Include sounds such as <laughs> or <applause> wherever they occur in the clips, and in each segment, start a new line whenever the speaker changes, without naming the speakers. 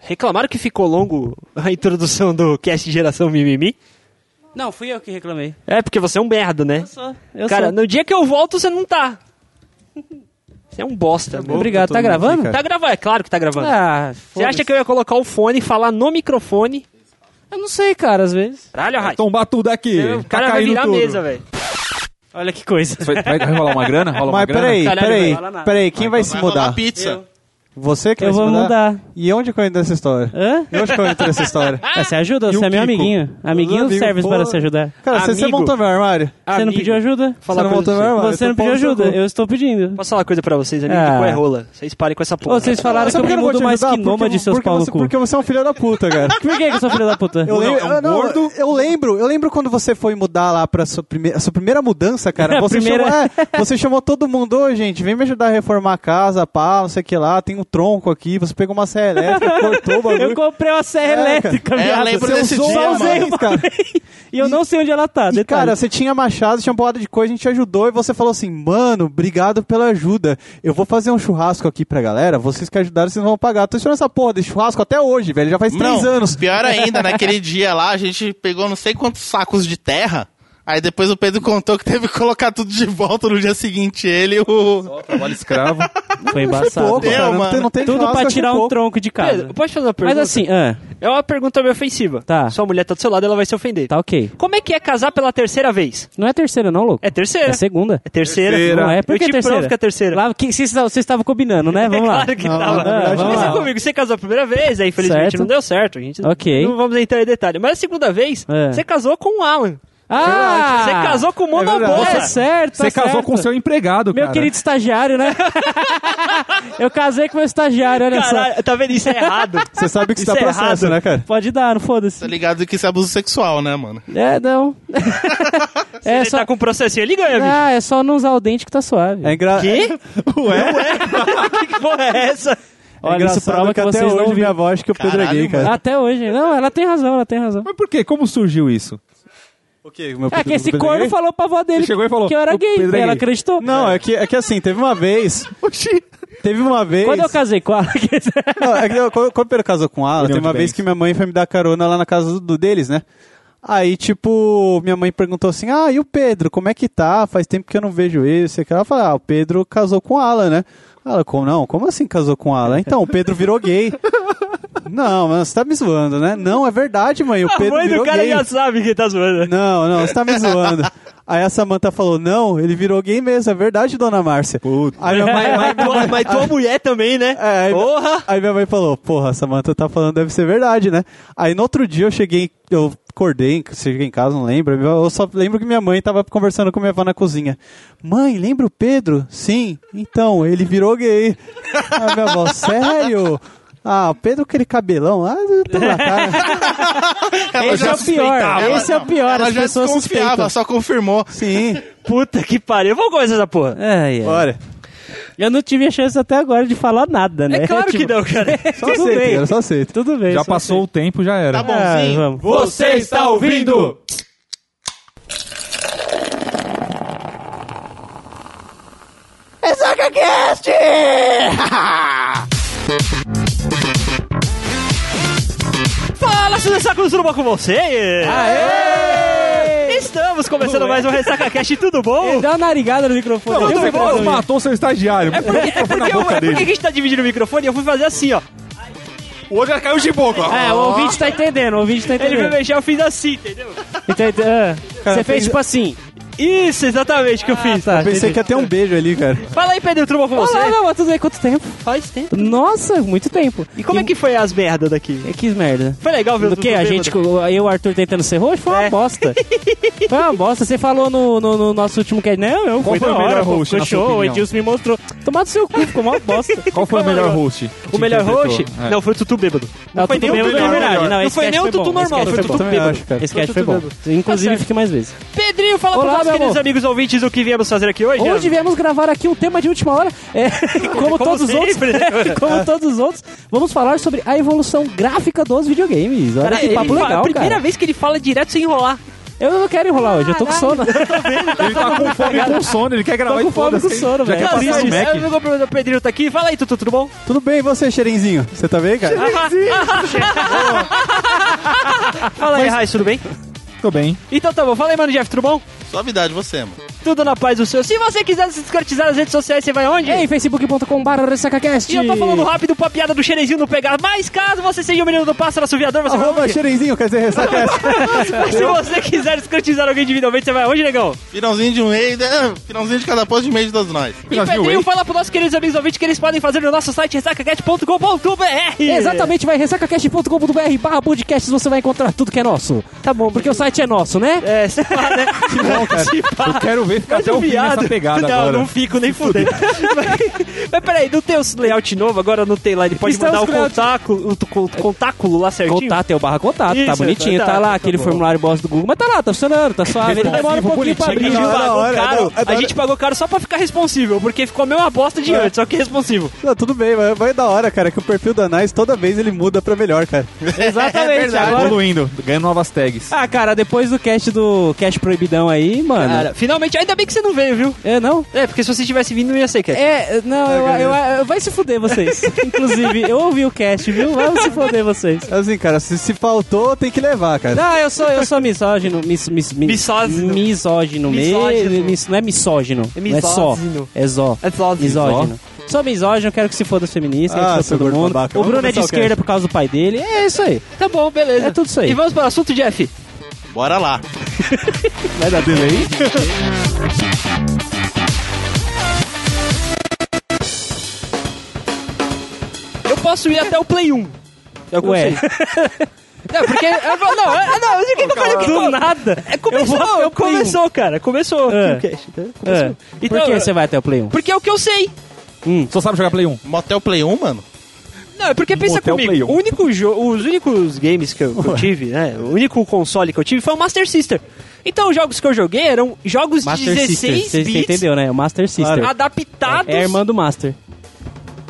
Reclamaram que ficou longo a introdução do cast Geração Mimimi?
Não, fui eu que reclamei.
É, porque você é um merda, né?
Eu sou. Eu
Cara,
sou.
no dia que eu volto, você não tá. Você é um bosta. mano.
Obrigado.
Todo
Tá
mundo
gravando?
fica-
Tá gravando, é claro que tá gravando.
Ah,
você acha que eu ia colocar o fone e falar no microfone?
Eu não sei, cara, às vezes.
Caralho, Rai.
Tombar tudo aqui.
O
Tá
cara vai
caindo
virar a
tudo.
mesa, velho.
Olha que coisa.
Vai, vai rolar uma grana? Rola uma
Mas
grana?
peraí,
Caralho,
peraí,
vai lá nada.
peraí, quem vai se
Vai
mudar?
rolar pizza.
Eu.
Você que
Eu
vai
vou
se mudar?
mudar.
E onde que eu entro nessa história?
Hã?
E onde que eu entro nessa história?
Ah, você ajuda, você
o
é meu
Kiko?
amiguinho. Amiguinho
Amigo,
serve
pô.
para se ajudar.
Cara, você, você
Amigo.
montou meu armário?
Você não pediu ajuda?
Você não montou meu armário?
Você não
Então
pediu
pau no seu
ajuda,
cu.
eu estou pedindo.
Posso falar uma coisa pra vocês? Anime
Ah.
de cu é rola. Vocês parem com essa porra.
Ô, vocês falaram que
Sabe
eu
por
me
não vou
mudo
te
mais
ajudar?
que noma de seus
porque
pau no
você,
cu.
Porque você é um filho da puta, cara.
Por que que <laughs> eu Ah, sou filho da puta?
Eu lembro,
é um
eu não,
gordo.
eu lembro, eu lembro quando você foi mudar lá pra sua primeira, sua primeira
<laughs>
mudança, cara.
A
Você,
primeira.
Chamou, é, você chamou todo mundo, ô gente, vem me ajudar a reformar a casa, pá, não sei o que lá, tem um tronco aqui, você pegou uma serra elétrica, <laughs> cortou o bagulho.
Eu comprei uma serra
É,
elétrica,
cara. É, eu
viado.
lembro
Você
desse
usou
dia,
uma
mano.
vez, cara.
<laughs> E eu não sei onde ela tá,
E,
detalhe.
cara, você tinha machado, tinha uma porrada de coisa, a gente te ajudou e você falou assim, mano, obrigado pela ajuda. Eu vou fazer um churrasco aqui pra galera, vocês que ajudaram, vocês vão pagar. Tô esperando essa porra desse churrasco até hoje, velho, já faz três
Não,
anos.
Pior
<laughs>
ainda, naquele dia lá, a gente pegou não sei quantos sacos de terra. Aí depois o Pedro contou que teve que colocar tudo de volta no dia seguinte. Ele e o.
Trabalho escravo.
Foi
Pouco,
embaçado.
Deu,
cara, não,
mano.
tem, não teve
Tudo
churrasco,
pra
achei
tirar um
pouco.
tronco de casa.
Pedro, pode fazer uma pergunta?
Mas assim, ah,
É uma pergunta meio ofensiva.
Tá.
Sua mulher tá do seu lado, ela vai se ofender.
tá ok.
Como é que é casar pela terceira vez?
Não é terceira não, louco.
É terceira.
É segunda.
É terceira.
Não é
Eu
porque
te
é terceira.
provo que é terceira.
Lá, que, vocês vocês estavam combinando, né? Vamos
é
lá.
claro que
Não,
tava.
na verdade,
Mas
não.
é comigo, você casou a primeira vez, aí infelizmente
Certo.
não deu certo. A gente
Ok.
não vamos entrar em detalhe. Mas a segunda vez,
É.
você casou com o Alan.
Ah!
você casou com o Monoboy.
verdade.
Você é certo,
Você
tá
casou
certo.
com seu empregado,
Meu
cara.
querido estagiário, né? eu casei com meu estagiário, olha
Caralho, tá vendo? Isso é errado.
<laughs> Você sabe que isso
Isso
dá
é
processo,
errado.
né, cara?
só. Pode dar, não foda-se.
Tá ligado que isso é abuso sexual, né, mano?
É, não. é
Ele
só.
tá com processo, ele ganha, bicho.
Ah, é só não usar o dente que tá suave.
É engra...
Quê? Ué? que porra é essa?
é
Olha, isso
engraçado
prova
que
que
até
vocês não
hoje
ouviram.
minha avó acha que o Pedro é
Caralho,
gay, cara.
Até hoje. Não, ela tem razão, ela tem razão.
Mas por quê? Como surgiu isso?
O quê? Meu
É que
Pedro-
esse
Pedro é
corno
gay?
falou pra avó dele
Ele chegou e falou,
que eu era
"O
gay.
Pedro é
ela
gay."
acreditou.
Não, é que, é que assim, teve uma vez... Teve uma vez...
Quando eu casei com ela... <laughs>
Não, é que eu- quando, quando o Pedro casou com ela,
Milhão
tem uma
de
vez
bens.
que minha mãe foi me dar carona lá na casa do, deles, né? Aí, tipo, minha mãe perguntou assim: Ah, e o Pedro, como é que tá? Faz tempo que eu não vejo ele. Sei que ela fala: Ah, o Pedro casou com Alan, né? Ela, como não? Como assim casou com Alan? Então, o Pedro virou gay. <laughs> Não, mas você tá me zoando, né? Não, é verdade, mãe. O
A
Pedro
mãe do
virou
cara
gay. <laughs>
já sabe que tá zoando.
Não, não, você tá me zoando. Aí a Samanta falou: Não, ele virou gay mesmo, é verdade, dona Márcia.
Puta.
Aí minha mãe,
Mas, <laughs> tua, mas tua mulher também, né?
é, aí,
Porra!
aí minha mãe falou, porra, essa manta tá falando deve ser verdade, né? Aí no outro dia eu cheguei, eu acordei, cheguei em casa, não lembro, eu só lembro que minha mãe tava conversando com minha avó na cozinha. Mãe, lembra o Pedro? Sim. Então, ele virou gay. Aí minha avó, sério? Ah, o Pedro com aquele cabelão lá, pula a cara.
Ela
Esse é o pior.
suspeitava.
Esse é o pior.
Ela
As
já
pessoas
desconfiava,
suspeitam.
só confirmou.
Sim,
Puta que pariu. Vamos começar essa porra.
Ai, ai.
bora.
Eu não tive a chance até agora de falar nada, né?
É claro
Tipo,
que não, cara.
<laughs>
Só
Tudo
aceita,
bem.
cara, só aceita.
Tudo bem.
Já
só
passou o tempo, já era.
Tá
sei. Ah,
bonzinho.
vamos.
Você está ouvindo?
<laughs> Fala, seus ressacos, tudo bom com vocês? Aê! Estamos começando mais um Ressaca Cast, tudo bom?
Dá uma narigada no microfone. um
Não, tá
Eu
você
vou
quase
fazer
matou seu estagiário. É porque,
É porque, eu- é porque a gente tá dividindo o microfone e eu fui fazer assim, ó.
O outro já caiu de boca.
isso. É, o ouvinte tá entendendo, o ouvinte tá
Ele veio
entendendo.
mexer, eu fiz assim, entendeu?
Entende- ah,
Cara,
Você fez
fez-
tipo assim.
Isso, exatamente que eu fiz.
tá,
Pensei que ia ter um beijo ali, cara.
Fala aí, Pedro, tudo bom com você?
Olá, não, mas tudo bem, quanto tempo?
Faz tempo.
Nossa, muito tempo.
E como é que foi as merdas daqui?
É que merda.
Foi legal ver
Do
o
que?
Dudu
A
bêbado?
gente, eu e o Arthur tentando ser roxo? Foi uma
É.
bosta. Foi uma bosta. Você falou no, no, no nosso último cast. Não, eu fui
Qual foi
da
o melhor
hora, pô,
host,
ficou
na sua
show, o
opinião?
Edilson me mostrou. Tomado seu cu, ficou uma bosta.
Qual foi o melhor host?
O melhor host? Não,
Não.
foi o Tutu bêbado.
Não,
foi
tudo
nem o
bem,
Tutu
é
normal.
verdade.
Não
esse
foi
cast
nem o Tutu
bom, esse
normal, foi
cast
o Tutu
bom.
Também
bêbado.
acho, cara.
Esse cast foi bom.
Tá
Inclusive,
certo.
fique mais vezes.
Pedrinho, fala
Olá,
para os
meu
queridos
amor.
amigos ouvintes o que viemos fazer aqui hoje.
Hoje viemos gravar aqui um tema de última hora,
<laughs>
é, como,
Como
todos os outros,
sempre, né?
<laughs> como todos os outros, vamos falar sobre a evolução gráfica dos videogames. Olha
Cara,
que
ele
papo
fala-
legal,
a primeira
cara.
vez que ele fala direto sem enrolar.
Eu não quero enrolar hoje, eu tô com sono.
<laughs>
Ele tá com fome e com sono, ele quer gravar
Tô
e
com fome e com
foda-se.
sono,
Já
velho.
quer
Não,
passar
mas
no Mac.
é, meu problema, o Pedrinho tá aqui. Fala aí, Tutu, tudo <laughs> bom?
Tudo bem, e você, Xerenzinho? Você tá bem, cara?
Fala aí, Raiz, tudo bem?
Tô bem.
Então tá bom, fala aí, mano Jeff, tudo bom?
Suavidade, você, mano.
Tudo na paz do seu. Se você quiser se descortizar nas redes sociais, você vai onde?
Ei, facebook.com.br sacacast.
E eu tô falando rápido pra piada do Xerezinho não pegar. Mas caso você seja o menino do pássaro assoviador, você vai
Arroba
onde?
Xerenzinho, quer dizer, saca essa?
Mas se você quiser escrotizar alguém individualmente, você vai onde, negão?
Finalzinho de um mês, é, finalzinho de cada posto de mês de todos nós.
E
Brasil,
Pedrinho,
hein?
fala pros nossos queridos amigos ouvintes que eles podem fazer no nosso site ressacacat.com.br
Exatamente, vai ressacacast.com.br barra podcasts, você vai encontrar tudo que é nosso. Tá bom. Porque o site é nosso, né?
É, se pá, né?
Não, cara.
Se pá.
Eu quero ver ficar
Mas
até
o
o fim
viado-
dessa pegada
não,
agora.
não fico nem fudendo. mas, mas peraí, não tem os layout novo? Agora não tem lá. Ele pode
Estamos
mandar
com
o
layout-
contáculo, o con- contáculo lá certinho?
Contato é o barra contato, tá
Isso,
bonitinho,
tá,
tá, lá
tá
aquele
bom.
formulário bosta do Google, mas tá lá, tá funcionando, tá suave. Ele
Responsivo,
demora um pouquinho pra
A
abrir.
gente,
viu?
bonitinho, é da
pagou
hora, é da-
caro,
é da
a
hora.
gente pagou caro só pra ficar responsível, porque ficou a mesma bosta de antes, só que responsivo.
Não, tudo bem, mas vai da hora, cara, que o perfil da Nice toda vez ele muda pra melhor, cara.
Exatamente, agora...
Evoluindo, ganhando novas tags.
Ah, cara, depois do cast do cast proibidão aí, mano...
Cara, finalmente, ainda bem que você não veio, viu?
É, não?
É, porque se você tivesse vindo, não ia ser, cara.
É, não, eu, eu- eu- vai se fuder vocês. Inclusive, eu ouvi o cast, viu? Vai se fuder vocês.
Assim, cara, se, se faltou, tem que levar, cara.
Não, eu sou, eu sou misógino. Mis, mis, mis-
Misógino.
Misógino mesmo.
Misógino.
Mis- não é misógino.
É
não é só.
misógino.
É zó.
É só-
Misógino. Sou misógino, quero que se foda os feministas,
Ah,
quero que se
seu
foda todo
gordo
mundo.
babaca.
O
Vamos
Bruno é de
começar o
esquerda por causa do pai dele. É isso aí.
Tá bom, beleza.
É tudo isso aí.
E vamos para o assunto, Jeff?
Bora lá.
Vai dar delay?
Eu posso ir até o Play 1. É o que
Ué. <laughs>
eu sei. Não, porque. eu vou- Não, é- não, o que que eu falei que
Do
eu-
nada.
É, começou,
eu vou até o Play
começou, cara. Começou aqui
É.
o cast, né? Começou.
É.
um. Então,
por que
eu-
você vai até o Play 1?
Porque é o que eu sei.
Só sabe jogar Play 1.
Motel Play 1, mano?
Não, é porque pensa
Motel Play
comigo,
um.
o único jo- os únicos games que eu, que eu tive, né? O único console que eu tive foi o Master System. Então os jogos que eu joguei eram jogos de 16
Você
bits
entendeu, né? O Master Sister.
adaptados.
É a irmã do Master.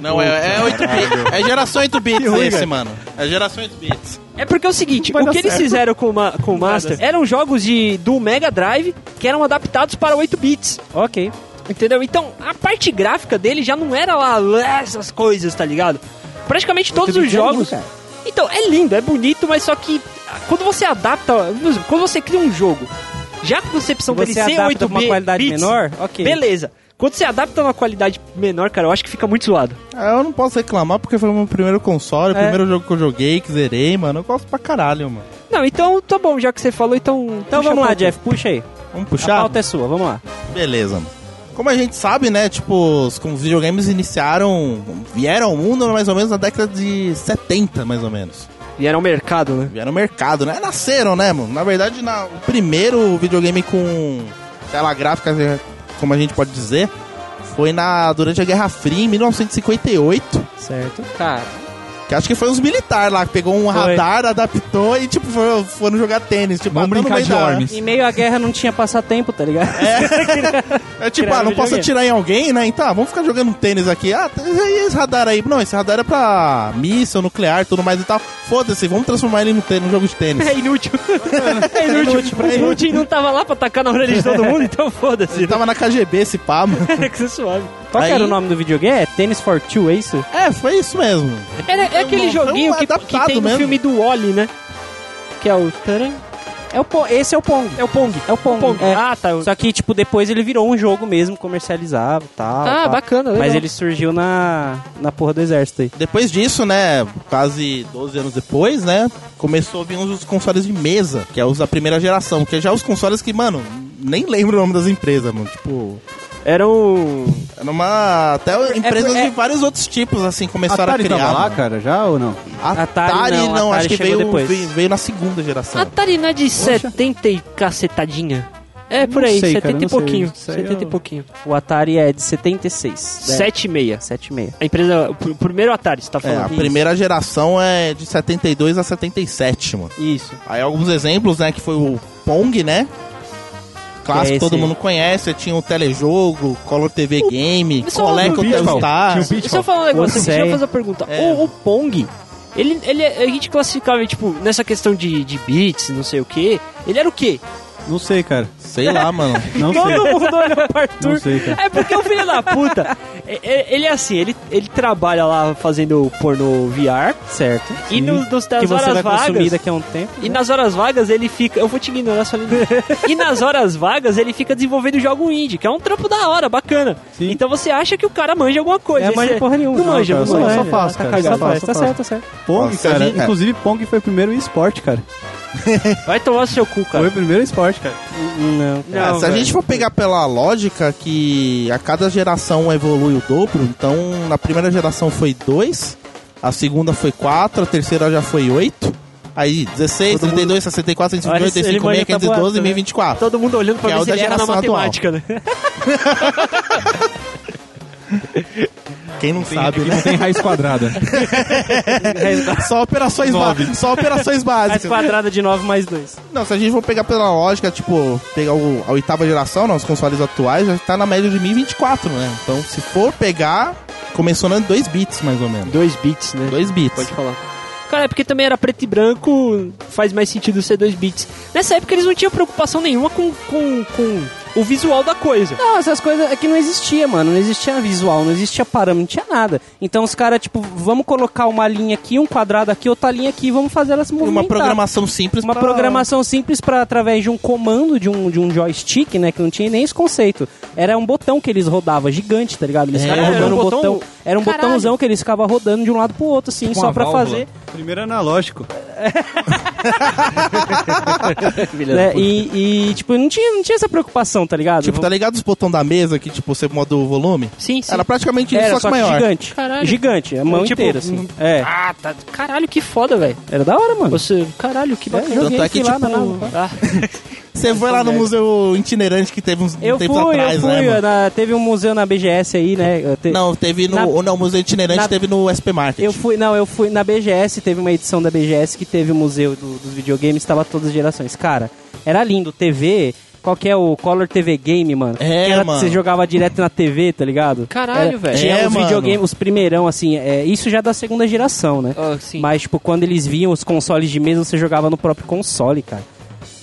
Não, é, é 8 bits. É geração 8 bits
ruim,
esse,
velho.
mano. É geração 8 bits.
É porque é o seguinte,
Vai
o
dar
que eles
certo.
fizeram com, uma, com o Master eram jogos de, do Mega Drive que eram adaptados para 8 bits.
Ok.
Entendeu? Então, a parte gráfica dele já não era lá lá, essas coisas, tá ligado? Praticamente todos os
bits é lindo,
jogos.
cara.
então, é lindo, é bonito, mas só que ah, quando você adapta, quando você cria um jogo, já com a concepção
Você
dele ser
adapta
8
pra uma
bi-
qualidade
bits,
menor? Ok.
Beleza. Quando você adapta uma qualidade menor, cara, eu acho que fica muito zoado.
Ah, eu não posso reclamar porque foi o meu primeiro console,
É.
o primeiro jogo que eu joguei, que zerei, mano. Eu gosto pra caralho, mano.
Não, então tá bom, já que você falou, então.
Então
puxa
vamos
a
lá,
pauta.
Jeff, puxa aí.
Vamos
A
puxar?
pauta é sua, vamos lá.
Beleza, mano. Como a gente sabe, né, tipo, os, como os videogames iniciaram, vieram ao mundo mais ou menos na década de 70, mais ou menos.
Vieram ao mercado, <laughs> né?
Vieram ao mercado, né? Nasceram, né, mano? Na verdade, na, o primeiro videogame com tela gráfica, como a gente pode dizer, foi na durante a Guerra Fria, em 1958.
Certo.
Cara.
Que acho que foi uns militares lá, que pegou um radar, adaptou e, tipo, foram, foram jogar tênis. Tipo,
Vamos
ah, tá no
brincar
meio
de
da-
Ormes.
Em meio à guerra não tinha passatempo, tá ligado?
É tipo,
Criar
ah, não
um
posso
videogame.
atirar em alguém, né? Então, ah, vamos ficar jogando um tênis aqui. Ah, t- e esse radar aí? Não, esse radar é pra míssil, nuclear, tudo mais e tal. Foda-se, vamos transformar ele num, tênis, num jogo de tênis.
É
<laughs>
<laughs>
inútil. É inútil. O Putin não tava lá pra atacar na orelha de todo mundo, então foda-se.
Ele tava na KGB, esse pá, mano.
É que você suave.
Qual que
Aí-
era o nome do videogame? É Tennis for Two, é isso?
É, foi isso mesmo.
É, é aquele
Não, foi um
joguinho que, que
adaptado
tem no
mesmo.
filme do Wally, né? Que é o. Taran.
É o Pong, esse é o Pong.
É o Pong.
É o Pong. É.
Ah, tá.
Só que, tipo, depois ele virou um jogo mesmo, comercializava e tal.
Ah,
tal.
bacana, legal.
Mas ele surgiu na, na porra do exército aí.
Depois disso, né, quase 12 anos depois, né, começou a vir uns consoles de mesa, que é os da primeira geração, que é já os consoles que, mano, nem lembro o nome das empresas, mano. Tipo,
Era um.
era uma... É Até empresas
por- é-
de vários outros tipos, assim, começaram
Atari
a criar.
tava lá,
mano.
cara, já ou não?
Atari,
Atari não,
não,
Atari
acho que
chegou
veio,
depois. Ah,
veio, veio na segunda geração.
Atari não é de 70 e cacetadinha. É por
Não
aí,
sei,
70
cara,
e
não sei.
pouquinho.
Isso aí
70 e
eu-
pouquinho.
O Atari é de 76. né?
7 é e meia.
7 e meia.
A empresa. O pr- o primeiro Atari, você tá
É, a
falando.
primeira geração é de 72 a 77, mano.
Isso.
Aí alguns exemplos, né, que foi o Pong, né? Clássico,
esse
todo
aí.
mundo conhece. Tinha o Telejogo, Color TV Game,
Isso é
um
uma
Coleco
dúvida.
Star.
Tinha o
Deixa eu
Pitfall.
falar um negócio,
Você-
deixa eu fazer uma pergunta.
É.
O, o Pong, <laughs> ele, ele, a gente classificava, tipo, nessa questão de, de bits, não sei o quê, ele era o quê?
Não sei, cara.
Sei lá, mano.
Não sei.
Todo mundo olhou pro é Arthur.
Não sei, cara.
É porque o filho da puta, é- é- ele é assim, ele, ele trabalha lá fazendo pornô VR
Certo.
e no, nos, das
que você
horas
vai consumir
vagas.
daqui a um tempo.
E nas horas vagas ele fica. Eu vou te ignorar só lindo. E nas horas vagas ele fica desenvolvendo jogo indie, que é um trampo da hora, bacana.
Sim.
Então você acha que o cara manja alguma coisa.
É,
Aí
mas
você-
de porra nenhuma.
Não manja,
cara,
não
só-
manja.
só faço,
tá
cara,
cagado,
só faço,
tá
só
certo, tá certo.
Pong,
Nossa,
cara.
gente, é.
Inclusive, Pong foi o primeiro esporte, cara.
Vai tomar no seu cu,
Foi
cara.
o primeiro esporte, cara.
Não, cara.
Ah,
Não,
se a
velho.
gente for pegar pela lógica que a cada geração evolui o dobro, então na primeira geração foi 2, a segunda foi 4, a terceira já foi 8, aí 16, 32, 64,
Olha,
65, 85,
ele
6,
manja tabuada,
512,
né?
1024.
Todo mundo olhando pra
Que é
ver
o
se
da
ele erra na
geração atual.
matemática, né?
Quem não
Aqui
sabe, né?
não tem raiz quadrada.
<laughs> Só operações, ba só operações
Raiz
básicas.
quadrada de 9 mais 2.
Não, se a gente for pegar pela lógica, tipo, pegar o- a oitava geração, né, os consoles atuais, já tá na média de 1024, né? Então, se for pegar, começou em 2 bits, mais ou menos.
Dois bits, né?
2 bits.
Pode falar. Cara, é porque também era preto e branco, faz mais sentido ser 2 bits. Nessa época eles não tinham preocupação nenhuma com, com, com o visual da coisa.
Não, essas coisas é que não existia, mano. Não existia visual, não existia parâmetro, não tinha nada. Então os caras, tipo, vamos colocar uma linha aqui, um quadrado aqui, outra linha aqui, vamos fazer elas se
E Uma
movimentar.
programação simples
Uma
pra-
programação simples para através de um comando de um, de um joystick, né? Que não tinha nem esse conceito. Era um botão que eles rodavam gigante, tá ligado? Eles
É,
ficavam
era
rodando
um
um botão.
botão-
Era um
Caralho.
botãozão que eles ficavam rodando de um lado pro outro, assim,
Tipo
só
uma
pra
válvula.
fazer.
Primeiro analógico.
né, E, e, tipo, não tinha, não tinha essa preocupação, tá ligado?
Tipo, tá ligado os botões da mesa que, tipo, você muda o volume?
Sim, sim.
Era praticamente isso,
Era
só que maior. hum.
gigante.
Caralho.
Gigante, a mão
Tipo,
inteira, assim. É.
Ah, tá. Caralho, que foda, velho.
Era da hora, mano.
Você. Caralho, que
É,
bacana.
joguei,
Tanto é que,
fui lá
tipo,
na nave.
Ah,
Você foi lá no museu itinerante que teve uns
Eu
tempos
fui,
atrás,
eu fui.
né? mano?
na- teve um museu na BGS aí, né? eu te-
Não, teve no.
Na-
ou Não, o museu itinerante
na-
teve no SP Market.
Eu fui, não, eu fui na BGS, teve uma edição da BGS que teve o museu do- dos videogames, tava todas as gerações. Cara, era lindo, TV, qual que é o Color TV Game, mano?
É,
que era,
mano.
Você jogava direto na TV, tá ligado?
Caralho,
Era-
velho.
Tinha
É,
os
mano.
videogames, os primeirão, assim, é, isso já da segunda geração, né?
Ah, sim.
Mas, tipo, quando eles viam os consoles de mesa, você jogava no próprio console, cara.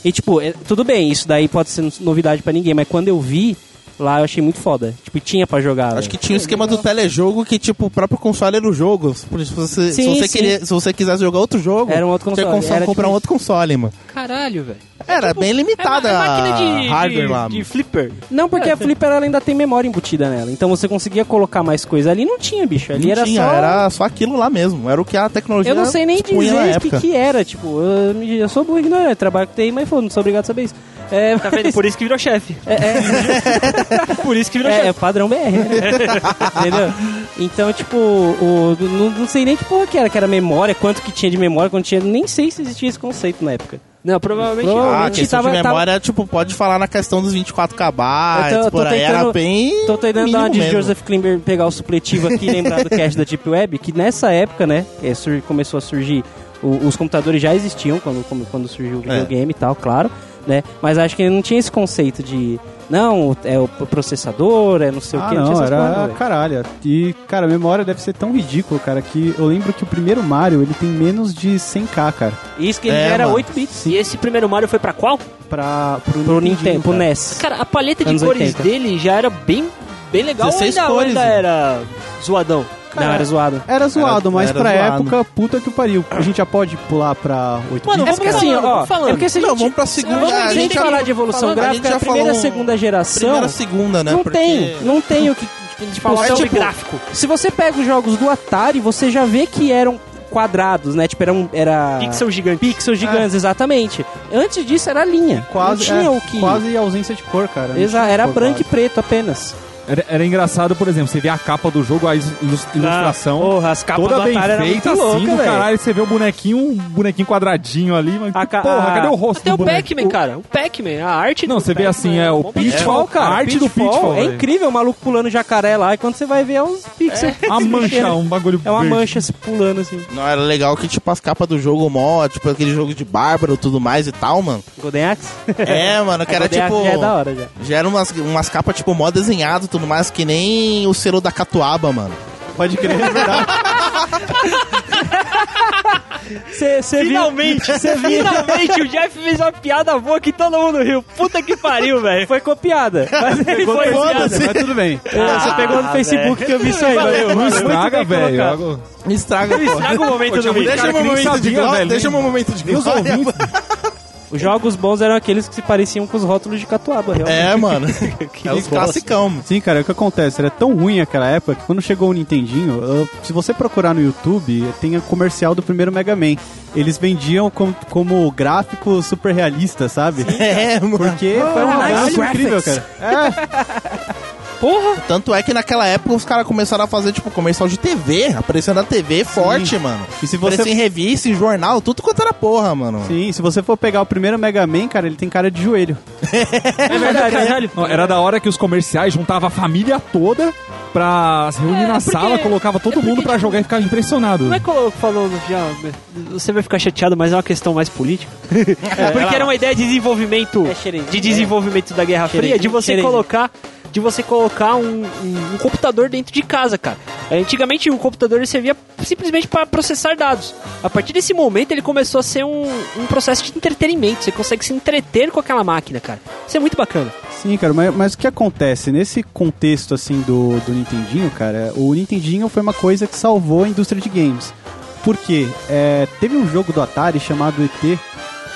E, tipo, é- tudo bem, isso daí pode ser novidade pra ninguém, mas quando eu vi lá, eu achei muito foda. Tipo, tinha pra jogar.
Acho
velho.
que tinha o esquema do telejogo que, tipo, o próprio console era o jogo. Por isso, Se você, se
Sim,
você
sim.
queria, se você quisesse jogar outro jogo,
Era um outro
você
console,
consegue
era
comprar
tipo
um outro console, mano.
Caralho, velho.
Era bem limitada
é uma máquina
a
de,
hardware lá.
de, de
mano.
flipper.
Não, porque
É,
a flipper ela ainda tem memória embutida nela. Então você conseguia colocar mais coisa ali. Não tinha, bicho. Ali
Não
era
tinha,
só.
era só aquilo lá mesmo. Era o que a tecnologia
Eu não sei nem
dispunha na
dizer o que,
época.
que era. Tipo, eu, me- eu sou burro ignorante. Trabalho com TI, mas foda, não sou obrigado a saber isso. É,
Tá vendo? Por isso que virou chefe.
é, é,
<laughs> Por isso que virou
é, é
chefe.
padrão BR. Entendeu? Então, tipo, o- não, não sei nem que porra que era. Que era memória, quanto que tinha de memória, quanto tinha. Nem sei se existia esse conceito na época.
Não, provavelmente.
Provavelmente.
Ah,
a gente
questão
tava-
de memória, tipo, pode falar na questão dos 24 KB,
Eu tô- eu tô
por aí, era
tentando-
bem...
Tô tentando dar uma de
mínimo mesmo.
Joseph Klimber pegar o supletivo aqui e lembrar do cast da Deep Web, que nessa época, né, é, sur- começou a surgir. o- os computadores já existiam quando, como- quando surgiu o
É.
videogame e tal, claro, né? Mas acho que não tinha esse conceito de. Não, é o processador, é não sei o
Ah,
que, não,
não,
tinha essas
era
coisas. velho.
caralho. E, cara, a memória deve ser tão ridícula, cara, que eu lembro que o primeiro Mario, ele tem menos de 100k, cara.
Isso que ele
É,
já era
mano.
8 bits
E esse primeiro Mario foi pra qual?
Pra, pro,
pro
Nintendinho,
Nintendo, pro
cara.
NES.
Cara, a paleta de
Anos
cores
80.
dele já era bem, bem legal. Ou
16
ainda, ou
cores,
ainda
né?
era zoadão?
Não, era zoado.
Era zoado, mas
era
pra
zoado.
época, puta que pariu. A gente já pode pular pra 8
Mano,
É
vamos
porque assim,
falando,
ó,
vamos falando.
é porque se a
Não,
gente,
vamos pra
se
segunda.
a gente
já-
falar de evolução
falando, a gente
gráfica,
já
a primeira e
falou-
segunda geração,
Primeira, segunda, né?
não
porque-
tem, não tem o que... tipo,
Falar
são-
sobre gráfico.
Se você pega os jogos do Atari, você já vê que eram quadrados, né? Tipo, eram, era...
Pixel gigante.
Pixels gigantes, exatamente. Antes disso era linha.
Quase,
não tinha
é,
o que...
quase ausência de cor, cara. Não
Exa-
tinha
era
cor,
branco e
quase.
preto apenas.
Era, era engraçado, por exemplo, você vê a capa do jogo, a ilus-
Ah,
ilustração.
Porra, as capas
Toda
do
bem
Atari eram muito
feita, assim,
loucas,
do
velho.
caralho. Você vê o bonequinho, um bonequinho quadradinho ali, mas
A ca-
porra,
a-
cadê o rosto
Até
do
o
boneco?
Pac-Man, cara. O Pac-Man, a arte
Não,
do
você vê
Pac-Man
assim, é o
bom pra
Pitfall, cara. A arte do Pitfall.
É
velho.
incrível, o maluco pulando jacaré lá, e quando você vai ver é uns pixels.
A
se
mancha,
mexendo.
um bagulho
<laughs> É uma
verde.
mancha se pulando, assim.
Não, era legal que, tipo, as capas do jogo mó, tipo, aquele jogo de bárbaro e tudo mais e tal,
<laughs>
mano.
Golden Axe?
É, mano, que era
Golden Axe
tipo...
já é da hora, já.
Já eram umas, umas capas, tipo, mó desenhado e tudo mais, que nem o selo da Catuaba, mano.
Pode crer, é verdade.
Você você viu?
Finalmente, finalmente o Jeff fez uma piada boa que todo mundo riu. Puta que pariu, velho.
Foi copiada. Mas ele foi
Foda-se.
copiada. É,
Mas tudo bem.
Ah,
Você pegou no Facebook que eu vi isso aí.
Não
Muito
estraga,
bem
velho.
colocado.
Agora-
Me estraga, pô.
Traga o momento do vídeo.
Deixa
cara
o
que nem
momento de
sabia,
glória.
velho.
Deixa o momento de
Meus
glória.
ouvintes, <laughs>
Os jogos bons eram aqueles que se pareciam com os rótulos de Catuaba, realmente.
É, mano. é os classicão.
Sim, cara, o que acontece? Era tão ruim aquela época que quando chegou o Nintendinho, eu- se você procurar no YouTube, tem o comercial do primeiro Mega Man. Eles vendiam com- como gráfico super realista, sabe?
É, mano.
Porque foi um
Ah, nice
negócio
graphics.
incrível, cara.
Porra!
Tanto é que naquela época os caras começaram a fazer, tipo, comercial de TV, aparecendo na TV forte, mano.
E se
Aparecia em
você,
revista, em jornal, tudo quanto era porra, mano.
sim, se você for pegar o primeiro Mega Man, cara, ele tem cara de joelho.
É verdade, caralho.
Não, era da hora que os comerciais juntava a família toda pra se reunir na
É, porque- é
sala, colocava todo
porque, tipo,
mundo pra jogar e ficava impressionado.
Como é que eu falo já? Você vai ficar chateado, mas é uma questão mais
<laughs>
política. Porque era uma ideia de desenvolvimento,
ah. É xerém.
de desenvolvimento da Guerra
Xerém.
Fria, de você
Xerém.
colocar, de você colocar um, um- um computador dentro de casa, cara. Antigamente o computador ele servia simplesmente para processar dados. A partir desse momento ele começou a ser um, um processo de entretenimento. Você consegue se entreter com aquela máquina, cara. Isso é muito bacana.
Sim, cara, mas, mas o que acontece? Nesse contexto, assim, do, do Nintendinho, cara, o Nintendinho foi uma coisa que salvou a indústria de games. Por quê? É, teve um jogo do Atari chamado ET,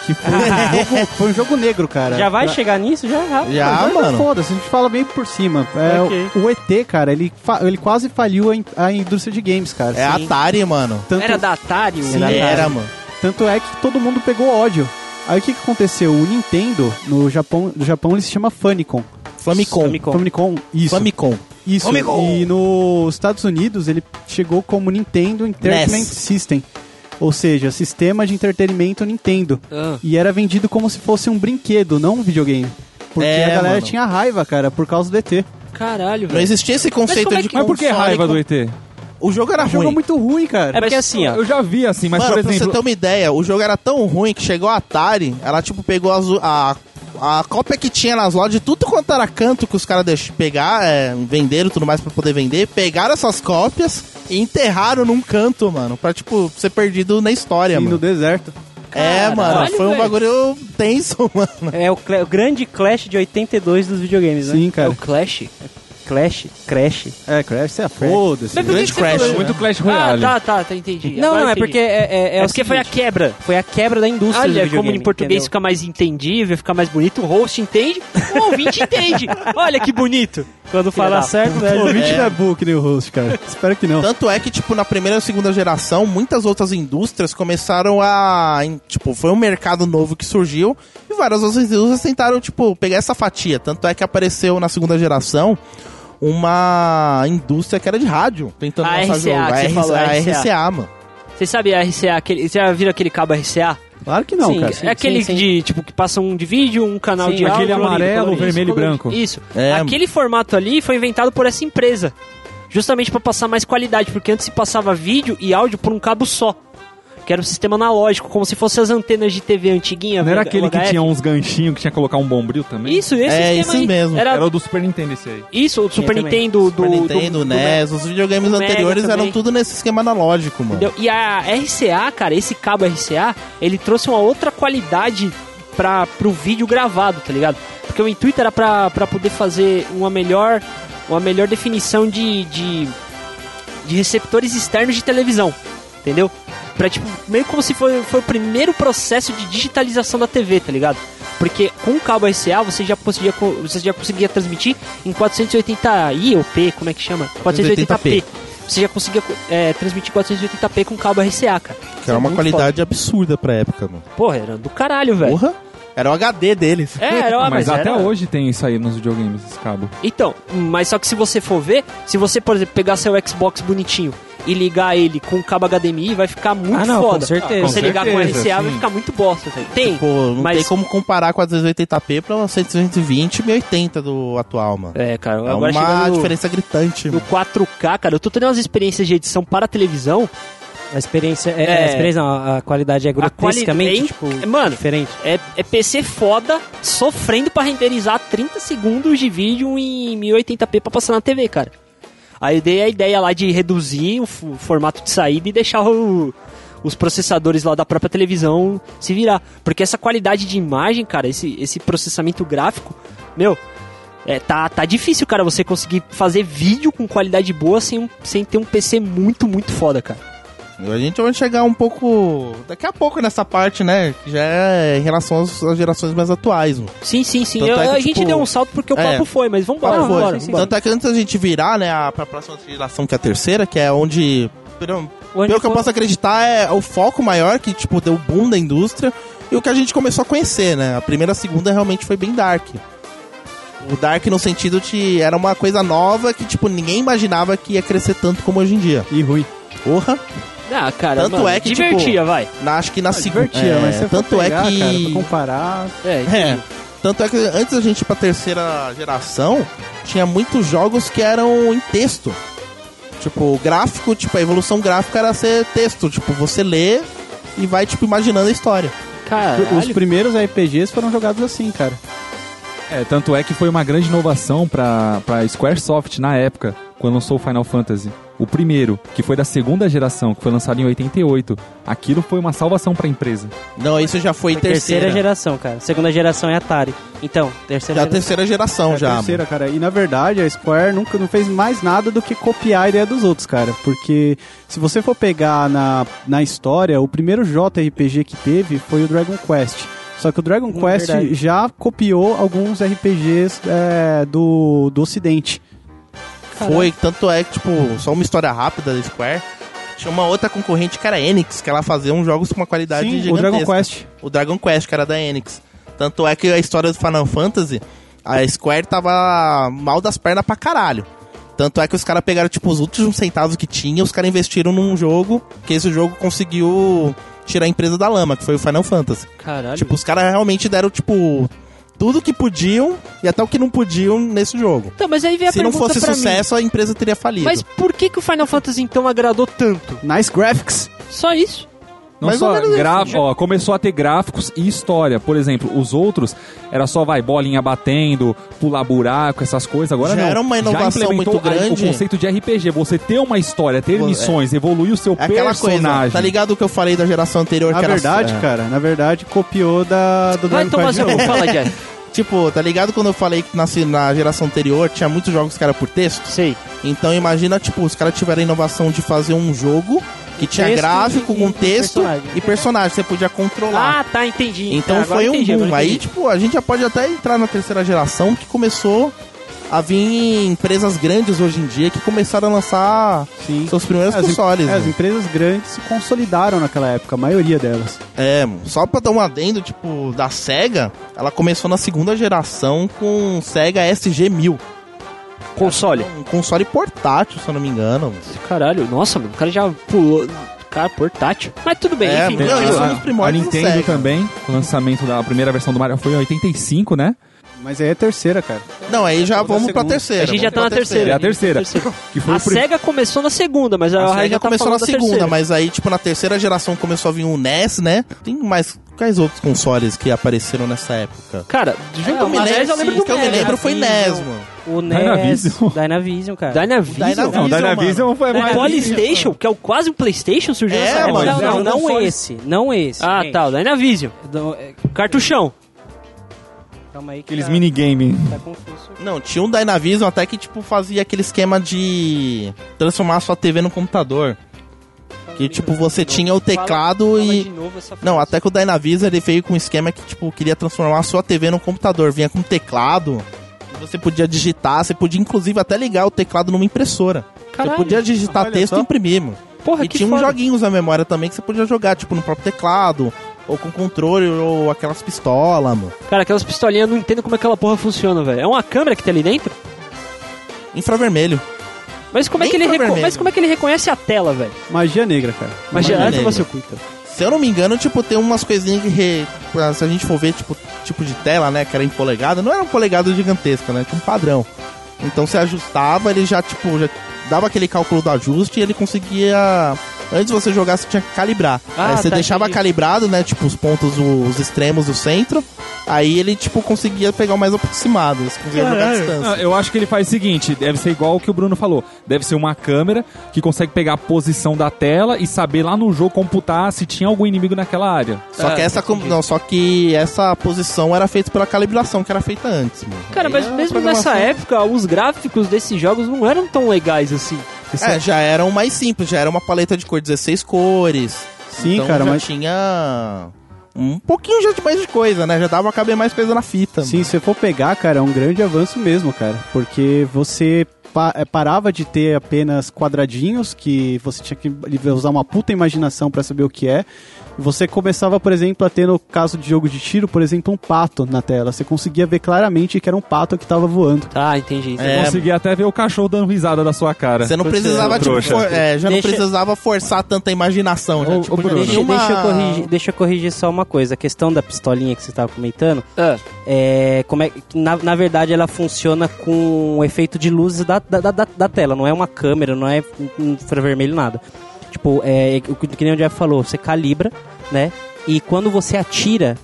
que foi,
<laughs>
um, jogo, foi um jogo negro, cara.
Já vai
Pra-
chegar nisso? Já rápido.
Já,
Mas é não
mano.
Foda-se, a gente fala bem por cima. É,
Ok.
o, o ET, cara, ele, fa- ele quase faliu a, in- a indústria de games, cara.
É Atari, mano.
Tanto- assim, né,
Era da Atari, o-
Sim. Era
Era,
Atari.
mano.
tanto é que todo mundo pegou ódio. Aí o que, que aconteceu? O Nintendo, no Japão, no Japão ele se chama Famicom.
Famicom.
Famicom.
Famicom, isso.
Famicom.
Isso. E nos Estados Unidos ele chegou como Nintendo Entertainment
NES.
System. Ou seja, sistema de entretenimento Nintendo.
Ah.
E era vendido como se fosse um brinquedo, não um videogame. Porque
É,
a galera
mano.
tinha raiva, cara, por causa do ET.
Caralho,
Não
velho.
existia esse conceito
como é
de
que-
Mas por que
console
raiva
com-
do ET?
O jogo
O
era
jogo é
ruim.
muito ruim, cara.
É porque assim, ó.
Eu já vi assim, mas
Mano,
por
pra você
exemplo,
ter uma ideia, o jogo era tão ruim que chegou a Atari, ela tipo pegou as- a, a cópia que tinha nas lojas, de tudo quanto era canto que os caras deix- pegar, é, venderam e tudo mais pra poder vender, pegaram essas cópias e enterraram num canto, mano, pra tipo ser perdido na história,
Sim, no
mano.
deserto.
É, mano,
Caralho,
foi um
velho.
bagulho tenso, <laughs> mano.
É o, cla- o grande Clash de 82 dos videogames, né?
Sim,
É
cara.
o Clash?
Clash? Crash?
É, Crash, é
Mas
foda-se.
por que que
Grande
você
Crash,
falou-
né?
muito Clash
Ah,
Royale.
tá, tá, tá, entendi.
Não,
Agora
não, é
entendi.
porque é, é,
É,
é o
porque foi a
seguinte,
quebra.
foi a quebra da indústria do
Olha,
videogame.
como em português
entendeu?
fica mais entendível, fica mais bonito, o host entende, o ouvinte entende. Olha que bonito.
Quando
da
fala certo,
O
velho.
ouvinte
É.
não é book, nem o host, cara. Espero que não.
Tanto é que, tipo, na primeira e segunda geração, muitas outras indústrias começaram a. em- Tipo, foi um mercado novo que surgiu e várias outras indústrias tentaram, tipo, pegar essa fatia. Tanto é que apareceu na segunda geração uma indústria que era de rádio, tentando
A
lançar
RCA,
jogo.
que
A
você falou,
a
RCA.
RCA, mano.
Vocês sabem a RCA, aquele, vocês já viram aquele cabo RCA?
Claro que não,
Sim,
cara.
sim,
é aquele
sim.
de, tipo, que passa um de vídeo, um canal
Sim,
de áudio.
aquele
colorido,
amarelo,
colorido,
vermelho e
colorido.
branco.
Isso.
É.
Aquele formato ali foi inventado por essa empresa. Justamente pra passar mais qualidade, porque antes se passava vídeo e áudio por um cabo só. Que era um sistema analógico, como se fossem as antenas de TV antiguinha.
Não era
VH,
aquele que
VHF.
tinha um- uns ganchinhos que tinha que colocar um bombril também?
é Isso, esse
É,
sistema
esses
aí.
mesmo.
Era
Era o do Super Nintendo esse aí.
Isso, o do Super
também.
Nintendo, do,
Super
do-
Nintendo, né?
do-
NES, os videogames
do Mega
anteriores eram
também.
tudo nesse esquema analógico, mano.
Entendeu? E a RCA, cara, esse cabo RCA, ele trouxe uma outra qualidade para pro vídeo gravado, tá ligado? Porque o intuito era pra, pra poder fazer uma melhor uma melhor definição de, de de receptores externos de televisão, entendeu? Pra, tipo, meio como se foi, foi o primeiro processo de digitalização da TV, tá ligado? Porque com o cabo RCA você já conseguia, co- você já conseguia transmitir em 480i ou P, como é que chama? 480p. Você já conseguia co- é, transmitir 480p com cabo RCA, cara.
que era uma
muito
qualidade absurda pra época, mano.
Porra, era do caralho, velho.
Porra! Era o HD deles.
É, era,
Ah,
uma-
mas, até
era-
hoje tem isso aí nos videogames, esse cabo.
Então, mas só que se você for ver, se você, por exemplo, pegar seu Xbox bonitinho e ligar ele com cabo HDMI, vai ficar muito
Ah, não,
foda.
com certeza.
Se você
Com
ligar com
certeza,
RCA, vai
sim.
ficar muito bosta. tá ligado? Tem.
Pô, não
Mas-
tem como comparar 480p pra uma 720 e 1080 do atual, mano.
É, cara,
É
agora
uma
chegando no-
diferença gritante,
no
mano.
4K, cara, eu tô tendo umas experiências de edição para televisão.
A experiência, é,
É.
a experiência não, a- a qualidade é grotescamente,
quali-
tipo,
é, mano,
diferente.
É, é PC foda, sofrendo pra renderizar 30 segundos de vídeo em 1080p pra passar na TV, cara. Aí eu dei a ideia lá de reduzir o f- o formato de saída e deixar o- os processadores lá da própria televisão se virar. Porque essa qualidade de imagem, cara, esse, esse processamento gráfico, meu, é, tá, tá difícil, cara, você conseguir fazer vídeo com qualidade boa sem, um- sem ter um PC muito, muito foda, cara.
A gente vai chegar um pouco. Daqui a pouco nessa parte, né? Que já é em relação às, às gerações mais atuais. Mano.
Sim, sim, sim.
Tanto
Eu-
é que,
a gente
tipo,
deu um salto porque o
é.
papo foi, mas vambora,
Qual foi?
vambora. vambora.
Tanto é que antes da gente virar, né, a, pra próxima geração, que é a terceira, que é onde. Pelo,
Onde
pelo que eu
foi-
posso acreditar, é o foco maior que, tipo, deu o boom da indústria e o que a gente começou a conhecer, né? A primeira a segunda realmente foi bem dark. O dark no sentido de. Era uma coisa nova que, tipo, ninguém imaginava que ia crescer tanto como hoje em dia.
E ruim.
Porra!
Ah, cara,
Tanto
mano,
é que,
divertia,
tipo,
vai.
Na, acho que na segunda.
Ah, Divertia, mas você
tanto é que.
Cara, pra comparar...
É,
É. Tanto é que antes da gente ir pra terceira geração, tinha muitos jogos que eram em texto. Tipo, o gráfico, tipo, a evolução gráfica era ser texto. Tipo, você lê e vai, tipo, imaginando a história.
Caralho.
Os primeiros RPGs foram jogados assim, cara.
É, tanto é que foi uma grande inovação pra, pra Squaresoft na época, quando lançou o Final Fantasy. O primeiro, que foi da segunda geração, que foi lançado em 88. Aquilo foi uma salvação pra empresa.
Não, isso já foi em terceira.
Terceira geração, cara. Segunda geração é Atari. Então, terceira
já a
geração.
terceira geração,
É a
já. mano.
terceira, cara. E na verdade, a Square nunca não fez mais nada do que copiar a ideia dos outros, cara. Porque se você for pegar na, na história, o primeiro JRPG que teve foi o Dragon Quest. Só que o Dragon
Hum,
Quest
verdade.
já copiou alguns RPGs é, do, do Ocidente.
Foi, tanto é que, tipo, só uma história rápida da Square. Tinha uma outra concorrente que era a Enix, que ela fazia uns jogos com uma qualidade
Sim, o
gigantesca.
Dragon Quest.
o Dragon Quest, que era da Enix. Tanto é que a história do Final Fantasy, a Square tava mal das pernas pra caralho. Tanto é que os caras pegaram, tipo, os últimos centavos que tinha, os caras investiram num jogo, que esse jogo conseguiu tirar a empresa da lama, que foi o Final Fantasy.
Caralho.
Tipo, os caras realmente deram, tipo, tudo que podiam e até o que não podiam nesse jogo.
Então, mas aí vem a
Se não
pergunta
fosse
pra
sucesso, a empresa teria
mim.
falido.
Mas por que, que o Final Fantasy então agradou tanto?
Nice graphics.
Só isso?
Não
Mais ou
só
menos isso,
gra-
já.
ó, começou a ter gráficos e história. Por exemplo, os outros era só vai bolinha batendo, pular buraco, essas coisas. Agora
Já
não.
era uma inovação
Já implementou
muito
a-
grande.
o conceito de RPG, você ter uma história, ter
Pô, é.
missões, evoluir o seu
é aquela
personagem.
coisa, tá ligado o que eu falei da geração anterior?
Na
que era-
verdade,
é.
cara, na verdade copiou da, do
Vai
Dragon
tomar
Quest.
seu cu, fala, Jeff.
Tipo, tá ligado quando eu falei que na, na geração anterior tinha muitos jogos que era por texto?
Sei.
Então imagina, tipo, os caras tiveram a inovação de fazer um jogo que tinha
texto
gráfico,
e-
com
e
texto
personagem.
e personagem, você podia controlar.
Ah, tá, entendi.
então
Tá, agora
foi um
entendi, agora
boom. Aí,
entendi.
tipo, a gente já pode até entrar na terceira geração que começou a vir empresas grandes hoje em dia que começaram a lançar
<laughs> Sim.
seus primeiros
As em-
consoles.
É, as
né?
empresas grandes se consolidaram naquela época, a maioria delas.
É, mano, só pra dar um adendo, tipo, da SEGA, ela começou na segunda geração com SEGA SG-1000.
Console.
Um console portátil, se eu não me engano.
Caralho, nossa, mano, o cara já pulou. Cara, portátil. Mas tudo bem,
É,
enfim.
meu, isso é um dos
a
primórdios do
Nintendo
Sega.
também, o lançamento da primeira versão do Mario foi em 85, né?
Mas aí é a terceira, cara.
Não, aí já
Vou da
vamos pra
segunda.
terceira.
A gente já
vamos
tá na
pra
terceira.
É a terceira. Que foi
A
o prim-
SEGA começou na segunda, mas a,
A
Rai já
SEGA
tá
começou na
falando da
segunda,
terceira.
mas aí, tipo, na terceira geração começou a vir o NES, né? Tem mais... Quais outros consoles que apareceram nessa época?
Cara,
Eu
junto
não
com o NES, eu lembro
sim,
do
que eu me
NES.
lembro foi NES,
Dynavision.
mano.
O NES,
Dynavision.
Dynavision, cara.
Dynavision.
Dynavision.
Não, o Dynavision foi
O
É mais...
Polystation, que é o- quase um Playstation, surgiu
É,
nessa
mano,
época. é
não,
era
não,
um
não
console-
esse, não esse.
Ah,
gente.
tá, o Dynavision.
Do- é,
Cartuchão.
Calma aí que
Aqueles
tá-
minigame.
tá confuso.
Não, tinha um Dynavision até que, tipo, fazia aquele esquema de transformar a sua TV no computador. Que, tipo, você tinha o teclado
Fala
e...
de novo essa frase.
Não, até que o Dynavision ele veio com um esquema que, tipo, queria transformar a sua TV num computador. Vinha com teclado, e você podia digitar, você podia inclusive até ligar o teclado numa impressora.
Caralho.
você podia digitar
olha
texto
só.
e imprimir, mano.
Porra,
e
que
tinha uns
foda.
joguinhos na memória também que você podia jogar, tipo, no próprio teclado, ou com controle, ou aquelas pistolas, mano.
Cara, aquelas pistolinhas, eu não entendo como é aquela porra funciona, velho. É uma câmera que tá ali dentro?
Infravermelho.
Mas como, é
Nem
que ele
foi
reco-
vermelho.
mas como é que ele reconhece a tela, velho?
Magia negra, cara.
Mas
Magia
geral
negra.
toma seu cu, então.
Se eu não me engano, tipo, tem umas coisinhas que, re- se a gente for ver, tipo, tipo de tela, né, que era em polegada, não era um polegado gigantesco, né, tinha um padrão. Então você ajustava, ele já, tipo, já dava aquele cálculo do ajuste e ele conseguia... Antes de você jogar, você tinha que calibrar.
Ah,
Aí você
tá,
deixava
entendi.
calibrado, né, tipo, os pontos, os extremos, o centro, Aí ele, tipo, conseguia pegar o mais aproximado, eles conseguiam jogar à distância.
Ah, eu acho que ele faz o seguinte, deve ser igual o que o Bruno falou. Deve ser uma câmera que consegue pegar a posição da tela e saber lá no jogo computar se tinha algum inimigo naquela área.
Só
é,
que essa com- não, só que essa posição era feita pela calibração que era feita antes, mano.
Cara,
Aí
mas
a
mesmo
programação-
nessa época, os gráficos desses jogos não eram tão legais assim.
É, já eram mais simples, já era uma paleta de cor 16 cores.
Sim,
então
cara,
já
mas-
tinha um pouquinho já de mais de coisa, né? Já dava pra caber mais coisa na fita.
Sim, se você for pegar, cara, é um grande avanço mesmo, cara. Porque você pa- eh, parava de ter apenas quadradinhos, que você tinha que li- usar uma puta imaginação pra saber o que é. Você começava, por exemplo, a ter, no caso de jogo de tiro, por exemplo, um pato na tela. Você conseguia ver claramente que era um pato que tava voando.
Tá, entendi.
É,
Conseguia até ver o cachorro dando risada da sua cara.
Você não
Quando
precisava,
era
tipo,
trouxa.
for- é, já
Deixa-
não precisava forçar tanta imaginação. Já,
Ô,
tipo,
ô,
já
Bruno.
Deixa,
tinha
deixa eu
uma-
corrigir, deixa eu corrigir só uma coisa. A questão da pistolinha que você estava comentando,
Ah,
é, como é, que na, na verdade ela funciona com o efeito de luzes da, da, da- da- da tela. Não é uma câmera, não é infravermelho, nada. Tipo, é, o que que nem o Jeff falou, você calibra, né? E quando você atira,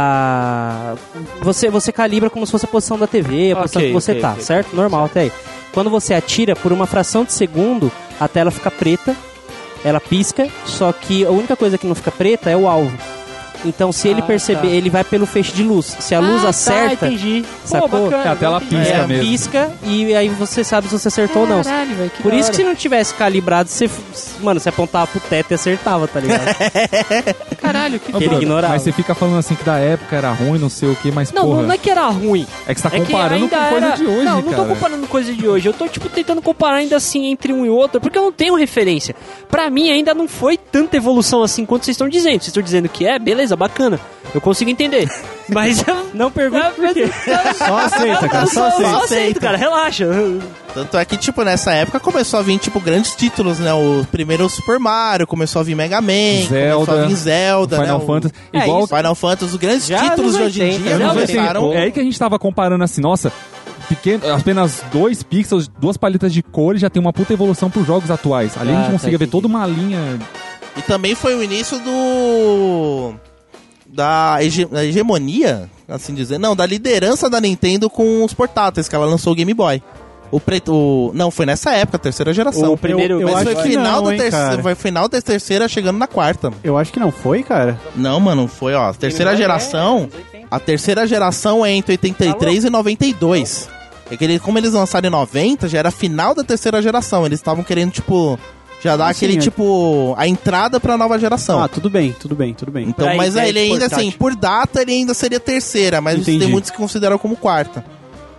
a, você, você calibra como se fosse a posição da TV, a
Ok,
posição que você
ok,
tá,
ok.
certo? Normal até aí. Quando você atira, por uma fração de segundo, a tela fica preta, ela pisca, só que a única coisa que não fica preta é o alvo. Então, se ele
Ah,
perceber,
tá.
ele vai pelo feixe de luz. Se a luz
Ah, tá,
acerta,
entendi.
sacou?
É, a tela
entendi.
pisca
É,
mesmo.
pisca e aí você sabe se você acertou ou não.
Caralho, velho, que
Por
da
isso que
hora.
se não tivesse calibrado, você, mano, você apontava pro teto e acertava, tá ligado? <laughs>
Caralho, que
Ô,
Ele
Bruno,
ignorava.
Mas você fica falando assim que da época era ruim, não sei o que, mas
Não,
porra,
não é que era ruim.
é que você tá
é que
comparando
ainda
com coisa
era...
de hoje,
Não, não tô
cara.
comparando coisa de hoje. Eu tô, tipo, tentando comparar ainda assim entre um e outro, porque eu não tenho referência. Pra mim, ainda não foi tanta evolução assim quanto vocês estão dizendo. Vocês estão dizendo que é, beleza, bacana. Eu consigo entender. Mas...
Não pergunta por quê.
Só aceita, cara, só
Eu
aceita.
só
então.
aceito, cara. Relaxa.
Tanto é que, tipo, nessa época começou a vir, tipo, grandes títulos, né? O primeiro Super Mario, começou a vir Mega Man, começou
Zelda,
a vir Zelda,
Final
né? O-
Fantasy.
É
igual
O Final Fantasy, os grandes
Já
títulos
nos
de hoje em
80,
dia
né? Nos
começaram...
É aí que a gente tava comparando assim, nossa, pequeno, apenas dois pixels, duas paletas de cores já tem uma puta evolução pros jogos atuais. Ali a
Ah,
gente
tá,
conseguia ver
entendi.
toda uma linha.
E também foi o início do. Da hege- da hegemonia, assim dizer. Não, da liderança da Nintendo com os portáteis, que ela lançou o Game Boy. O preto. o- Não, foi nessa época, terceira geração.
O primeiro-
eu, eu
Mas
acho
foi
que
final,
não,
da
hein,
terceira,
cara.
foi final da terceira chegando na quarta.
Eu acho que não foi, cara.
Não, mano, foi, ó. Terceira geração. A terceira geração é entre 83 e 92. É que ele- como eles lançaram em 90, já era final da terceira geração. Eles estavam querendo, tipo. Já dar
Sim,
aquele,
é.
tipo. A entrada pra nova geração.
Ah, tudo bem, tudo bem, tudo bem.
Então,
Pra tipo.
mas
ideia
ele
de
ainda
portátil.
assim, por data ele ainda seria terceira, mas
Entendi.
tem muitos que consideram como quarta.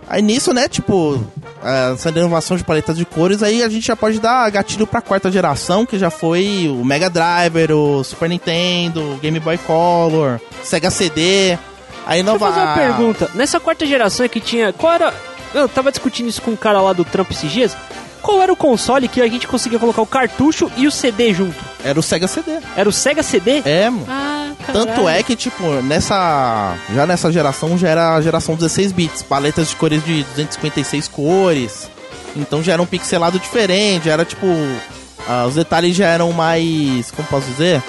Aí nisso, né, tipo, ah, essa renovação de paleta de cores, aí a gente já pode dar gatilho pra quarta geração, que já foi o Mega Driver, o Super Nintendo, o Game Boy Color, Sega CD. Aí não
Deixa eu
vai.
fazer uma pergunta. Nessa quarta geração é que tinha. Qual era. Eu tava discutindo isso com um cara lá do Trump esses dias. Qual era o console que a gente conseguia colocar o cartucho e o CD junto?
Era o Sega CD.
Era o Sega CD?
É, mano.
Ah,
Tanto é que, tipo, nessa. Já nessa geração já era a geração 16 bits, paletas de cores de 256 cores. Então já era um pixelado diferente, já era tipo. ah, os detalhes já eram mais. Como posso dizer?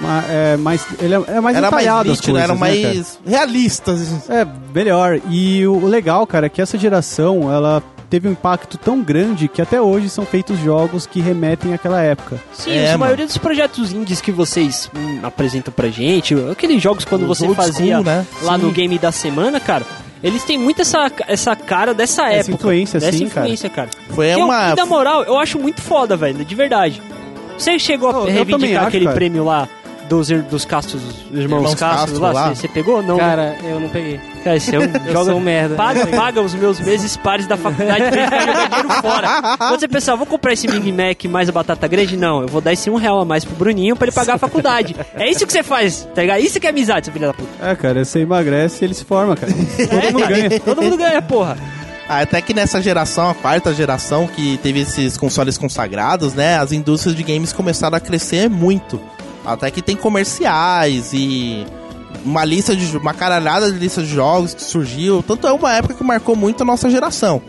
Ma- é, mas ele é, é mais
era mais
detalhado as
nítido,
coisas,
eram
né, cara?
mais realistas.
É, melhor. E o o legal, cara, é que essa geração, ela teve um impacto tão grande que até hoje são feitos jogos que remetem àquela época.
Sim,
É,
a
mano.
maioria dos projetos indies que vocês hum, apresentam pra gente, aqueles jogos quando
Os
você
old
fazia
school, né?
lá no game da semana, cara, eles têm muito essa, essa cara dessa
Essa
época.
influência,
dessa
sim, cara.
influência, cara.
Foi
É
Que eu-
uma.
e na moral, eu acho muito foda, velho, de verdade. Você chegou
Eu-
a
eu também
reivindicar
acho,
aquele
cara.
prêmio lá dos, ir- dos Castros, dos irmãos,
Irmãos
Castros
Castro
lá?
lá?
Você, você pegou ou não? né?
Cara, eu não peguei.
Cara, esse é <laughs> um
Eu
joga-
sou um merda.
Paga, paga os meus meses pares da faculdade pra jogar dinheiro fora. Quando você pensar, vou comprar esse Big Mac mais a batata grande, não, eu vou dar esse um real a mais pro Bruninho pra ele pagar a faculdade. É isso que você faz, tá ligado? Isso que é amizade, seu filho da puta.
É, cara, você emagrece e ele se forma,
<laughs>
cara.
É,
Todo mundo
cara,
ganha.
Todo mundo ganha, porra.
Ah, Até que nessa geração, a quarta geração, que teve esses consoles consagrados, né? As indústrias de games começaram a crescer muito. Até que tem comerciais e uma lista de uma caralhada de lista de jogos que surgiu. Tanto é uma época que marcou muito a nossa geração.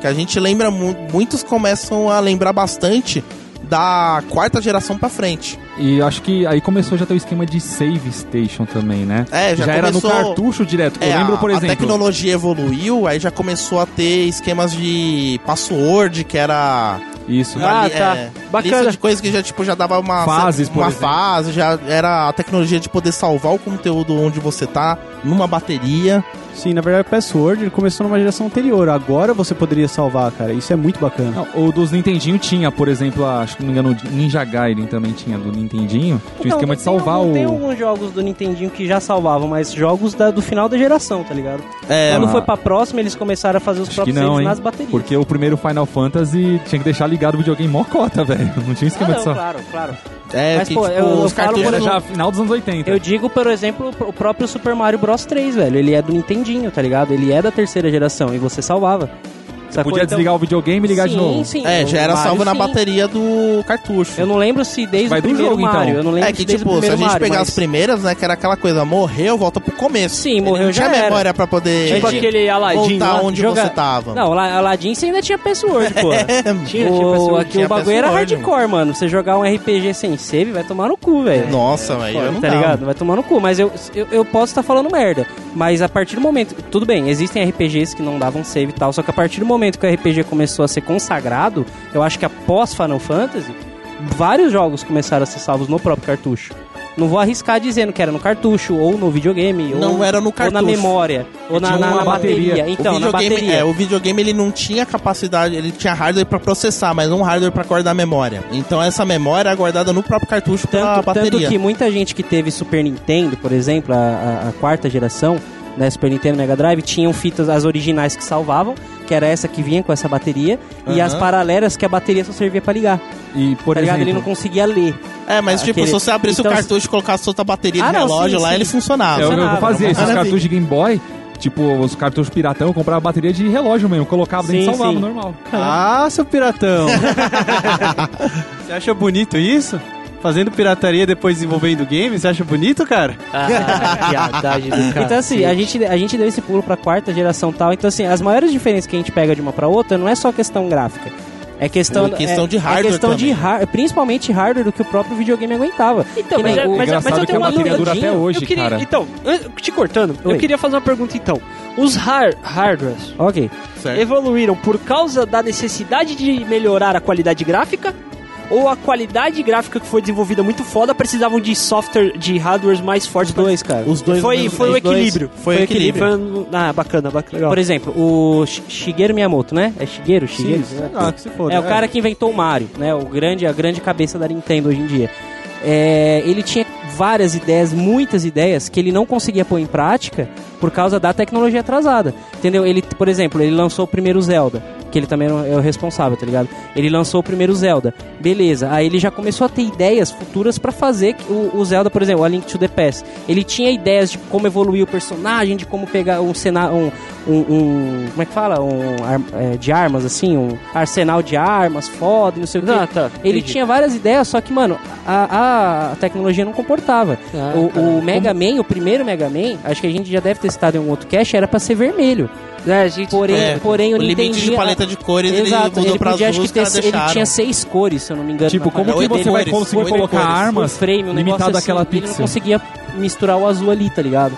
Que a gente lembra mu- muitos começam a lembrar bastante da quarta geração pra frente.
E acho que aí começou já ter o esquema de save station também, né?
É, já
era no
começou-
cartucho direto.
É,
Eu lembro,
a,
por
a
exemplo.
tecnologia evoluiu, aí já começou a ter esquemas de password, que era
Isso. né?
Ah,
ali-
tá.
é, lista
Bacana.
de coisas que já tipo já dava uma
Fases, por
uma
exemplo.
fase, já era a tecnologia de poder salvar o conteúdo onde você tá numa bateria.
Sim, na verdade, o Password ele começou numa geração anterior. Agora você poderia salvar, cara. Isso é muito bacana.
Não, o dos Nintendinho tinha, por exemplo, a, acho que não me engano, o Ninja Gaiden também tinha do Nintendinho. Tinha um esquema de salvar
Tem um.
o.
alguns jogos do Nintendinho que já salvavam, mas jogos da- do final da geração, tá ligado?
É,
Quando
Ah.
foi pra próxima, eles começaram a fazer os
Acho
próprios
que não,
saves
hein?
nas baterias.
Porque o primeiro Final Fantasy tinha que deixar ligado o videogame mó cota, <laughs> velho. Não
Ah,
tinha esquema de
não,
salvar.
claro, claro.
é
Mas,
que
pô,
tipo,
eu- eu
os
falo, por
cartuchos
Era
exemplo,
já final dos anos 80.
Eu digo, por exemplo, o próprio Super Mario Bros 3, velho. Ele é do Nintendinho, tá ligado? Ele é da terceira geração e você salvava.
Você podia desligar o videogame e ligar
Tá então, sim,
de novo.
Sim,
É,
o
já era
Mario,
salvo na
sim.
bateria do cartucho.
Eu não lembro se desde
Vai
o
do
primeiro
jogo, então.
Mario. Eu não lembro
É que,
se desde o
tipo, se a
primeiro
gente
Mario,
pegar
mas-
as primeiras, né, que era aquela coisa, morreu, volta pro começo.
Sim,
Ele
morreu,
não
já
tinha
era.
memória pra poder
Tipo aquele Aladdin
voltar
lá.
onde
joga-
você tava. <laughs> É,
Não, lá- Aladdin você ainda tinha password, pô.
Tinha, tinha
o,
password.
aqui
tinha
o bagulho era
password.
hardcore, mano. Você jogar um RPG sem save vai tomar no cu, velho.
Nossa, velho, eu não
tá
dava.
ligado? Vai tomar no cu. Mas eu, eu, eu posso estar falando merda. Mas a partir do momento. Tudo bem, existem RPGs que não davam save e tal. Só que a partir do momento que o RPG começou a ser consagrado, eu acho que após Final Fantasy, vários jogos começaram a ser salvos no próprio cartucho. Não vou arriscar dizendo que era no cartucho, ou no videogame,
Não
ou,
era no
ou
cartucho. É tipo
na memória, ou na,
Tinha
na-
uma
na bateria. Então,
o
na
videogame,
bateria.
é, o videogame ele não tinha capacidade, ele tinha hardware pra processar, mas não hardware pra guardar memória. Então essa memória era guardada no próprio cartucho
Ah,
pela
Tanto, tanto
bateria.
que muita gente que teve Super Nintendo, por exemplo, a, a- a quarta geração, né, Super Nintendo Mega Drive, tinham fitas, as originais que salvavam, que era essa que vinha com essa bateria, e
Aham.
as paralelas que a bateria só servia pra ligar. Tá
E, por
ligado? Ele
exemplo,
não conseguia ler.
É, mas tipo,
Aquele-
se você abrisse
Então,
o cartucho e colocasse outra bateria
Ah,
de
não,
relógio
sim,
lá,
sim.
ele funcionava.
É o que eu
Funcionava,
fazia,
não
esses
funcionava.
cartuchos de Game Boy, tipo, os cartuchos piratão, eu comprava bateria de relógio mesmo, colocava dentro e
Sim,
salvava,
sim.
normal.
Ah, seu
<laughs>
piratão! você acha bonito isso? Fazendo pirataria depois desenvolvendo game? Você acha bonito, cara?
Ah, <laughs> piadagem do
Tá,
cara.
Então, assim, a gente, a gente deu esse pulo pra quarta geração e tal. Então, assim, as maiores diferenças que a gente pega de uma pra outra não é só questão gráfica. É questão,
É questão
é-
de hardware
É questão de
também.
har principalmente hardware do que o próprio videogame aguentava.
Então,
Que
mas,
nem
é-
o-
mas, é- mas
Engraçado
eu
que a
tenho uma
bateria
dúvida.
dura até hoje,
eu queria,
cara.
Então, eu- te cortando,
Oi.
eu queria fazer uma pergunta então. Os har hardwares
Ok.
Certo.
evoluíram por causa da necessidade de melhorar a qualidade gráfica? Ou a qualidade gráfica que foi desenvolvida muito foda precisavam de software, de hardwares mais
Os
fortes? pra-
dois, cara.
Os dois
Foi,
mesmo-
foi o
os dois-
equilíbrio.
Foi o equilíbrio.
Foi um- Ah, bacana, bacana. Legal.
Por exemplo, o Shi- Shigeru Miyamoto, né? É Shigeru? Shigeru?
né?
sei lá, Ah, que se foda.
É o cara que inventou o Mario, né? O grande, a grande cabeça da Nintendo hoje em dia. É, ele tinha várias ideias, muitas ideias que ele não conseguia pôr em prática por causa da tecnologia atrasada. Entendeu? Ele, por exemplo, ele lançou o primeiro Zelda, que ele também é o responsável, tá ligado? Ele lançou o primeiro Zelda. Beleza. Aí ele já começou a ter ideias futuras pra fazer que o, o Zelda, por exemplo, a Link to the Past. Ele tinha ideias de como evoluir o personagem, de como pegar um cenário, um, um, um- como é que fala? Um ar- é, de armas assim, um arsenal de armas foda, e não sei o quê.
Ah, tá.
Ele
entendi.
tinha várias ideias, só que, mano, a, a- a tecnologia não comportava.
Ah,
tá.
o,
cara,
o Mega Man, o primeiro Mega Man, acho que a gente já deve ter citado em um outro cast, era pra ser vermelho.
É, a gente...
Porém,
É,
porém eu
o
não
limite
entendi.
de
a-
paleta de cores ele
Exato,
mudou
ele
pra
podia, acho
azul,
que
os caras
ter- ele
deixaram.
tinha seis cores, se eu não me engano.
Tipo,
na
como
Era
que
paleta.
oito
você vai
cores,
conseguir
oito
colocar
cores.
O
armas
frame, um negócio
limitado
assim,
àquela
ele não
pixel?
conseguia misturar o azul ali, tá ligado?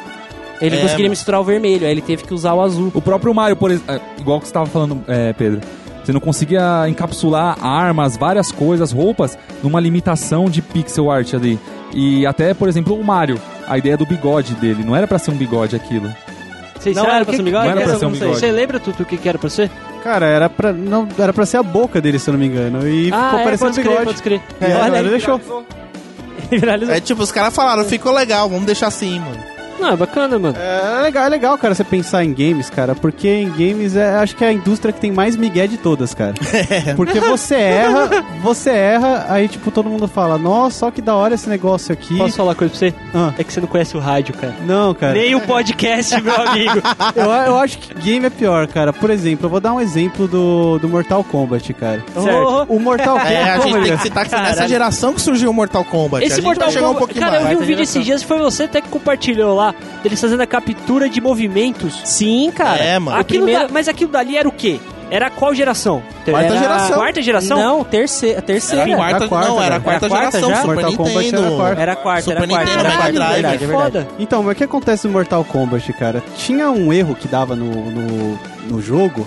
Ele não
É,
conseguia
mano.
misturar o vermelho, aí ele teve que usar o azul.
O próprio Mario, por exemplo, é, igual que você tava falando, é, Pedro, você não conseguia encapsular armas, várias coisas, roupas, numa limitação de pixel art ali. E até, por exemplo, o Mario, a ideia do bigode dele, não era pra ser um bigode aquilo.
Vocês
Não
sabem
era
o
pra
que-
ser um bigode?
Não era pra
Quero-
ser um
não sei.
bigode.
Você lembra, Tutu, o que que era pra ser?
Cara, era pra, não, era pra ser a boca dele, se eu não me engano. E
ah,
ficou
é,
parecendo
pode
parecendo
crer,
bigode.
pode crer.
E a galera deixou.
<laughs> Viralizou.
É tipo, os caras falaram, ficou legal, vamos deixar assim, mano.
Não, é bacana, mano.
É legal, é legal, cara, você pensar em games, cara, porque em games é, acho que é a indústria que tem mais migué de
<laughs>
todas, cara.
É.
Porque você erra, você erra, aí tipo todo mundo fala, nossa, só que da hora esse negócio aqui.
Posso falar uma coisa pra você?
Ah, É.
É que você não conhece o rádio, cara.
não, cara.
Nem o podcast, meu amigo.
Eu, eu acho que game é pior, cara. Por exemplo, eu vou dar um exemplo do, do Mortal Kombat, cara.
Certo. <laughs>
O Mortal
Ah,
Kombat.
É, a gente tem que citar que foi nessa
Caralho.
geração que surgiu o Mortal Kombat. a
Esse
gente
Mortal
vai chegar um
Kombat.
pouquinho
cara,
mais.
eu vi um vídeo esses dias, foi você até que compartilhou lá, deles fazendo a captura de movimentos.
Sim, cara.
É, mano.
O
Aquilo
primeiro-
da- mas aquilo dali era o quê? Era qual geração?
Quarta
Era
geração.
Quarta geração?
Não, terceira. terceira.
Era
Era a
a quarta,
quarta,
não, era a
né?
quarta
Era a quarta
geração,
já?
Super
Mortal Kombat
Nintendo.
era a quarta.
Era a quarta, era a
Super
quarta,
Nintendo,
era a quarta,
Mega Drive.
verdade, é verdade.
Foda.
Então, mas o que acontece no Mortal Kombat, cara? Tinha um erro que dava no, no, no jogo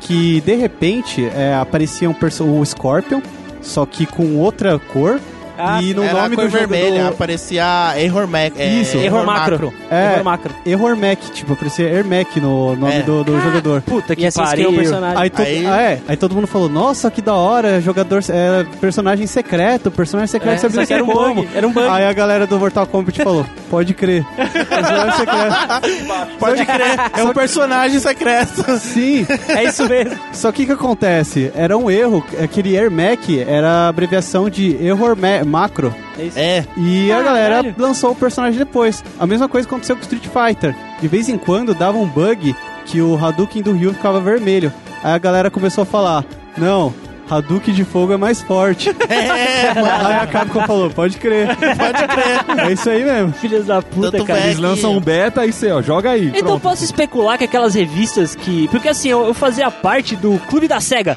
que de repente é, aparecia um perso- o Scorpion, só que com outra cor.
Ah,
e no
era
nome
a cor
do jogo
vermelha,
do-
aparecia Error Mac.
Isso.
é,
Error macro.
É.
Error macro.
Error Mac, tipo, aparecia Ermac no nome
É.
do, do jogador.
Puta
Ah, E
que
assim criou um
pariu.
personagem.
Aí, to-
Aí-
ah, é. Aí todo mundo falou, nossa, que da hora, jogador, é, personagem secreto, personagem secreto,
É,
você
só
sabia
que
que era um bug.
Era um bug.
Aí a galera do Mortal Kombat falou,
<laughs>
pode crer, personagem secreto.
<laughs> Pode crer, é um personagem secreto.
Ah, Sim,
É isso mesmo.
Só que o que acontece? Era um erro, aquele AirMac era a abreviação de Error Ma- Macro.
É isso.
É,
E a galera
Caralho.
lançou o personagem depois. A mesma coisa aconteceu com Street Fighter. De vez em quando dava um bug que o Hadouken do Ryu ficava vermelho. Aí a galera começou a falar: Não, Hadouken de fogo é mais <laughs> forte. Aí a Capcom falou: Pode crer. É. Pode crer. É isso aí mesmo.
Filhas da puta,
Tanto
cara.
é
Eles
que-
lançam um beta e você, ó, joga aí.
Então eu
pronto.
posso especular que aquelas revistas que. Porque assim, eu, eu fazia parte do Clube da SEGA.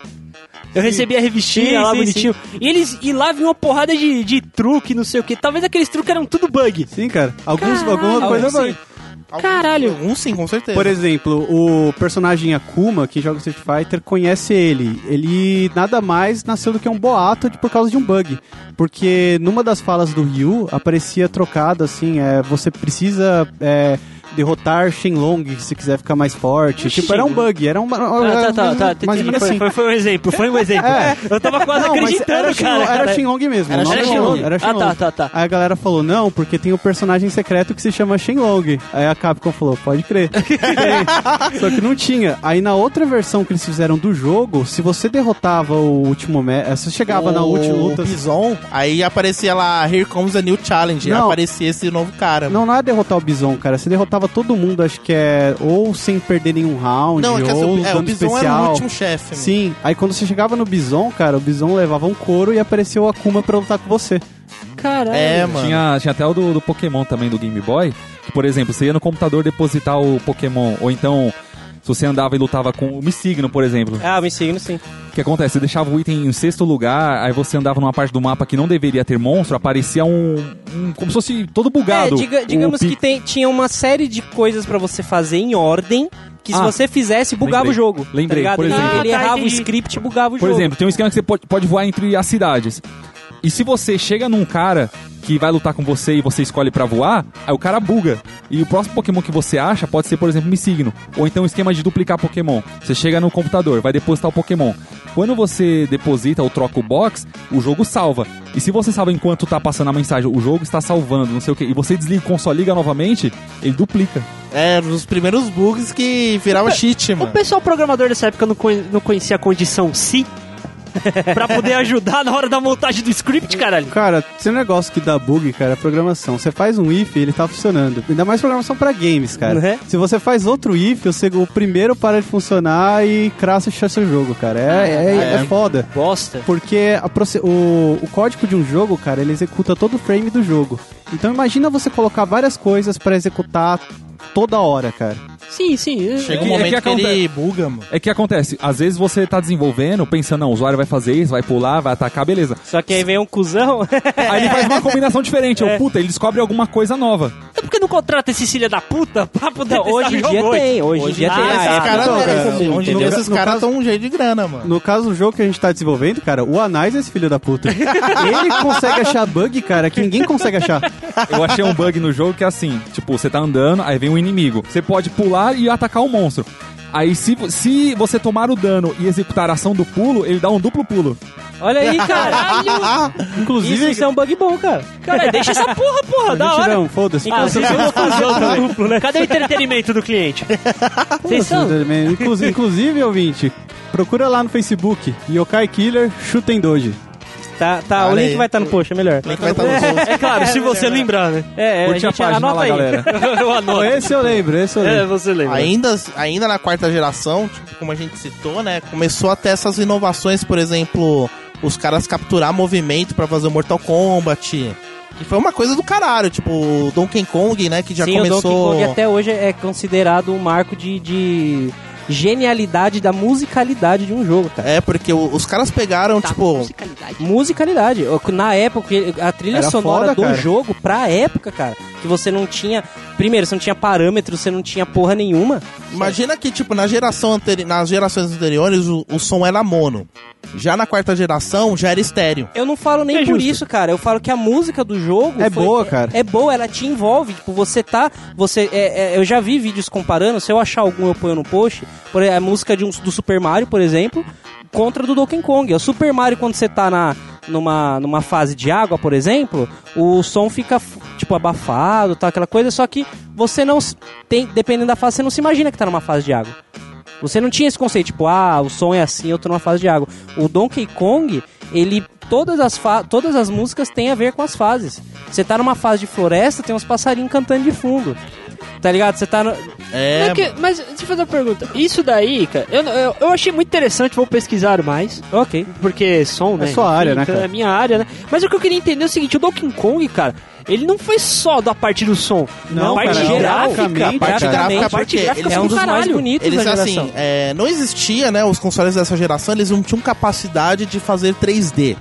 Eu recebia a revistinha
Sim,
lá
sim,
bonitinho. E eles e lá vinha uma porrada de, de truque, não sei o que. Talvez aqueles truques eram tudo bug.
Sim, cara. Alguns, alguma coisa
Alguns sim.
bug.
Caralho.
Um sim, com certeza.
Por exemplo, o personagem Akuma, que joga Street Fighter, conhece ele. Ele nada mais nasceu do que um boato de, por causa de um bug. Porque numa das falas do Ryu aparecia trocado assim: é, você precisa é, derrotar Shenlong se quiser ficar mais forte.
Oxi.
tipo, era um bug, era um.
Ah, tá, tá, tá.
Mas,
entendi. foi, foi, foi um exemplo, foi um exemplo.
assim. É.
Eu tava quase
Não, mas
acreditando, cara.
era, Shenlong, era Shenlong mesmo.
Era
o nome
Era
do
Shenlong.
Era
Ah,
Shenlong.
tá, tá, tá.
Aí a galera falou, não, porque tem um personagem secreto que se chama Shenlong. Aí a Capcom falou, pode
<laughs>
crer. Tem. Só que não tinha. Aí na outra versão que eles fizeram do jogo, se você derrotava o último... me- eh, Se você chegava na
O
última luta...
Bison, aí aparecia lá, Here Comes a New Challenge.
Não.
Aparecia esse novo cara.
Não, não era derrotar o Bison, cara. Você derrotava todo mundo, acho que é... Ou sem perder nenhum round,
Não, é que assim,
ou
o- é, o
dando
Bison
especial.
era o último chefe. mano.
Sim, aí quando você chegava no Bison, cara, o Bison levava um couro e aparecia o Akuma pra lutar com você.
Caralho.
É, mano.
Tinha, tinha até o do, do Pokémon também, do Game Boy. Que, por exemplo, você ia no computador depositar o Pokémon. Ou então, se você andava e lutava com o Missigno, por exemplo.
Ah, me signo sim.
O que acontece? Você deixava o item em sexto lugar, aí você andava numa parte do mapa que não deveria ter monstro, aparecia um. um- como se fosse todo bugado.
É, diga-
o
digamos
pi-
que tem- tinha uma série de coisas pra você fazer em ordem que se
Ah,
você fizesse, bugava
lembrei.
o jogo. tá
Lembrei,
ligado?
por
Ele-
exemplo.
Ele
Ah, tá,
errava o
entendi.
script e bugava o
Por
jogo.
exemplo, tem um esquema que você pode, pode voar entre as cidades. E se você chega num cara que vai lutar com você e você escolhe pra voar, aí o cara buga. E o próximo Pokémon que você acha pode ser, por exemplo, um Missigno. Ou então o esquema de duplicar Pokémon. Você chega no computador, vai depositar o Pokémon. Quando você deposita ou troca o box, o jogo salva. E se você salva enquanto tá passando a mensagem, o jogo está salvando, não sei o que, e você desliga o console liga novamente, ele duplica.
É, os primeiros bugs que virava cheat,
O
mano.
pessoal programador dessa época não, conhe- não conhecia a condição se <laughs> pra poder ajudar na hora da montagem do script, caralho.
Cara, tem um negócio que dá bug, cara, é programação. Você faz um if, ele tá funcionando. Ainda mais programação pra games, cara.
Né?
Se você faz outro if, o seg- o primeiro para de funcionar e crasha seu jogo, cara. É, é, é
é.
foda.
Bosta.
Porque a proce- o, o código de um jogo, cara, ele executa todo o frame do jogo. Então imagina você colocar várias coisas pra executar toda hora, cara.
Sim, sim.
É
Chega um
que- é
momento
que
que, ele buga, mano.
É que acontece, às vezes você tá desenvolvendo, pensando, não, o usuário vai fazer isso, vai pular, vai atacar, beleza.
Só que aí vem um
<laughs>
cuzão.
Aí ele faz uma combinação diferente.
É.
Eu, puta, ele descobre alguma coisa nova.
É porque não contrata esse filho da puta pra poder
Não,
testar
hoje em
jogo
dia
hoje?
tem, hoje em dia
Ah,
tem.
esses
Ah, é,
caras
então,
é,
cara,
comum,
no-
entendeu?
no-
Esses
no
caras
caso-
estão um jeito de grana, mano.
No caso do jogo que a gente tá desenvolvendo, cara, o Anais é esse filho
<laughs>
da puta. ele consegue achar bug, cara, que ninguém consegue achar.
Eu achei um bug no jogo que é assim, tipo, você tá andando, aí vem um inimigo. Você pode pular e atacar o monstro. Aí se, vo- se você tomar o dano e executar a ação do pulo, ele dá um duplo pulo.
Olha aí, cara.
Inclusive,
Isso é um bug bom, cara.
Cara, deixa essa porra, porra, da hora.
um.
Mentirão, um, foda-se.
Ah,
Foda-se.
vocês são
<laughs>
confusão também.
né?
Cadê o entretenimento do cliente? Vocês são?
Inclusive, inclusive, ouvinte, procura lá no Facebook, Yokai Killer Shuten Doji.
Tá, tá, o
Olha
link
aí.
vai estar no post, é melhor.
Como é que vai estar no bolso?
É claro, se você lembrar, né?
É, é,
Curte
a
a,
gente
página
anota
lá,
aí.
<laughs>
galera.
Eu anoto.
Esse eu lembro, esse eu
É,
lembro.
você lembra.
Ainda, ainda na quarta geração, tipo, como a gente citou, né? Começou até essas inovações, por exemplo, os caras capturar movimento pra fazer o Mortal Kombat. Que foi uma coisa do caralho, tipo, o Donkey Kong, né? Que já
Sim, o Donkey
começou.
Kong até hoje é considerado um marco de, de genialidade da musicalidade de um jogo, cara.
É, porque o- os caras pegaram,
Tá,
tipo.
musicalidade.
Musicalidade. Na época, a trilha
Era
sonora
foda,
do
cara.
jogo, pra época, cara, que você não tinha. Primeiro, você não tinha parâmetros, você não tinha porra nenhuma.
Imagina que, tipo, na geração anteri nas gerações anteriores o, o som era mono. Já na quarta geração já era estéreo.
Eu não falo nem
É
por
justo.
isso, cara. Eu falo que a música do jogo
É boa, cara.
É, boa, ela te envolve. Tipo, você tá, você, é- é- eu já vi vídeos comparando. Se eu achar algum, eu ponho no post. Por exemplo, a música de um, do Super Mario, por exemplo, contra do Donkey Kong. É O Super Mario quando você tá na numa, numa fase de água, por exemplo, o som fica f- tipo abafado, tá aquela coisa. Só que você não s- tem, dependendo da fase, você não se imagina que tá numa fase de água. Você não tinha esse conceito, tipo, ah, o som é assim, eu tô numa fase de água. O Donkey Kong, ele. Todas as, fa- todas as músicas têm a ver com as fases. Você tá numa fase de floresta, tem uns passarinhos cantando de fundo. Tá ligado? Você tá no.
É,
Como é que- mas deixa eu fazer uma pergunta. Isso daí, cara, eu, eu, eu achei muito é interessante, vou pesquisar mais.
Ok.
Porque som, né?
sua área, né,
então
cara?
É minha área, né? Mas o que eu queria entender é o seguinte, o Donkey Kong, cara, ele não foi só da parte do som.
Não,
parte
cara,
gráfica,
graficamente,
a parte
cara.
gráfica, a
Porque
parte gráfica
ele
foi
é um
do
dos mais
caralho.
bonitos
Eles
da geração.
assim, é, não existia, né? Os consoles dessa geração, eles não tinham capacidade de fazer 3D.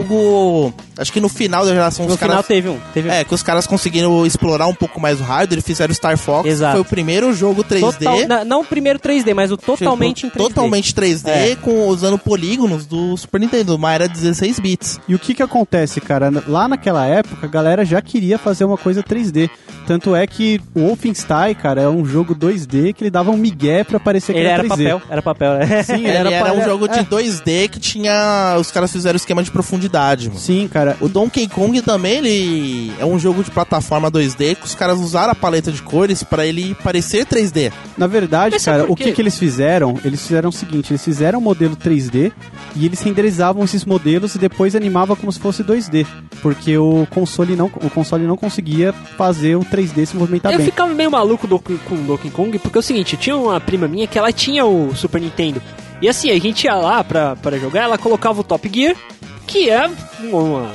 Vulgo. Acho que no final da geração
No
os
final
caras.
teve um. Teve um.
É, que os caras conseguiram explorar um pouco mais o hardware, eles fizeram Star Fox,
Exato.
foi o primeiro jogo 3D.
Total- na- não o primeiro 3D, mas o totalmente
tipo,
em É. 3D.
Totalmente 3D, com, usando polígonos do Super Nintendo, mas era 16 bits.
E o que que acontece, cara? N- Lá naquela época, a galera já queria fazer uma coisa 3D. Tanto é que o Wolfenstein, cara, é um jogo 2D que ele dava um migué pra parecer que
Ele era
3D.
papel, era papel, né?
Sim,
<laughs> Ele era,
pa-
um jogo de
é.
2D que tinha. Os caras fizeram esquema de profundidade, mano.
Sim, cara.
O Donkey Kong também, ele é um jogo de plataforma 2D que os caras usaram a paleta de cores pra ele parecer 3D.
Na verdade,
Mas sabe
cara,
por
o que
quê?
que eles fizeram? Eles fizeram o seguinte, eles fizeram um modelo 3D e eles renderizavam esses modelos e depois animava como se fosse 2D, porque o console não, o console não conseguia fazer o 3D se
Tá
movimentar
eu
bem.
ficava meio maluco do, com o Donkey Kong, porque é o seguinte, tinha uma prima minha que ela tinha o Super Nintendo. E assim, a gente ia lá pra, pra jogar, ela colocava o Top Gear, que é uma... uma-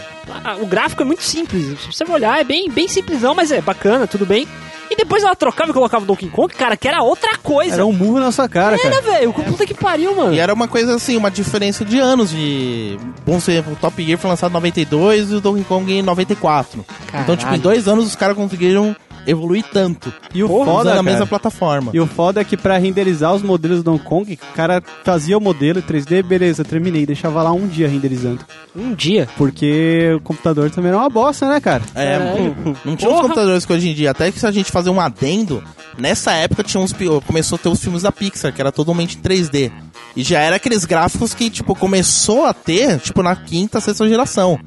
o gráfico é muito simples, se você for olhar, é bem, bem simplesão, mas é bacana, tudo bem. E depois ela trocava e colocava o Donkey Kong, cara, que era outra coisa.
Era um murro na sua cara, cara.
Era, velho, puta que pariu, mano.
E era uma coisa assim, uma diferença de anos de. Bom ser, o Top Gear foi lançado em 92 e o Donkey Kong em 94. Então, tipo, em dois anos os caras conseguiram evoluir tanto.
E o
Porra,
foda,
usando
cara,
a mesma plataforma.
E o foda é que pra renderizar os modelos do Hong Kong, o cara fazia o modelo em 3D, beleza, terminei, deixava lá um dia renderizando.
Um dia.
Porque o computador também era uma bosta, né, cara?
É,
Caralho.
mano, não tinha os
Porra.
computadores que hoje em dia. Até que se a gente fazer um adendo, nessa época tinha uns, pi- começou a ter os filmes da Pixar, que era totalmente em 3D. E já era aqueles gráficos que, tipo, começou a ter, tipo, na quinta, sexta geração.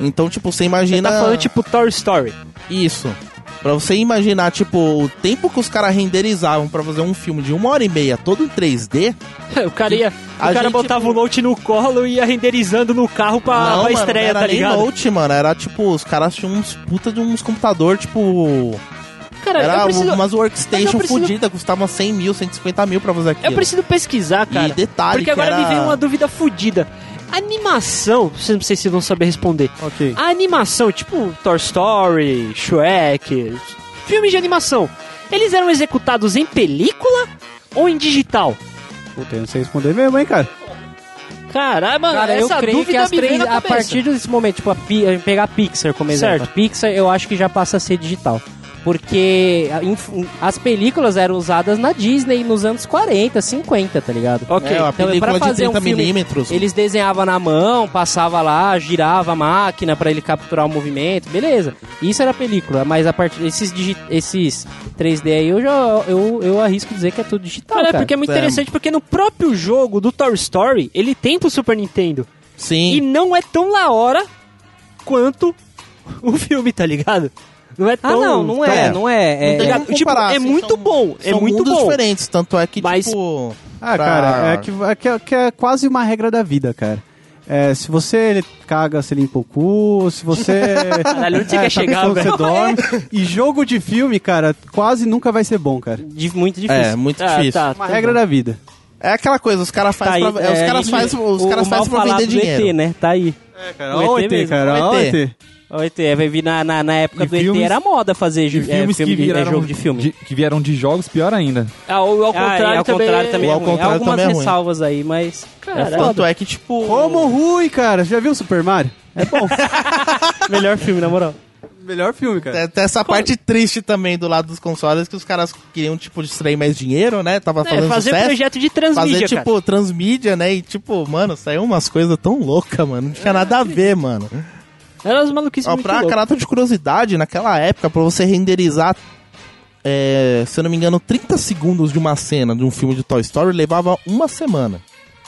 Então, tipo, você
Você
imagina...
tá falando, tipo, Toy Story.
Isso. Pra você imaginar, tipo, o tempo que os caras renderizavam pra fazer um filme de uma hora e meia todo em 3D...
<laughs> O cara ia... O
A
cara
gente-
botava o note no colo e ia renderizando no carro pra, pra
mano,
estreia,
não era
tá
nem
ligado?
note, mano. Era, tipo, os caras tinham uns puta de uns computador, tipo...
Cara,
Era um-
eu preciso...
umas
mas
workstation
eu preciso-
fodida, custava 100 mil, 150 mil pra fazer aquilo.
Eu preciso pesquisar, cara.
E detalhe
porque
que
agora
era-
me veio uma dúvida fodida. Animação, vocês não sei se vão saber responder.
Ok.
A animação, tipo Toy Story, Shrek, filmes de animação, eles eram executados em película ou em digital? Ah.
Puta, eu não sei responder mesmo, hein, cara?
Caramba,
Cara, eu
essa
creio
dúvida
que as
me veio
três,
na
a
cabeça.
partir desse momento, tipo, a Pi- a gente pegar a Pixar como exemplo.
Certo.
A Pixar eu acho que já passa a ser digital. Porque a- inf- as películas eram usadas na Disney nos anos 40, 50, tá ligado?
Ok,
É, uma
então,
película
pra
de
fazer um
30
filme,
milímetros.
Eles desenhavam na mão, passava lá, girava a máquina pra ele capturar o movimento, beleza. Isso era película, mas a partir desses digi- esses 3D aí eu já eu, eu arrisco dizer que é tudo digital,
Cara, é
cara.
porque é muito
É.
interessante, porque no próprio jogo do Toy Story, ele tem pro Super Nintendo. E
Sim.
não é tão la hora quanto o filme, tá ligado? Não é
Ah,
tão.
não, não é,
é.
não é. é-
tem
Tá
como
ligado? Tipo,
comparar,
é
assim,
muito
são-
bom, é
São
muito
mundos
bom.
diferentes, tanto é que,
Mas-
tipo...
Ah,
pra-
cara, é que, é, que, é que é quase uma regra da vida, cara. É, se você caga, você limpa o cu, se você... <laughs>
Caralho, onde você quer
tá com
chegar,
sono,
velho?
Você dorme. E jogo de filme, cara, quase nunca vai ser bom, cara.
de- muito difícil.
É,
Ah,
muito
tá.
difícil.
Uma regra da vida.
É aquela coisa, os caras
Tá aí,
fazem pra, é,
é,
os
a
caras
gente-
faz, os
o-
caras
o
faz
mal
pra
né?
falado
vender
do ET,
dinheiro.
né? Tá aí.
É,
cara, ó o ET,
cara, ó o ET.
Oito, é, vai vir na, na, na época
E
do ET
filmes-
era moda fazer
De
ju- é,
filmes
filme
que
de- é,
vieram
jogo de filme.
que vieram de jogos, pior ainda.
Ah, ou ao contrário,
ah, e ao
também.
contrário também
O
é
ao
ruim.
contrário
Algumas
também é ruim.
ressalvas aí, mas...
Caralho.
Tanto é que, tipo.
Como ruim, cara. Você já viu o Super Mario? É bom.
Melhor filme, na moral.
Melhor filme, cara.
Tem é, tem essa parte triste também do lado dos consoles que os caras queriam, tipo, distrair mais dinheiro, né? Tava
É,
fazendo
fazer
sucesso.
projeto de
fazer,
transmídia, cara.
tipo, transmídia, né? E, tipo, mano, saiu umas coisas tão loucas, mano. Não tinha nada a ver, mano.
Era umas maluquices
Ó,
É, muito
pra
loucas.
caráter de curiosidade, naquela época, pra você renderizar, é, se eu não me engano, 30 segundos de uma cena de um filme de Toy Story levava uma semana.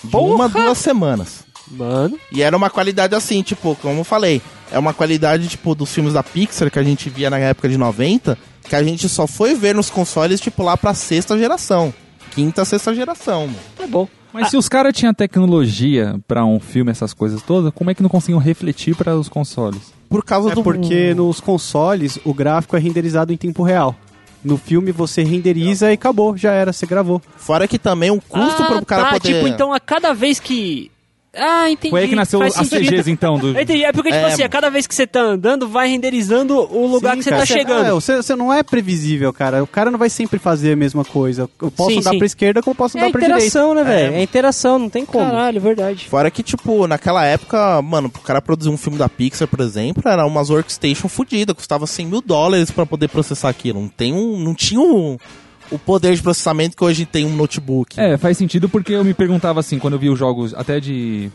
De uma a duas semanas.
Mano,
E era uma qualidade assim, tipo, como eu falei, é uma qualidade, tipo, dos filmes da Pixar que a gente via na época de 90, que a gente só foi ver nos consoles, tipo, lá pra sexta geração. Quinta, sexta geração, mano.
tá bom.
Mas se os caras tinham tecnologia pra um filme, essas coisas todas, como é que não conseguiam refletir para os consoles?
Por causa
É
do.
porque nos consoles o gráfico é renderizado em tempo real. No filme você renderiza e acabou, já era, você gravou.
Fora que também o custo
ah,
pro cara
tá,
poder.
tipo, então a cada vez que... Ah, entendi.
Foi aí que nasceu
faz
as
sentido.
CGs, então, do...
Eu entendi, é porque, tipo
É,
assim, a
mano.
cada vez que você tá andando, vai renderizando o lugar
Sim,
que você
cara.
tá chegando.
É, você, você não é previsível, cara. O cara não vai sempre fazer a mesma coisa. Eu posso
Sim,
andar
sim.
pra esquerda como eu posso
É
andar pra direita.
interação, né, velho? É. interação, não tem como.
Caralho, verdade.
Fora que, tipo, naquela época, mano, pro cara produzir um filme da Pixar, por exemplo, era umas workstation fodidas, custava 100 mil dólares pra poder processar aquilo. Não, tem um, não tinha um- o poder de processamento que hoje tem um notebook.
É, faz sentido porque eu me perguntava assim, quando eu vi os jogos até de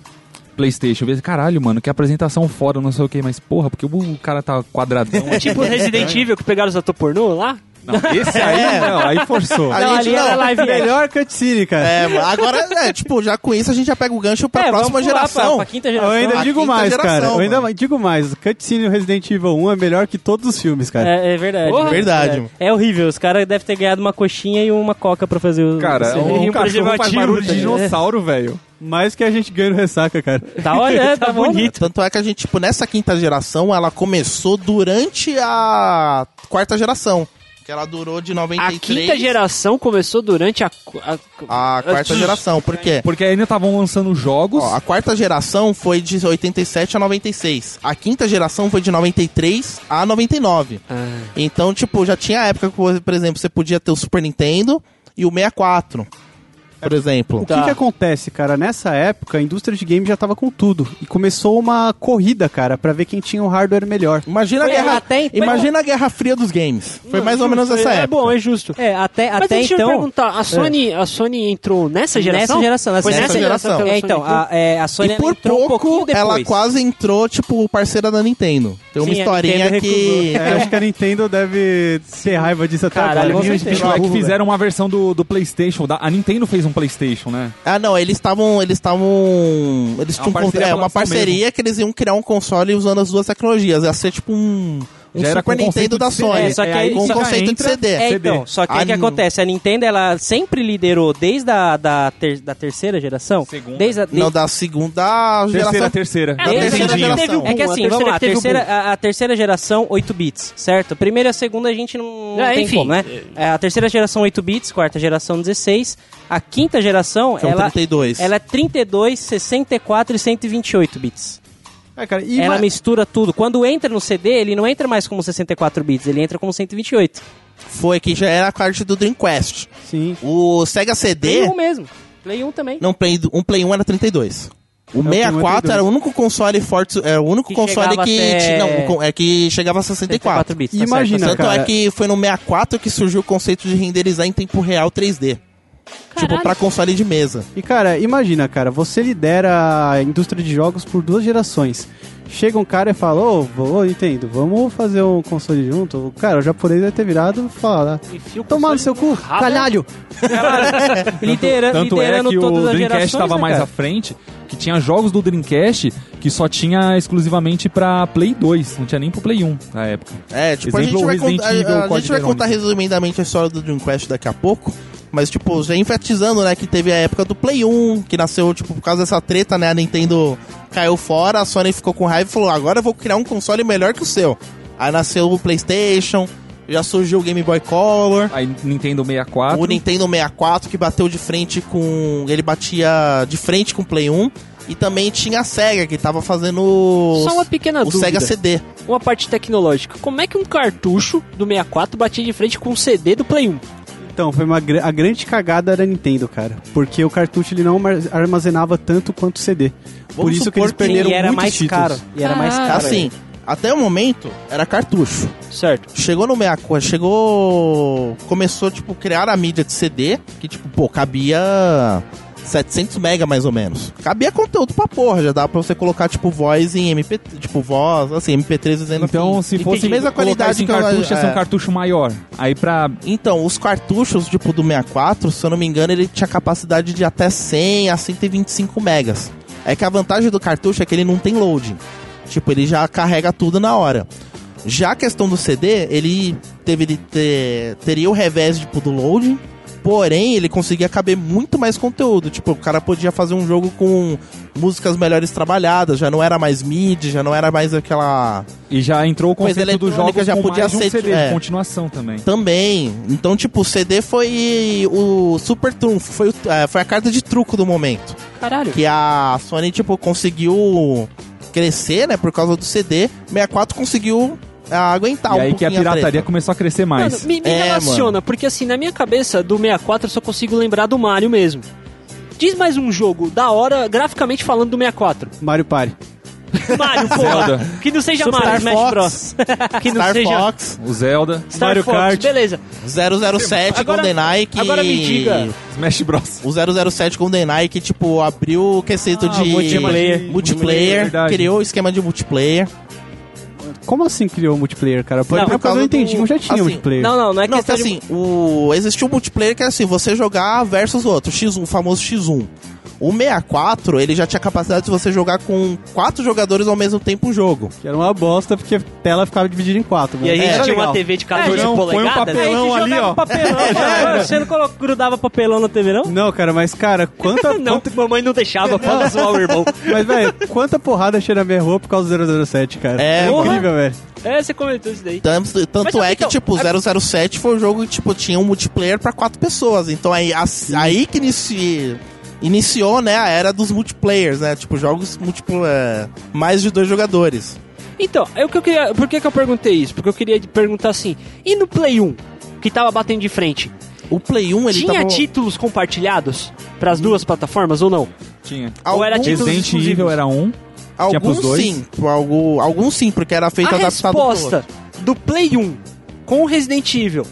Playstation, eu vi, caralho, mano, que apresentação foda, não sei o que, mas porra, porque o cara tá quadradão.
É tipo Resident Evil que pegaram os ator pornô lá.
não, esse aí não, aí forçou.
A
Não,
gente
ali
não.
era
né?
live action.
É. <laughs> Melhor cutscene, cara.
É, mas agora, é, tipo, já com isso a gente já pega o gancho pra
É, vamos
próxima
pular pra-
geração.
Pra, quinta
Eu
É, geração.
ainda
A
digo
tá
quinta
mais,
geração,
cara. Eu ainda
mano.
digo mais. Cutscene do Resident Evil 1 é melhor que todos os filmes, cara.
É, é verdade.
Porra.
né?
Verdade,
É.
mano.
É, horrível. Os caras devem ter ganhado uma coxinha e uma coca pra fazer o.
<laughs> Cara,
o-
o,
um
cachorro faz
preservativo,
barulho
tá
de
ligado?
dinossauro, velho.
né? Mais que a gente ganha no ressaca, cara.
Tá, olha, é, tá, bom, né?
Tanto é que a gente, tipo, nessa quinta geração, ela começou durante a quarta geração. Que ela durou de
A
93
quinta geração começou durante a... qu- a-
a quarta geração. Por quê?
Porque ainda estavam lançando jogos.
Ó, a quarta geração foi de 87 a 96. A quinta geração foi de 93 a 99.
Ah,
Então, tipo, já tinha época que, você, por exemplo, você podia ter o Super Nintendo e o 64, por exemplo.
O que, que acontece, cara? Nessa época, a indústria de game já tava com tudo. E começou uma corrida, cara, pra ver quem tinha o hardware melhor.
Imagina a
Foi
guerra,
até-
imagina a Guerra Fria dos games. Foi mais ou menos essa
é
época.
bom, é justo.
É, até,
Mas
até
deixa eu
então.
perguntar, a Sony, a Sony entrou nessa geração?
Nessa geração, nessa
Foi nessa,
nessa
geração.
geração.
que
É,
ela
então,
Sony entrou?
a, é, a Sony
E por
entrou um pouquinho
pouco,
depois.
ela quase entrou, tipo, parceira da Nintendo. Tem uma
Sim, a
historinha
Nintendo
que... <laughs>
É, acho que a Nintendo deve ter raiva disso até
Caralho,
agora.
com
Ninguém
certeza.
é
É que
burro,
fizeram uma versão do, do PlayStation. da- a Nintendo fez um PlayStation, né?
Ah, não, eles estavam. Eles
É uma
estavam. Eles tinham. con-
parceria
É,
pra
uma
lançar
parceria
mesmo.
que eles iam criar um console usando as duas tecnologias. Ia ser tipo um. Um
Já era
Super
com conceito
Nintendo
de
da
CD,
Sony.
é, só que aí-
com
só que
conceito
entra-
de CD.
É,
CD.
então, só que
A
aí o que
Nin-
acontece? A Nintendo, ela sempre liderou desde a da, ter- da terceira geração.
Segunda.
Desde a,
Não, da segunda
Terceira,
geração.
terceira.
É,
Da
a terceira
Nintendinho.
que teve o
geração.
É que
Um,
boom,
assim, vamos lá, a
que teve o
terceira,
boom.
a, a terceira geração 8 bits, certo? A primeira e a segunda a gente não, não
É,
tem
enfim.
como, né? É, A terceira geração 8 bits, quarta geração 16, a quinta geração
São
ela,
32.
ela é 32, 64 e 128 bits.
velho. É, cara, e
ela
ma-
mistura tudo. Quando entra no CD, ele não entra mais como 64 bits, ele entra como 128.
Foi que já era a parte do Dreamcast.
Sim.
O
Play
Sega CD.
1 mesmo. Play 1 também.
Não, Play, um Play 1 era 32. O
Play
64
32.
era o único console forte. É o único
Que
console
chegava
que.
até-
ti- Não, com- é que chegava a 64.
bits.
E
tá certo,
imagina,
tá
Tanto
cara.
é que foi no 64 que surgiu o conceito de renderizar em tempo real 3D. Tipo, pra console de mesa.
E cara, imagina, cara, você lidera a indústria de jogos por duas gerações. Chega um cara e fala, ô, vou, entendo, vamos fazer um console junto. Cara, o japonês vai ter virado e falar,
Enfia o
tomar no
console
seu
no
cu,
rabo.
calhado.
Lidera,
Tanto é
liderando
que
todas
o
as
Dreamcast
gerações,
estava
né,
mais
cara?
à frente, que tinha jogos do Dreamcast que só tinha exclusivamente pra Play 2, não tinha nem pro Play 1 na época.
É, tipo, a
Exemplo,
gente, vai,
Resident
contar- a-
Evil,
a,
Código
gente vai
Verônica.
contar resumidamente a história do Dreamcast daqui a pouco. Mas, tipo, já enfatizando, né, que teve a época do Play 1, que nasceu, tipo, por causa dessa treta, né? A Nintendo caiu fora, a Sony ficou com raiva e falou: agora eu vou criar um console melhor que o seu. Aí nasceu o PlayStation, já surgiu o Game Boy Color.
Aí Nintendo 64.
O Nintendo 64 que bateu de frente com. Ele batia de frente com o Play 1. E também tinha a SEGA, que tava fazendo o,
Só uma pequena
o
dúvida.
SEGA CD.
Uma parte tecnológica. Como é que um cartucho do 64 batia de frente com um CD do Play 1?
Então, foi uma gra- a grande cagada da Nintendo, cara. Porque o cartucho ele não mar- armazenava tanto quanto o CD. Por isso que
supor
eles perderam
e era
muitos
mais
títulos.
caro. E era mais
Ah.
caro.
assim, até o momento, era cartucho.
Certo.
Chegou no 64, chegou... Começou, tipo, criar a mídia de CD, que, tipo, pô, cabia 700 mega, mais ou menos. Cabia conteúdo pra porra, já dava pra você colocar, tipo, voz em MP... Tipo, voz, assim, MP3 dizendo...
Então,
assim,
se fosse
entendi. mesma
colocar
qualidade
isso em
que eu-
cartucho, ia ser
é.
um cartucho maior. Aí pra...
Então, os cartuchos, tipo, do 64, se eu não me engano, ele tinha capacidade de até 100 a 125 megas. É que a vantagem do cartucho é que ele não tem loading. Tipo, ele já carrega tudo na hora. Já a questão do CD, ele teve de ter, teria o revés tipo, do loading, porém ele conseguia caber muito mais conteúdo. Tipo, o cara podia fazer um jogo com músicas melhores trabalhadas, já não era mais MIDI, já não era mais aquela
E já entrou o
Coisa
conceito do
eletrônica
jogo
já
com
podia
mais de um
ser-
CD
é.
de continuação também.
Também. Então, tipo, o CD foi o super trunfo, foi, o- é, foi a carta de truco do momento.
Caralho.
Que a Sony, tipo, conseguiu crescer, né, por causa do CD. 64 conseguiu ah, aguentar
E
um
aí que a
pouquinho
pirataria
treta.
começou a crescer mais.
Mano, me, me
É,
relaciona, porque assim, na minha cabeça, do 64 eu só consigo lembrar do Mario mesmo. Diz mais um jogo da hora, graficamente falando do 64.
Mario Party.
<laughs>
Mario, porra.
Zelda.
que não seja
Super
Mario.
Smash
Fox.
Bros.
<laughs>
Que não
Star
seja
Fox,
O Zelda,
Star
Mario
Fox.
Kart.
Beleza.
007
Agora-
GoldenEye que...
agora me diga.
Smash Bros.
O 007 GoldenEye que, tipo, abriu o quesito
Ah,
de...
multiplayer.
é
multiplayer,
Verdade.
criou o esquema de multiplayer.
Como assim criou o multiplayer, cara? Por
Não,
exemplo,
por causa
eu entendi,
do-
eu já tinha
assim,
multiplayer.
Não, não, não é
não, que
tá
questão de...
assim, o... existiu um multiplayer que era assim, você jogar versus outro, X1, o famoso X1. O 64, ele já tinha capacidade de você jogar com quatro jogadores ao mesmo tempo o jogo.
Que era uma bosta, porque a tela ficava dividida em quatro.
E a
mas
gente
era
tinha
legal.
uma TV de 14
Põe um- põe um
polegadas.
papel.
Aí
papelão
jogava
ali, ó.
papelão,
<laughs>
mano. Você não colo- grudava papelão na TV, não?
Não, cara, mas, cara, <laughs> quanta...
<laughs> Não, mamãe não deixava, pode zoar o irmão.
mas, velho, quanta porrada cheira na minha rua por causa do 007, cara.
É,
incrível, velho.
É, você comentou isso daí.
Tanto,
Mas,
tanto
sabe,
é que,
então,
tipo, o 007 foi um jogo que, tipo, tinha um multiplayer pra quatro pessoas. Então aí, as- aí que inici- iniciou, né, a era dos multiplayers, né? Tipo, jogos múltiplo, é, mais de dois jogadores.
Então, <laughs> é o que eu queria. Por que, que eu perguntei isso? Porque eu queria perguntar assim: e no Play 1, que tava batendo de frente,
O Play 1, ele
tinha
tava...
títulos compartilhados pras duas plataformas ou não?
Tinha.
Ou era
alguns-
títulos
Resident Evil
exclusivos?
era um. tinha pros
Alguns
dois?
sim, algo, alguns sim, porque era feito
a
adaptado pro outro.
resposta do Play 1 com o Resident Evil,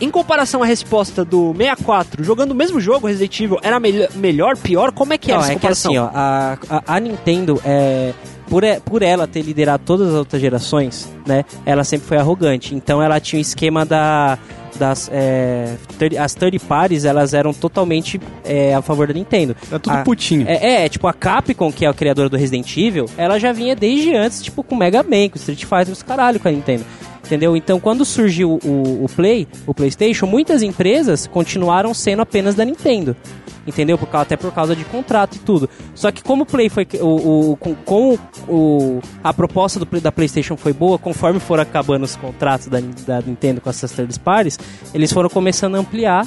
em comparação à resposta do 64, jogando o mesmo jogo, Resident Evil, era melho- melhor, pior? Como é que era
Não,
essa
é que
comparação?
assim, ó, a, a, a Nintendo, é, por, e- por ela ter liderado todas as outras gerações, né, ela sempre foi arrogante. Então ela tinha o esquema da, das é, third- as third parties, elas eram totalmente é, a favor da Nintendo.
Era tudo
Ah,
putinho.
É, é, tipo, a Capcom, que é a criadora do Resident Evil, ela já vinha desde antes, tipo, com Mega Man, com Street Fighter, com os caralho com a Nintendo. Entendeu? Então, quando surgiu o, o Play, o PlayStation, muitas empresas continuaram sendo apenas da Nintendo. Entendeu? Por, causa- até por causa de contrato e tudo. Só que como o Play foi. O, o- com, com o, a proposta do Play- da PlayStation foi boa, conforme foram acabando os contratos da, da Nintendo com essas third parties, eles foram começando a ampliar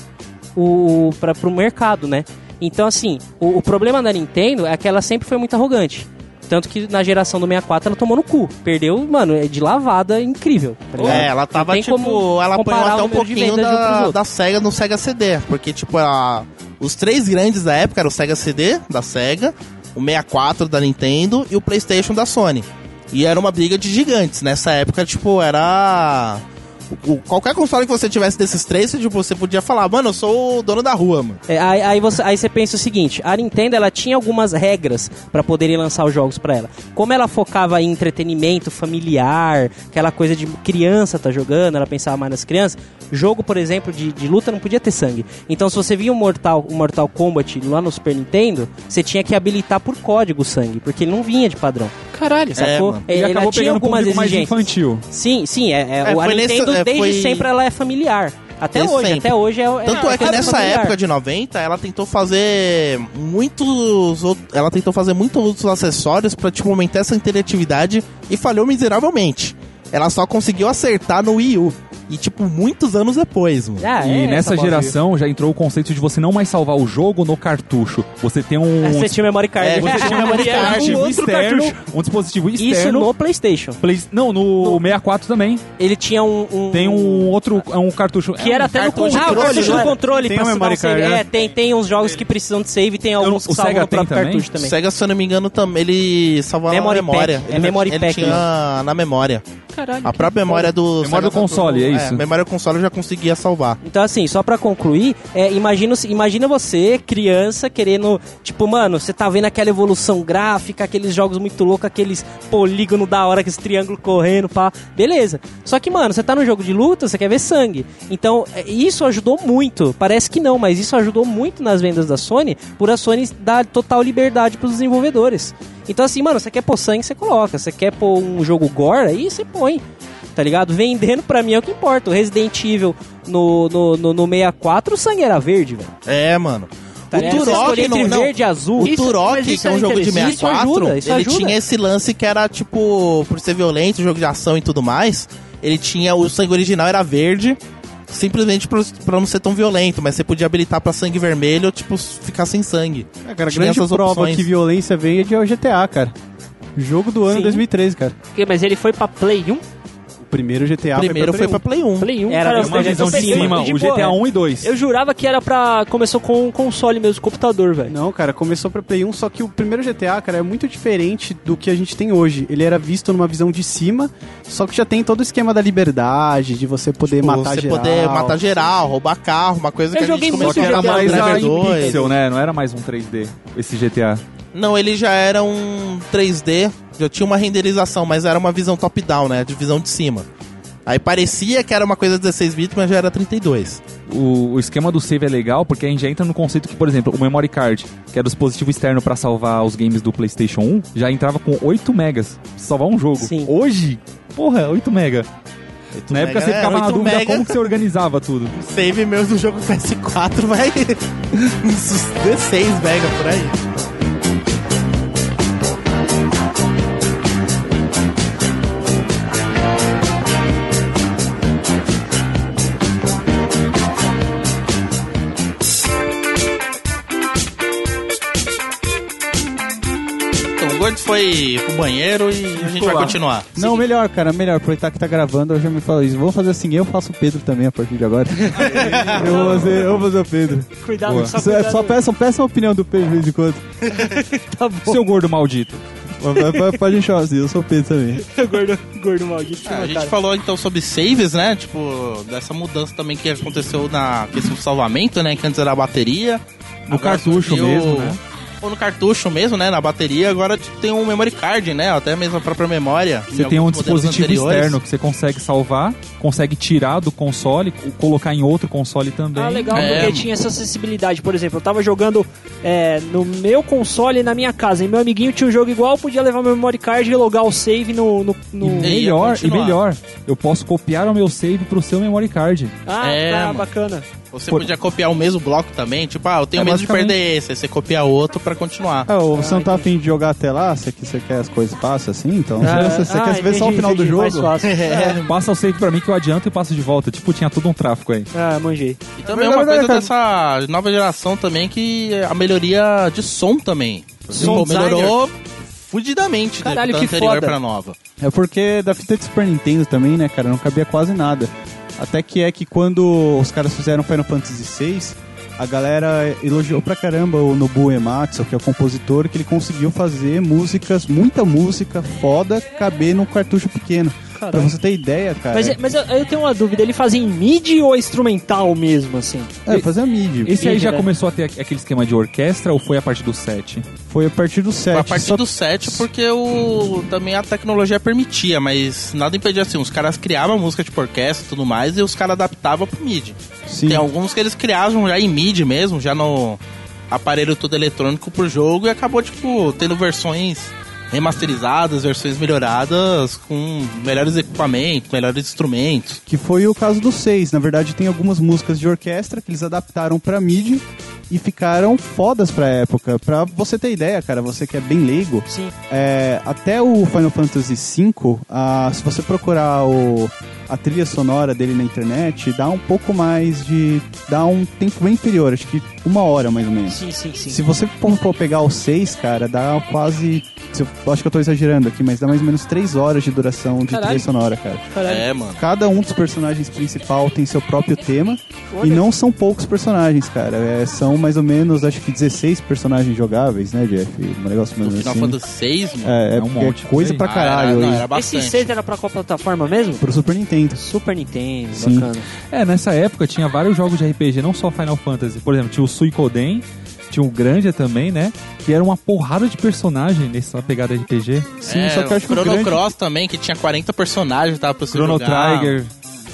o, pra, pro mercado, né? Então, assim, o, o problema da Nintendo é que ela sempre foi muito arrogante. Tanto que na geração do 64 ela tomou no cu. Perdeu, mano, é de lavada incrível. tá ligado?
É, ela tava,
tem
tipo,
como
ela apanhou
comparar o
até um
número de
pouquinho
vendas de um pros
da,
outros.
da SEGA no SEGA CD, porque, tipo, a- os três grandes da época eram o SEGA CD, da SEGA, o 64 da Nintendo e o Playstation da Sony. E era uma briga de gigantes, nessa época, tipo, era... o- o- qualquer console que você tivesse desses três, você, tipo, você podia falar, mano, eu sou o dono da rua, mano.
É, aí, aí você, aí você pensa o seguinte: a Nintendo ela tinha algumas regras pra poderem lançar os jogos pra ela. Como ela focava em entretenimento familiar, aquela coisa de criança tá jogando, ela pensava mais nas crianças. Jogo, por exemplo, de, de luta não podia ter sangue. Então, se você via um Mortal, um Mortal Kombat lá no Super Nintendo, você tinha que habilitar por código o sangue, porque ele não vinha de padrão.
Caralho.
Sacou?
mano.
É,
Ele
ela
acabou
tinha
pegando um
algumas
público mais
exigências.
infantil.
Sim, sim, é, é,
É,
o, a
foi
Nintendo
nessa- é,
desde
foi-
sempre ela é familiar. Até
Desde
hoje,
sempre.
até hoje é, é
Tanto
uma
é que
coisa
nessa
familiar.
época de 90, ela tentou fazer muitos out- ela tentou fazer muitos outros acessórios pra tipo aumentar essa interatividade e falhou miseravelmente. Ela só conseguiu acertar no Wii U. E, tipo, muitos anos depois, mano.
Ah,
e
é
nessa
essa bosta.
geração já entrou o conceito de você não mais salvar o jogo no cartucho. Você tem um,
É, Você tinha memory card.
É, você tinha memory
E
um
era
card,
um
dispositivo
outro
externo,
cartucho.
um dispositivo externo.
Isso no PlayStation.
Play- Não, no, 64 também.
Ele tinha um. um-
Tem um outro, é um cartucho.
Que
é um-
era até no
cartucho de
controle.
Ah, o
controle,
cartucho
não
né?
do
era?
controle,
Tem
pra
um
salvar
memory
o save.
card, né?
É, tem, tem uns jogos que precisam de save e tem alguns
Então,
que
o
salvam
Sega
no próprio
tem também?
cartucho
O
também.
Sega, se eu não me engano, também ele salvava
Memory
na memória.
pack. É
Ele,
memory
ele
pack
tinha na memória.
Caralho.
A própria memória do...
Memória do console, é isso.
memória do console eu já conseguia salvar.
Então, assim, só pra concluir, é, imagina, o se- imagina você, criança, querendo. Tipo, mano, você tá vendo aquela evolução gráfica, aqueles jogos muito loucos, aqueles polígono da hora, aqueles triângulos correndo, pá. Beleza. Só que, mano, você tá no jogo de luta, você quer ver sangue. Então, é, isso ajudou muito. Parece que não, mas isso ajudou muito nas vendas da Sony, por a Sony dar total liberdade pros desenvolvedores. Então, assim, mano, você quer pôr sangue, você coloca. Você quer pôr um jogo gore, aí você põe tá ligado? Vendendo pra mim é o que importa. O Resident Evil no, no, no, no 64, o sangue era verde, velho.
É, mano.
Tá ligado?
o
Você escolher
Turok, não,
entre
não,
verde e azul.
O
Isso-
Turok,
mas isso
que é um
era
jogo de
interessante. Isso
64,
ajuda, isso
ele
ajuda.
tinha esse lance que era, tipo, por ser violento, jogo de ação e tudo mais, ele tinha, o sangue original era verde, simplesmente por- pra não ser tão violento, mas você podia habilitar pra sangue vermelho, tipo, ficar sem sangue.
É, cara, a
Tinha
grande
essas
prova
opções.
que violência vem é de GTA, cara. Jogo do ano
Sim.
2013, cara.
Porque- Mas ele foi pra Play 1?
O primeiro GTA
Primeiro É, foi
um.
pra Play 1.
Play 1,
Era
cara.
É
eu
uma
peguei-
visão
eu
de
peguei
cima,
uma de
o
boa.
GTA 1 e 2.
é Eu jurava que era pra. Começou com o console mesmo, computador, velho.
Não, cara, começou pra Play 1, só que o primeiro GTA, cara, é muito diferente do que a gente tem hoje. Ele era visto numa visão de cima, só que já tem todo o esquema da liberdade, de você poder
Tipo,
matar
você
geral.
poder matar geral, roubar carro, uma coisa
Eu
que a gente
joguei
Só
começou
que
muito
a
era
GTA
mais a
jogar
em
dois.
pixel, né? Não era mais um 3D, esse GTA.
Não, ele já era um 3D, já tinha uma renderização, mas era uma visão top-down, né? De visão de cima. Aí parecia que era uma coisa 16 bits, mas já era 32.
O, o esquema do save é legal porque a gente já entra no conceito que, por exemplo, o memory card, que era o dispositivo externo pra salvar os games do PlayStation 1, já entrava com 8 megas pra salvar um jogo.
Sim.
Hoje, porra, 8 mega. Na época
mega,
você
é,
ficava na
8
dúvida
mega.
como que você organizava
<laughs>
tudo.
Save meu do jogo PS4 vai <laughs> uns 16 mega por aí. Então, o Gordo foi pro banheiro e a gente vai continuar.
Não, melhor, cara, melhor. Aproveitar que tá gravando, eu já me falo isso. Vou fazer assim, eu faço o Pedro também a partir
<laughs>
de agora. eu, vou fazer, eu vou fazer o Pedro.
Cuidado,
Boa.
só
Só,
cuidado.
só peçam, peçam a opinião do Pedro de vez em quando.
Tá bom,
Seu gordo maldito.
Mas- mas Pode deixar assim, eu sou o Pedro também.
gordo, gordo
É,
maldito.
Ah, a gente falou então sobre saves, né? Tipo, dessa mudança também que aconteceu na questão do salvamento, né? Que antes era a bateria.
No
Agora
cartucho
surgiu-
mesmo, né?
Ou no cartucho mesmo, né? Na bateria, agora tipo, tem um memory card, né? Até mesmo a própria memória.
Você
Em
tem um
alguns modelos
dispositivo
anteriores.
externo que você consegue salvar, consegue tirar do console, co- colocar em outro console também.
Ah, legal,
É,
porque
mano.
tinha essa acessibilidade. Por exemplo, eu tava jogando é, no meu console na minha casa, e meu amiguinho tinha um jogo igual, eu podia levar meu memory card e logar o save no. no,
Hum.
no-
E- e-
Melhor e
continuar.
melhor, eu posso copiar o meu save pro seu memory card.
Ah,
É,
tá,
mano.
bacana.
Você
Pô.
podia copiar o mesmo bloco também. Tipo, ah, eu tenho
É,
medo de
basicamente.
perder esse. Aí você copia outro pra continuar.
<laughs>
Ah, ou você não tá afim de jogar até lá, você, que- você quer as coisas fáceis assim, então
Ah,
você, você
ah,
quer ver só o
entendi,
final do
entendi,
jogo.
mais fácil.
Passa o save pra mim que eu adianto e passo de volta. Tipo, tinha todo um tráfico aí.
Ah, manjei.
E também é
Na
É
uma
verdade,
coisa
cara-
dessa nova geração também que é a melhoria de som também.
Som
Tipo, melhorou fudidamente
Caralho,
da
que
anterior
foda.
pra nova.
É porque da fita de Super Nintendo também, né, cara, não cabia quase nada. Até que é que quando os caras fizeram Final Fantasy VI, a galera elogiou pra caramba o Nobuo Ematsu, que é o compositor, que ele conseguiu fazer músicas, muita música foda, caber num cartucho pequeno. Pra você ter ideia, cara.
é-
Mas, é, mas eu, eu tenho uma dúvida, ele fazia em MIDI ou instrumental mesmo, assim?
é, fazer a MIDI.
Esse aí
Ih,
já
cara.
começou a ter aqu- aquele esquema de orquestra ou foi a partir do 7?
Foi É, a partir do 7.
A partir do 7, porque o, também a tecnologia permitia, mas nada impedia assim. Os caras criavam música tipo orquestra e tudo mais, e os caras adaptavam pro MIDI.
Sim.
Tem alguns que eles criavam já em MIDI mesmo, já no aparelho todo eletrônico pro jogo, e acabou, tipo, tendo versões remasterizadas, versões melhoradas, com melhores equipamentos, melhores instrumentos.
Que foi o caso do 6. Na verdade, tem algumas músicas de orquestra que eles adaptaram pra MIDI e ficaram fodas pra época. Pra você ter ideia, cara, você que é bem leigo,
Sim.
é, até o Final Fantasy V, ah, se você procurar o a trilha sonora dele na internet dá um pouco mais de. dá um tempo bem inferior, acho que uma hora mais ou menos.
Sim, sim, sim.
Se você for for pegar os seis, cara, dá quase. se eu- eu acho que eu tô exagerando aqui, mas dá mais ou menos três horas de duração de
Caralho.
trilha sonora, cara.
Caralho.
É, mano.
Cada um dos personagens principal tem seu próprio tema.
Olha.
E não são poucos personagens, cara. É, são mais ou menos, acho que 16 personagens jogáveis, né, Jeff? Um negócio
No
menos
Final
assim.
Fantasy VI, mano.
É, é,
É um
porque é
monte.
coisa pra caralho
Ah, era, não, é.
hoje.
era bastante.
Esse 6 era pra qual plataforma mesmo?
Pro Super Nintendo.
Super Nintendo,
Sim.
bacana.
É, nessa época tinha vários jogos de RPG, não só Final Fantasy. Por exemplo, tinha o Suikoden, tinha o Granja também, né? Que era uma porrada de personagem nessa pegada RPG.
Sim,
É,
só que eu acho que o
Chrono
grande...
Cross também, que tinha 40 personagens, tava pra você
Chrono
jogar.
Trigger.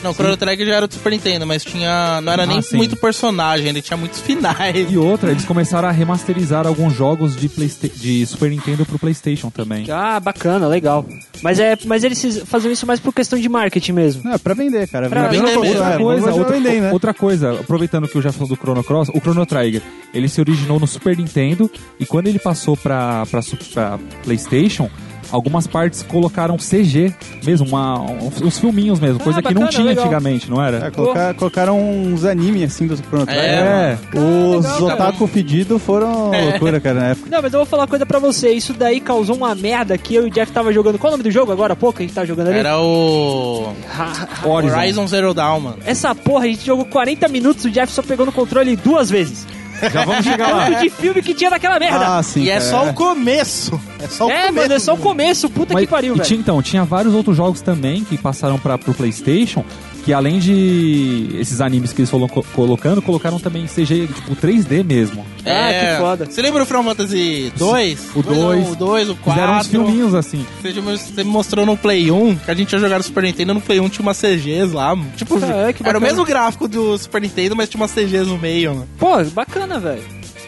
Não, Chrono Trigger já era do Super Nintendo, mas tinha. Não era
Ah,
nem
sim.
muito personagem, ele tinha muitos finais.
E outra, eles começaram a remasterizar alguns jogos de, Playsta- de Super Nintendo pro PlayStation também.
Ah, bacana, legal. Mas, é, mas eles faziam isso mais por questão de marketing mesmo.
Ah, pra vender, cara.
Pra
Vender
vender
é uma
mesmo.
é,
Outra coisa,
vamos
outra,
vender, né?
outra coisa, aproveitando que eu já falo do Chrono Cross, o Chrono Trigger, ele se originou no Super Nintendo e quando ele passou pra, pra, su- pra PlayStation, algumas partes colocaram CG mesmo, uma- uns, uns filminhos mesmo, coisa que não
Ah, bacana,
tinha
legal.
antigamente, não era?
É, colocar- colocaram uns animes assim do Chrono Trigger.
É,
Os
legal, cara.
otaku fedidos foram
É.
uma loucura, cara, na época.
Não, mas eu vou falar uma coisa pra você. Isso daí causou uma merda que eu e o Jeff tava jogando. Qual é o nome do jogo agora há pouco que a gente tava jogando ali?
Era o.
Ha- ha-
Horizon.
Horizon Zero Dawn, mano.
Essa porra, a gente jogou 40 minutos, o Jeff só pegou no controle duas vezes.
Já vamos chegar lá.
Tanto de filme que tinha naquela merda.
Ah, sim.
e é
cara,
só o começo. É só o
é,
começo.
mano, é só o começo, puta
Mas-
que pariu,
e
velho.
tinha, então, tinha vários outros jogos também que passaram para pro PlayStation, que além de esses animes que eles foram co- colocando, colocaram também CG, tipo 3D mesmo.
Ah, que foda.
É. Você lembra o Final Fantasy 2?
O dois.
O 2, o 4.
Fizeram uns filminhos assim.
Você me mostrou no Play 1, que a gente ia jogar no Super Nintendo, no Play 1 tinha umas CGs lá. mano. Tipo,
Ah, é, que
era
bacana.
o mesmo gráfico do Super Nintendo, mas tinha umas CGs no meio, mano.
Pô, bacana, velho.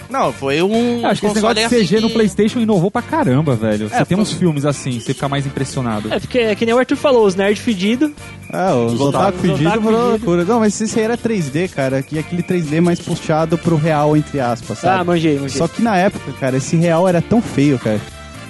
Não, foi um.
Eu É, acho que esse
console
negócio de CG
assim
no
que-
PlayStation inovou pra caramba, velho. Você
É,
tem
foi-
uns filmes assim, você fica mais impressionado.
É, porque é que nem o Arthur falou, os nerd fedido.
Ah, os otaku
otaku
fedidos
fedido.
foram uma loucura. Não, mas esse aí era 3D, cara, que é aquele 3D mais puxado pro real, entre aspas,
Tá.
Ah,
sabe?
manjei, manjei.
só que na época, cara, esse real era tão feio, cara.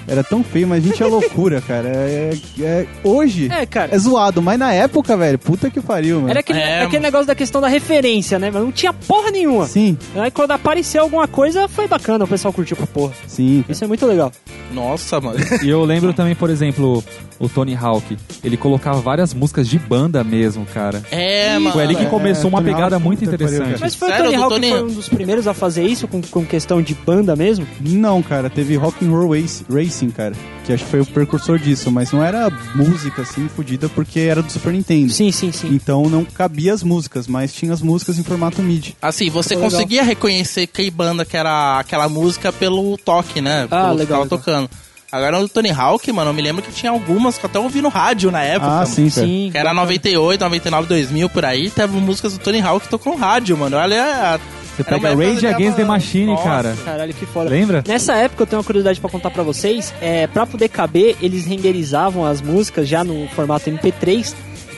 Era tão feio, mas a gente é loucura, cara. É, é- hoje
É, cara.
é zoado, mas na época, velho, puta que pariu, mano.
Era aquele,
É,
aquele
mano.
negócio da questão da referência, né? mano? Não tinha porra nenhuma.
Sim,
Aí quando apareceu alguma coisa, foi bacana, o pessoal curtiu pra porra.
sim.
Isso é muito legal.
Nossa,
<laughs>
mano.
E eu lembro também, por exemplo, o Tony Hawk. Ele colocava várias músicas de banda mesmo, cara.
É, mano.
Foi ali que
é,
começou uma
Tony
pegada
Hawk,
muito
puta que pariu,
interessante.
Mas foi o
Sério,
Tony
do
Hawk
Tony-
que foi um dos primeiros a fazer isso com, com questão de banda mesmo?
Não, cara, teve Rock'n'Roll Race- Racing, cara, que acho que foi o precursor disso, mas não era música assim fodida porque era do Super Nintendo.
Sim, sim, sim.
Então não cabia as músicas, mas tinha as músicas em formato MIDI.
Assim, você
Foi Tá legal.
conseguia reconhecer que banda que era aquela música pelo toque, né?
Ah,
pelo
legal,
que tava
legal.
tocando. Agora o Tony Hawk, mano, eu me lembro que tinha algumas que eu até ouvi no rádio na época.
Ah,
mano.
sim, cara.
Sim.
Que era 98, 99, 2000, por aí. Teve músicas do Tony Hawk que tocou no rádio, mano. Olha...
Você pega Rage Against the Machine, cara.
Caralho, que foda.
Lembra?
Nessa época eu tenho uma curiosidade pra contar pra vocês, é, para poder caber, eles renderizavam as músicas já no formato MP3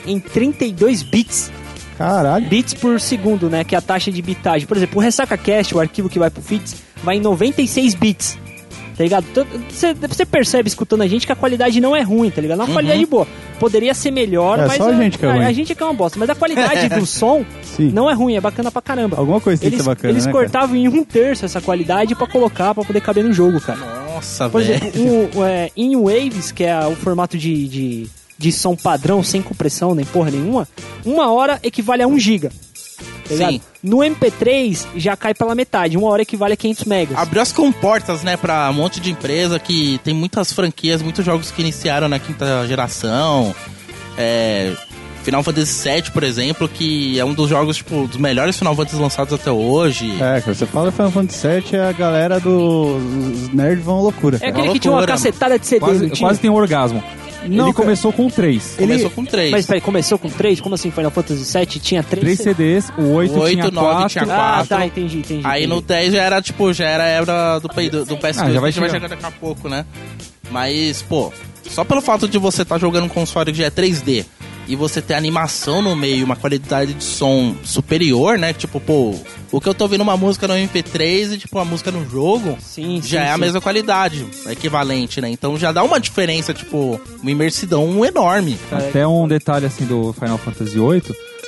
em 32 bits,
Caralho.
bits por segundo, né, que é a taxa de bitagem. Por exemplo, o Ressaca Cast, o arquivo que vai pro Fits, vai em 96 bits. Tá ligado? Você percebe escutando a gente que a qualidade não é ruim, tá ligado? É uma qualidade boa. Poderia ser melhor,
Uhum. É,
mas
só a gente que é
a,
ruim.
a gente é que é uma bosta, mas a qualidade
<laughs>
do som
Sim.
não é ruim, é bacana pra caramba.
Alguma coisa tem que
Eles,
ser bacana,
eles
né, cara?
cortavam em um terço essa qualidade pra colocar, pra poder caber no jogo, cara.
Nossa,
Por
velho.
exemplo, o, o, é, In Waves, que é o formato de, de, de som padrão, sem compressão nem porra nenhuma, uma hora equivale a 1 giga. Tá ligado?
Sim.
No MP3 já cai pela metade, uma hora equivale a 500 megas.
Abriu as comportas, né, pra um monte de empresa que tem muitas franquias, muitos jogos que iniciaram na quinta geração. É, Final Fantasy VII, por exemplo, que é um dos jogos, tipo, dos melhores Final Fantasy lançados até hoje.
É, cara, você fala Final Fantasy VII, a galera dos os nerds vão à loucura,
É
cara.
aquele que
loucura,
tinha uma
mano.
cacetada de CD,
Quase,
não tinha?
quase tem um orgasmo.
Não, cara.
ele começou com três.
Começou com três.
Mas peraí, começou com 3? Como assim Final Fantasy VII tinha 3?
Três CDs, o oito
Oito,
tinha
nove
quatro.
tinha
Ah,
quatro.
tá, entendi, entendi.
Aí no
entendi.
10 já era, tipo, já era a era do, Play- do, do PS2,
Ah, já
que
vai
a gente vai
chegar.
chegar daqui a tá pouco, né? Mas, pô, só pelo fato de você estar jogando um console que já é 3D, e você ter animação no meio, uma qualidade de som superior, né? Tipo, pô, o que eu tô ouvindo uma música no MP3 e, tipo, uma música no jogo,
Sim, sim,
já é a
sim.
mesma qualidade, é equivalente, né? Então já dá uma diferença, tipo, uma imersidão enorme.
Até um detalhe assim do Final Fantasy VIII,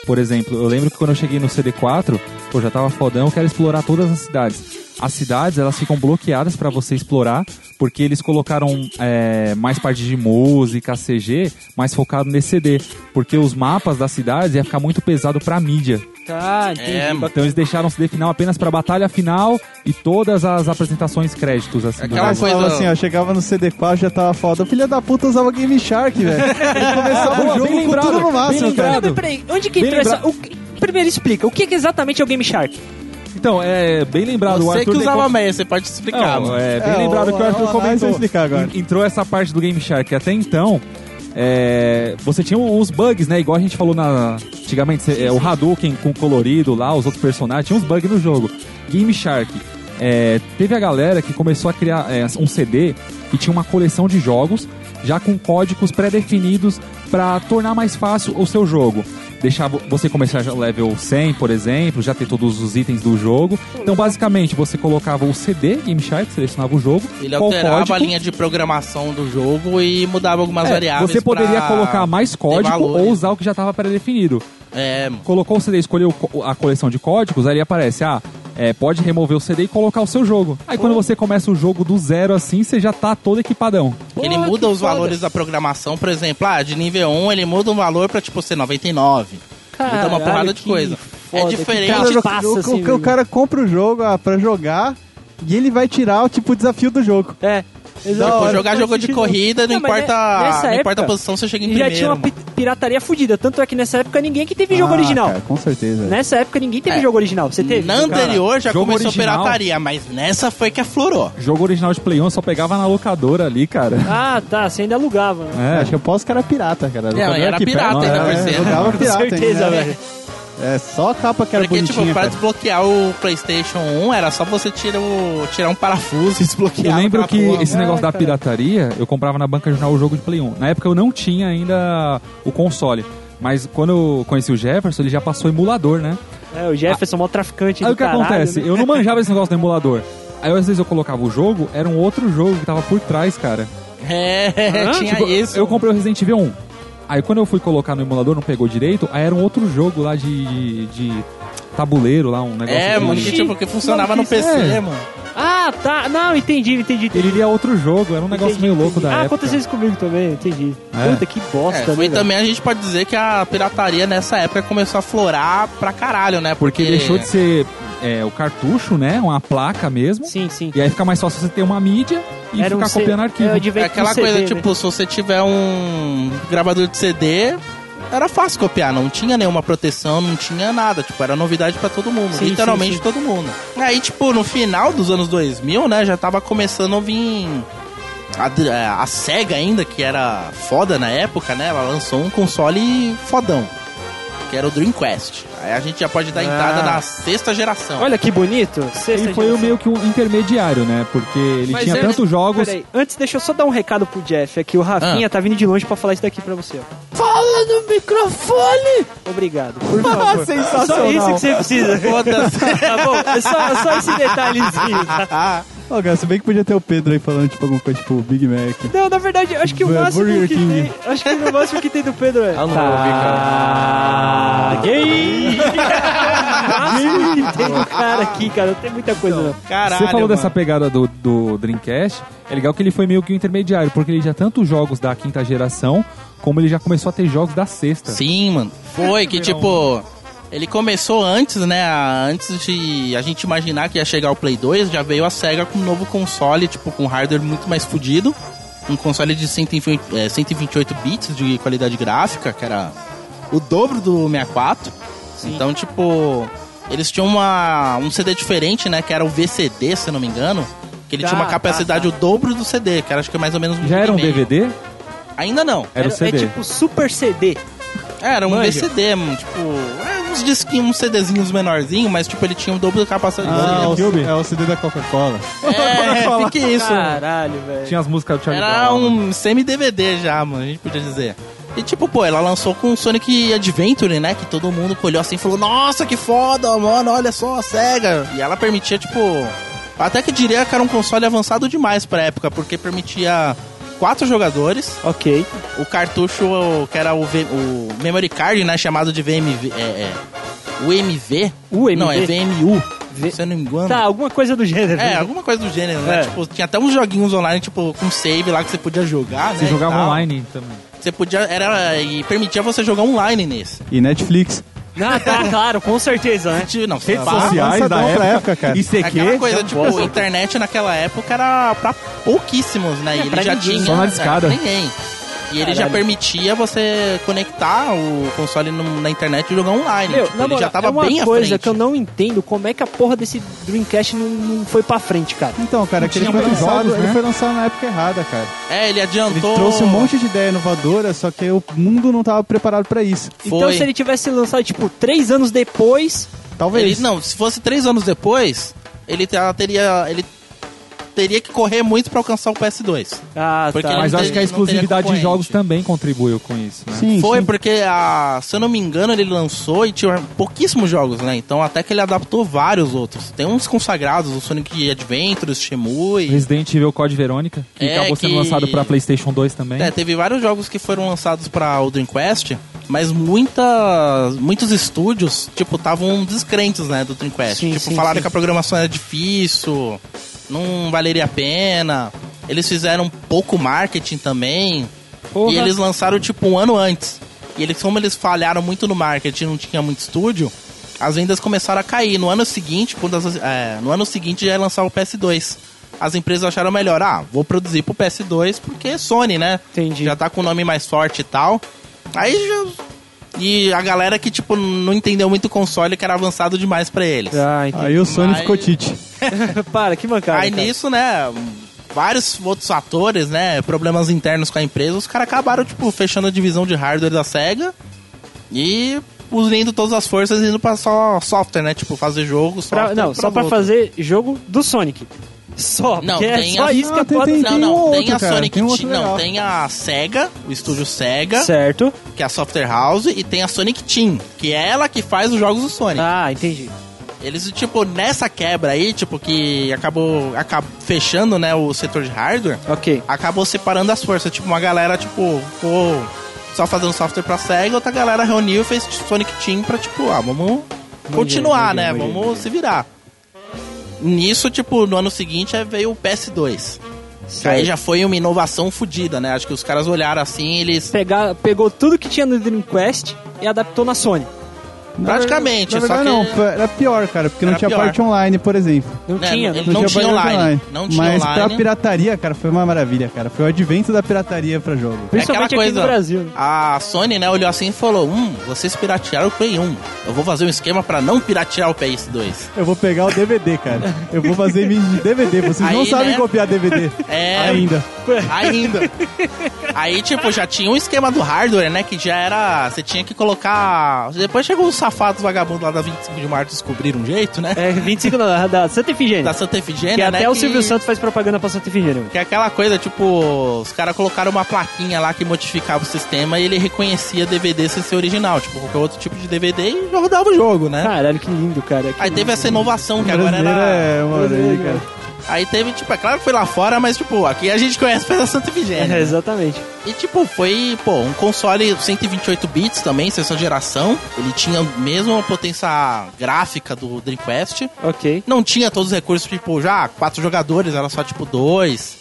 por exemplo, eu lembro que quando eu cheguei no CD4, pô, já tava fodão, eu quero explorar todas as cidades. As cidades, elas ficam bloqueadas pra você explorar, porque eles colocaram é, mais parte de música, CG, mais focado nesse CD. Porque os mapas das cidades ia ficar muito pesado pra mídia.
Tá, entendi.
É, mano.
Então eles deixaram o CD final apenas pra batalha final e todas as apresentações créditos, assim. do
Aquela
jogo.
Mas falava
coisa-
assim, ó, chegava no CD4 já tava foda. Filha da puta usava Game Shark,
<laughs>
velho. Ele começava
Boa,
o jogo
bem
com tudo
lembrado,
no máximo,
bem
cara.
lembrado.
Mas peraí, onde que
Bem
entrou essa... o que- Primeiro explica, o que que exatamente é o Game Shark?
Então, é bem lembrado. o
Você
Arthur
que
tem
usava
como-
merda, você pode explicar,
Não,
mano.
é bem
É,
lembrado
o-
que o Arthur
o Anais vai
comentou.
explicar agora.
En- Entrou essa parte do Game Shark. Até então, é, você tinha uns bugs, né? Igual a gente falou na, antigamente, cê- é, o Hadouken com colorido lá, os outros personagens, tinha uns bugs no jogo. Game Shark. é, teve a galera que começou a criar é, um CD e tinha uma coleção de jogos já com códigos pré-definidos para tornar mais fácil o seu jogo. Deixar vo- você começar já level 100, por exemplo, já ter todos os itens do jogo. Então, basicamente, você colocava o CD Game Shark, selecionava o jogo,
Ele
qual
alterava
código.
a linha de programação do jogo e mudava algumas
É,
variáveis.
você poderia
pra-
colocar mais código
valores. né?
ou usar o que já estava pré-definido.
É, mano.
Colocou o CD, escolheu co- a coleção de códigos, aí ele aparece, ah, é, pode remover o CD e colocar o seu jogo. Aí quando
Hum.
você começa o jogo do zero assim, você já tá todo equipadão.
ele
Porra,
muda
que
os
foda.
valores da programação, por exemplo, ah, de nível 1 ele muda um valor pra tipo ser 99. muda uma
Caralho,
porrada de
que
coisa.
foda,
é
que
diferente.
cara
O-
passa,
o, o-
assim,
o cara compra o jogo ah, pra jogar e ele vai tirar o tipo desafio do jogo.
É,
Da
Tipo,
hora,
jogar
faz
jogo de
sentido.
corrida, não,
Não, mas
importa,
ne- nessa
não importa a
época,
posição, você chega em
E
primeiro.
já tinha uma pi- pirataria fudida. Tanto é que nessa época ninguém que teve jogo
Ah,
original. Né?
cara, com certeza.
Nessa época ninguém teve
É.
jogo original. Você teve?
Na anterior já
jogo
começou
original.
pirataria, mas nessa foi que aflorou.
Jogo original de Play 1 só pegava na locadora ali, cara.
Ah, tá. Você ainda alugava. né?
É,
Acho que eu posso que era pirata, cara.
É,
Locadora
era
aqui perto,
pirata,
Ah,
não,
ainda por
é,
cima.
Jogava pirata, ainda,
certeza,
né?
velho.
É, só a capa que era
Porque,
bonitinha,
tipo, pra
cara.
desbloquear o PlayStation 1, era só você tirar, o, tirar um parafuso e desbloquear.
Eu lembro
aquela
que
porra.
esse negócio da
cara.
pirataria, eu comprava na banca jornal o jogo de Play 1. Na época eu não tinha ainda o console. Mas quando eu conheci o Jefferson, ele já passou emulador, né?
É, o Jefferson, mó traficante
Aí
do
o que
caralho,
acontece?
né?
Eu
<laughs>
não manjava esse negócio do emulador. Aí às vezes eu colocava o jogo, era um outro jogo que tava por trás, cara.
É,
Hã?
<laughs> tinha
Tipo,
isso.
Eu comprei o Resident Evil 1. Aí quando eu fui colocar no emulador, não pegou direito, aí era um outro jogo lá de. de, de tabuleiro lá, um negócio.
É,
de-
mano, que, tipo, que funcionava no PC,
É.
mano.
Ah, tá. Não, entendi, entendi. entendi.
Ele lia outro jogo, era um negócio
Entendi,
meio louco
entendi.
da
Ah,
época.
aconteceu isso comigo também, entendi.
tá. É.
Puta, que bosta, né,
É, foi
velho?
também a gente pode dizer que a pirataria nessa época começou a florar pra caralho, né?
Porque deixou de ser é, o cartucho, né? Uma placa mesmo.
Sim, sim.
E aí fica mais fácil você ter uma mídia e
um
ficar
C-
copiando arquivo.
É, eu devia-
É aquela
um CD,
coisa,
né?
tipo, se você tiver um gravador de CD, era fácil copiar, não tinha nenhuma proteção, não tinha nada, tipo, era novidade pra todo mundo,
Sim,
literalmente
sim, sim.
todo mundo. Aí, tipo, no final dos anos 2000, né, já tava começando a vir a, a SEGA ainda, que era foda na época, né, ela lançou um console fodão, que era o Dreamcast. Aí a gente já pode dar entrada na sexta geração.
Ah. Olha que bonito.
Ele
Sexta
foi o
geração.
meio que um intermediário, né? Porque ele
Mas
tinha
é-
tantos jogos.
Peraí, antes deixa eu só dar um recado pro Jeff, é que o Rafinha
Ah.
tá vindo de longe pra falar isso daqui pra você. ó.
Fala no microfone!
Obrigado. É <laughs>
Por favor.
Só
Sensacional.
isso que você <laughs> precisa. tá bom? É só, é só esse detalhezinho.
Ô, cara, se bem que podia ter o Pedro aí falando, tipo, alguma coisa, tipo, Big Mac.
Não, na verdade, acho que o
Burger
máximo que
King.
tem. Acho que o máximo que tem do Pedro é. Ah,
Ah, não vou ouvir, cara.
<laughs> Gay! o máximo que tem do um cara aqui, cara. Não tem muita coisa, não.
Caralho,
Você falou
mano.
dessa pegada do, do Dreamcast, é legal que ele foi meio que o intermediário, porque ele já tanto os jogos da quinta geração, como ele já começou a ter jogos da sexta.
Sim, mano. Foi que tipo. Ele começou antes, né? a- Antes de a gente imaginar que ia chegar o Play 2, já veio a SEGA com um novo console, tipo, com hardware muito mais fodido. Um console de 128, eh, 128 bits de qualidade gráfica, que era o dobro do 64. Então, tipo, eles tinham uma, um CD diferente, né? Que era o VCD, se eu não me engano. Que ele
Tá,
tinha uma
tá,
capacidade o dobro do CD, que era acho que mais ou menos um
Já era um
e meio.
DVD?
Ainda não.
Era o CD.
É tipo Super CD.
Era um
Manja.
VCD, mano, tipo, é, uns disquinhos, uns CDzinhos menorzinhos, mas tipo, ele tinha o dobro da capacidade.
Ah, o,
Cube.
é o CD da Coca-Cola.
<laughs> é, é, que que é isso?
Caralho, velho.
Tinha as músicas do Charlie
Era
Brown.
um semi-DVD já, mano, a gente podia dizer. E tipo, pô, ela lançou com Sonic Adventure, né? Que todo mundo colheu assim e falou, nossa, que foda, mano, olha só, a SEGA. E ela permitia, tipo. Até que diria que era um console avançado demais pra época, porque permitia quatro jogadores,
Ok.
o cartucho que era o, V- o memory card, né? Chamado de VMV. É, é, UMV?
UMV?
Não, é VMU.
V-
Se eu não me engano.
Tá, alguma coisa do gênero.
É, alguma coisa do gênero, né?
É.
Tipo, tinha até uns joguinhos online, tipo, com save lá que você podia jogar,
Você
né, e
jogava
tal.
online também.
Você podia, era, e permitia você jogar online nesse.
E Netflix.
Ah, tá, claro, com certeza, né?
Não,
Redes
sei lá.
sociais da
avançadão pra
época,
época, cara. é,
Aquela
ICQ,
coisa, tipo, a internet naquela época era pra pouquíssimos, né? E ele
É pra
já
ninguém.
tinha.
Só na
né,
discada.
Ninguém. E ele já permitia você conectar o console no- na internet e jogar online.
Meu,
Tipo,
na
ele
moral,
já tava
é uma
bem à
coisa
frente.
que eu não entendo como é que a porra desse Dreamcast não, não foi pra frente, cara.
Então, cara,
Não
aquele
tinha
foi
muitos
lançado,
jogos,
ele
né?
foi lançado na época errada, cara.
É, ele
Ele
adiantou.
trouxe um monte de ideia inovadora, só que o mundo não tava preparado pra isso.
Então,
Foi.
se ele tivesse lançado, tipo, três anos depois,
Talvez.
Ele, não, se fosse três anos depois, ele te- ela teria. Ele teria que correr muito pra alcançar o PS2.
Ah,
Porque
tá.
não
mas
tem-
acho que a
não teria
exclusividade de
concorrente.
jogos também contribuiu com isso, né?
Sim,
Foi
sim.
porque, a, se eu não me engano, ele lançou e tinha pouquíssimos jogos, né? Então até que ele adaptou vários outros. Tem uns consagrados, o Sonic Adventures, Shemui.
Resident Evil Code Verônica, que
É,
acabou sendo
que-
lançado pra PlayStation 2 também.
É, teve vários jogos que foram lançados pra o Dreamcast, mas muitas, muitos estúdios, tipo, estavam descrentes, né, do Dreamcast.
Sim,
tipo,
sim,
falaram
sim.
que a programação era difícil, não valeria a pena. Eles fizeram pouco marketing também.
Porra.
E eles lançaram tipo um ano antes. E eles, como eles falharam muito no marketing, não tinha muito estúdio, as vendas começaram a cair. No ano seguinte, quando as- é, no ano seguinte já ia lançar o PS2. As empresas acharam melhor, ah, vou produzir pro PS2 porque é Sony, né?
Entendi.
Já tá com o nome mais forte e tal. Aí já. E a galera que, tipo, não entendeu muito o console, que era avançado demais pra eles.
Ah, entendi.
Aí o Sony
Mas-
ficou tite.
Para, que mancada.
Aí
cara.
nisso, né, vários outros fatores, né, problemas internos com a empresa, os caras acabaram, tipo, fechando a divisão de hardware da SEGA e unindo todas as forças e indo pra só software, né, tipo, fazer jogos,
Pra-
software...
não, só tá pra um
outro.
fazer jogo do Sonic. Só,
Não,
porque é né?
tem
só
a-
isso que
Ah,
a porra
tem-
Não, não,
um
tem
outro,
a
cara,
Sonic...
tem um outro
Team- não,
legal.
tem a SEGA, o estúdio SEGA,
Certo.
que é a Software House, e tem a Sonic Team, que é ela que faz os jogos do Sonic.
Ah, entendi.
Eles, tipo, nessa quebra aí, tipo, que acabou, acabou fechando, né, o setor de hardware,
Ok.
acabou separando as forças. Tipo, uma galera, tipo, ficou só fazendo software pra SEGA, outra galera reuniu e fez Sonic Team pra, tipo, ah, vamos continuar, né? vamos se virar. Nisso, tipo, no ano seguinte aí veio o PS2. Que Aí já foi uma inovação fodida, né? Acho que os caras olharam assim, eles.
Pegar, pegou tudo que tinha no Dreamcast e adaptou na Sony.
Praticamente,
Na verdade,
só que. né,
não, foi- era pior, cara, porque não
Era
tinha
pior.
parte online, por exemplo.
Não
É,
tinha, né?
ele
não,
não
tinha.
tinha
parte
online, não tinha
Mas
online. É
pra pirataria, cara, foi uma maravilha, cara. Foi o advento da pirataria pra jogo.
Principalmente
aquela
aqui no
coisa-
Brasil. né?
A Sony, né, olhou assim e falou: Hum, vocês piratearam o Play 1. Eu vou fazer um esquema pra não piratear o PS2.
Eu vou pegar o DVD, cara. Eu vou fazer mídia de DVD. Vocês não
Aí,
sabem
né?
copiar DVD
É.
ainda.
<laughs>
Ainda. Aí, tipo, já tinha um esquema do hardware, né? Que já era. Você tinha que colocar. Depois chegou os safados vagabundos lá da 25 de março descobriram um jeito, né?
É, 25 da, da Santa Efigênia.
Da Santa Efigênia,
que é
né?
até o Silvio Santos faz propaganda pra Santa Efigênia.
Que é aquela coisa, tipo, os caras colocaram uma plaquinha lá que modificava o sistema e ele reconhecia DVD sem ser original, tipo, qualquer outro tipo de DVD e rodava o jogo, né?
Caralho, que lindo, cara. Que
Aí teve essa inovação que agora
Brasileiro
era.
é uma orelha, cara.
Aí teve, tipo, é claro que foi lá fora, mas, tipo, aqui a gente conhece pela Santa Efigênia.
É,
né?
exatamente.
E tipo, foi, pô, um console 128 bits também, sexta geração. Ele tinha mesmo a potência gráfica do Dreamcast.
Ok.
Não tinha todos os recursos, tipo, já quatro jogadores, era só tipo dois.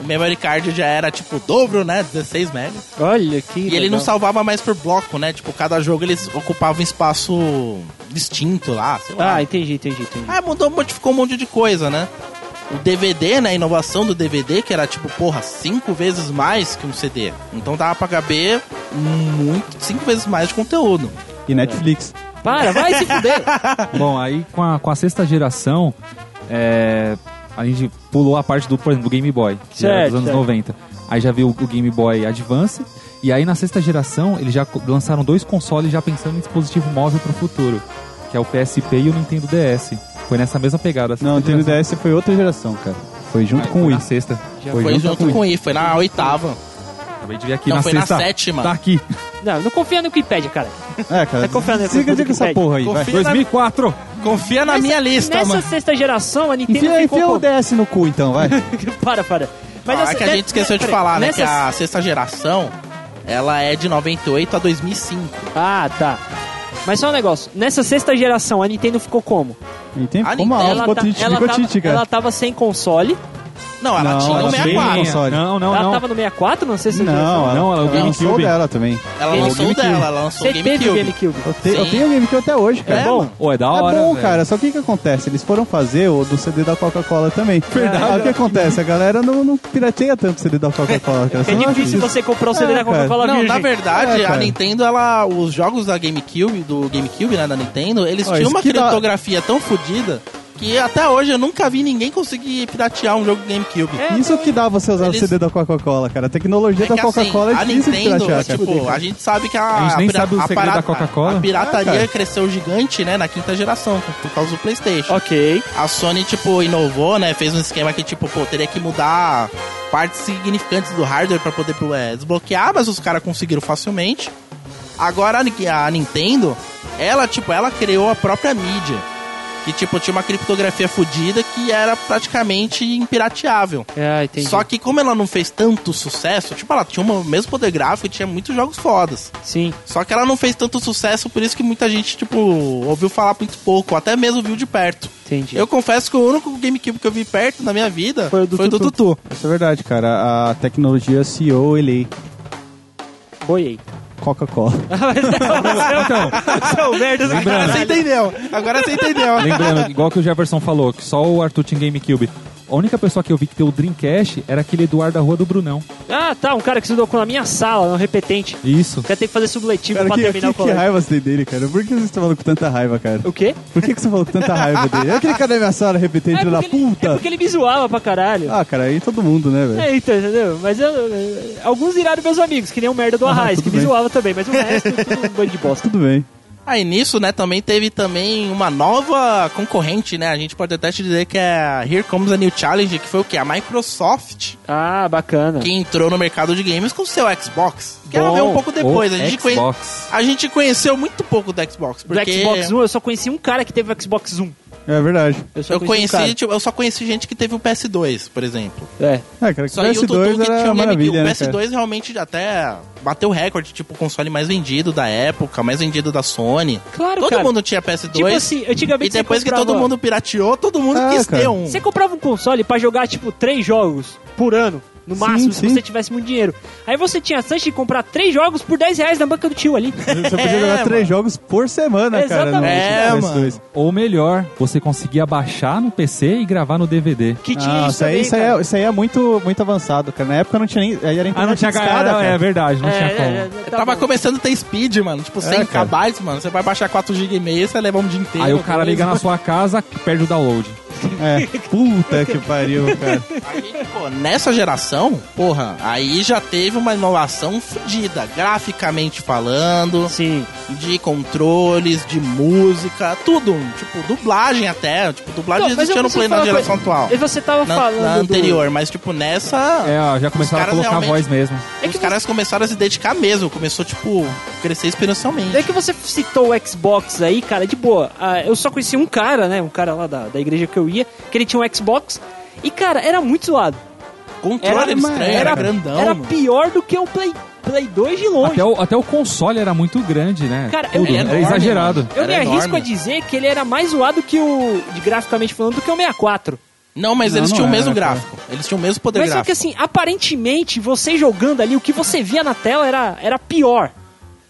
O memory card já era tipo o dobro, né? 16 MB.
Olha que.
E ele não salvava mais por bloco, né? Tipo, cada jogo eles ocupavam um espaço distinto lá, sei lá.
Ah, entendi, entendi, entendi.
Ah, mudou, modificou um monte de coisa, né? O DVD, né? A inovação do DVD, que era tipo, porra, cinco vezes mais que um CD. Então dava pra caber muito, cinco vezes mais de conteúdo.
E Netflix.
Para, vai se fuder.
Bom, aí com a, com a sexta geração, é, a gente pulou a parte do, por exemplo, do Game Boy, que era
Certo,
dos anos
certo.
90. Aí já veio o Game Boy Advance. E aí na sexta geração, eles já co- lançaram dois consoles já pensando em dispositivo móvel pro futuro. Que é o PSP e o Nintendo DS. Foi nessa mesma pegada. a sexta
Não, o Nintendo
geração.
DS foi outra geração, cara. Foi junto
Aí
Tá.
com o
foi
Wii.
Na sexta.
Já
Foi junto com
Wii.
o I, foi na oitava.
Acabei de ver aqui
Não,
na
foi na
sexta.
sétima.
Tá aqui.
Não, não confia no Wikipedia, cara.
É, cara.
Vai confiar nesse
Siga
Wikipedia.
diga essa porra aí, vai.
Confia na-
2004.
Confia na
Nessa-
minha lista,
Nessa
mano.
sexta geração, a Nintendo
Tá, Enfia,
ficou...
enfia o
com-
DS no cu, então, vai.
para, para. Mas
Ah,
essa-
que a gente
ne-
esqueceu de
peraí,
falar, né? Que
nessa-
a sexta geração, ela é de 98 a 2005.
Ah, tá. Mas só um negócio. Nessa sexta geração, a Nintendo ficou como?
Entende?
A
Como a alma
Nintendo,
ela,
ficou
ta-
triste,
ela,
ficou
tava,
triste, cara.
ela tava sem console.
Não, é ela
Não,
tinha
ela
o
tinha
um
64.
console.
Não, não,
ela
não.
tava no 64, não sei se...
Não, ela,
Não, ela é o
ela lançou
GameCube.
dela também.
Ela
Ele-
lançou o dela, ela lançou o
Você teve o
GameCube.
GameCube.
Eu, te, eu
Sim.
tenho o GameCube até hoje, cara.
É,
bom?
mano.
Ô, é da
É
hora,
bom,
velho.
cara, só que o que acontece? Eles foram fazer o do CD da Coca-Cola também. Verdade. o que acontece? A galera não, não pirateia tanto o CD da Coca-Cola, cara.
É
Você não acha
difícil
isso?
você comprar o CD
É,
da Coca-Cola
Não,
virgem.
na verdade,
É,
a
cara.
Nintendo, ela, os jogos da GameCube, do GameCube, né, da Nintendo, eles
Ó,
tinham
isso
uma
que dá-
criptografia tão fodida que até hoje eu nunca vi ninguém conseguir piratear um jogo do GameCube.
É,
Isso
não,
que dá você usar
Eles-
o CD da Coca-Cola, cara. A tecnologia
É
da
que, assim,
Coca-Cola
a
é difícil de
Nintendo,
piratear, cara.
tipo, a gente sabe que a,
A gente nem
pira-
sabe o segredo da Coca-Cola.
a
Ah,
pirataria
cara.
cresceu gigante, né, na quinta geração, por causa do PlayStation.
Ok.
A Sony, tipo, inovou, né, fez um esquema que, tipo, pô, teria que mudar partes significantes do hardware pra poder é, desbloquear, mas os caras conseguiram facilmente. Agora a Ni- a Nintendo, ela, tipo, ela criou a própria mídia. Que, tipo, tinha uma criptografia fodida que era praticamente impirateável.
Ah, entendi.
Só que como ela não fez tanto sucesso, tipo, ela tinha o mesmo poder gráfico e tinha muitos jogos fodas.
Sim.
Só que ela não fez tanto sucesso, por isso que muita gente, tipo, ouviu falar muito pouco, até mesmo viu de perto.
Entendi.
Eu confesso que o único GameCube que eu vi perto na minha vida foi o do, Tutu.
Isso é verdade, cara. A tecnologia CEO ele
boiei.
Coca-Cola.
Seu merda do
Agora você
caralho.
entendeu, agora você entendeu.
<laughs> Lembrando, igual que o Jefferson falou, que só o Arthur tinha GameCube. A única pessoa que eu vi que tem o Dreamcast era aquele Eduardo da Rua do Brunão.
Ah, tá. Um cara que estudou com na minha sala, um repetente.
Isso.
O cara tem que fazer subletivo
Cara,
pra
que,
terminar
que,
o
que
colégio.
raiva você tem dele, cara? Por que você tá falando com tanta raiva, cara?
o quê?
Por que, que você falou com tanta raiva dele? É aquele cara da minha sala repetente filho da
porque ele, é
puta.
porque ele me zoava pra caralho.
Ah, cara, aí todo mundo, né, velho?
É, então, entendeu? Mas eu, eh, alguns viraram meus amigos, que nem o merda do Arraiz, que
Ah, tudo
me
bem.
zoava também, mas o resto tudo um bando de
<laughs>
bosta.
Tudo bem.
Aí nisso, né, também teve também uma nova concorrente, né? A gente pode até te dizer que é a Here Comes a New Challenge, que foi o quê? A Microsoft.
Ah, bacana.
que entrou no mercado de games com o seu Xbox. Quero ver um pouco depois. A gente, conhe-
Xbox.
a gente conheceu muito pouco do Xbox.
Do
Porque
Xbox One, eu só conheci um cara que teve o Xbox One.
É verdade.
Eu só
eu
um
conheci,
cara.
tipo, eu só conheci gente que teve o PS2, por exemplo.
É.
É, cara, que
Só aí o Dudu
PS2
que tinha
era
um GameCube.
maravilha,
O
né,
<laughs>
cara?
PS2 realmente até bateu o recorde, tipo, o console mais vendido da época, mais vendido da Sony.
Claro,
Todo
cara.
mundo tinha PS2.
Tipo assim,
e
antigamente você
depois que
comprava-
todo mundo pirateou, todo mundo
Ah,
quis ter
cara.
um.
Você comprava um console pra jogar, tipo, três jogos por ano, no
Sim,
máximo, se
sim.
você tivesse muito dinheiro. Aí você tinha a chance de comprar três jogos por 10 reais na banca do tio ali.
Você podia jogar
É,
três jogos por semana,
Exatamente.
É,
cara. no- no
mano.
PS2.
Ou melhor, você conseguia baixar no PC e gravar no DVD.
Que tinha
Ah,
isso,
isso aí,
também,
isso, aí
cara.
é, isso aí é muito, muito avançado, cara. Na época não tinha nem. Aí era
Ah, não
internet
tinha
discada,
galera, é
cara.
verdade, não tinha como.
É, é, é, tá
Tava
bom.
começando a ter speed, mano. Tipo, 100
cara.
KB, mano. Você vai baixar 4GB e meio, você leva um dia inteiro.
Aí o cara
dois.
liga na sua casa, perde o download.
É. Puta que pariu, <laughs> cara.
Aí, pô, nessa geração, porra, aí já teve uma inovação fodida, graficamente falando,
Sim.
de controles, de música, tudo, tipo, dublagem até, tipo,
Não,
dublagem
mas eu
existia no
preciso
Play na
falar uma
geração atual.
E você tava
Na,
falando
na
do-
anterior, mas tipo, nessa,
É, ó, já começaram a
caras
colocar
realmente-
a voz mesmo.
É
os
que
caras começaram a se dedicar mesmo, começou, tipo, crescer experiencialmente.
É que você citou o Xbox aí, cara, de boa. Ah, eu só conheci um cara, né? Um cara lá da, da igreja que eu ia, que ele tinha um Xbox. E, cara, era muito zoado.
Controle
Era,
era, estranho, né, era,
era-
grandão,
era
Então, mano.
pior do que o Play, Play 2 de longe.
Até o, até o console era muito grande, né?
Cara, eu-
Tudo.
é
É,
enorme,
exagerado.
mano.
eu me
era
arrisco
enorme.
a dizer que ele era mais zoado que o, de graficamente falando, do que o 64.
Não, mas
Não,
eles
não
tinham o
era,
mesmo
cara.
gráfico. Eles tinham o mesmo poder
Mas só
gráfico.
que assim, aparentemente, você jogando ali, o que você via na tela era, era pior.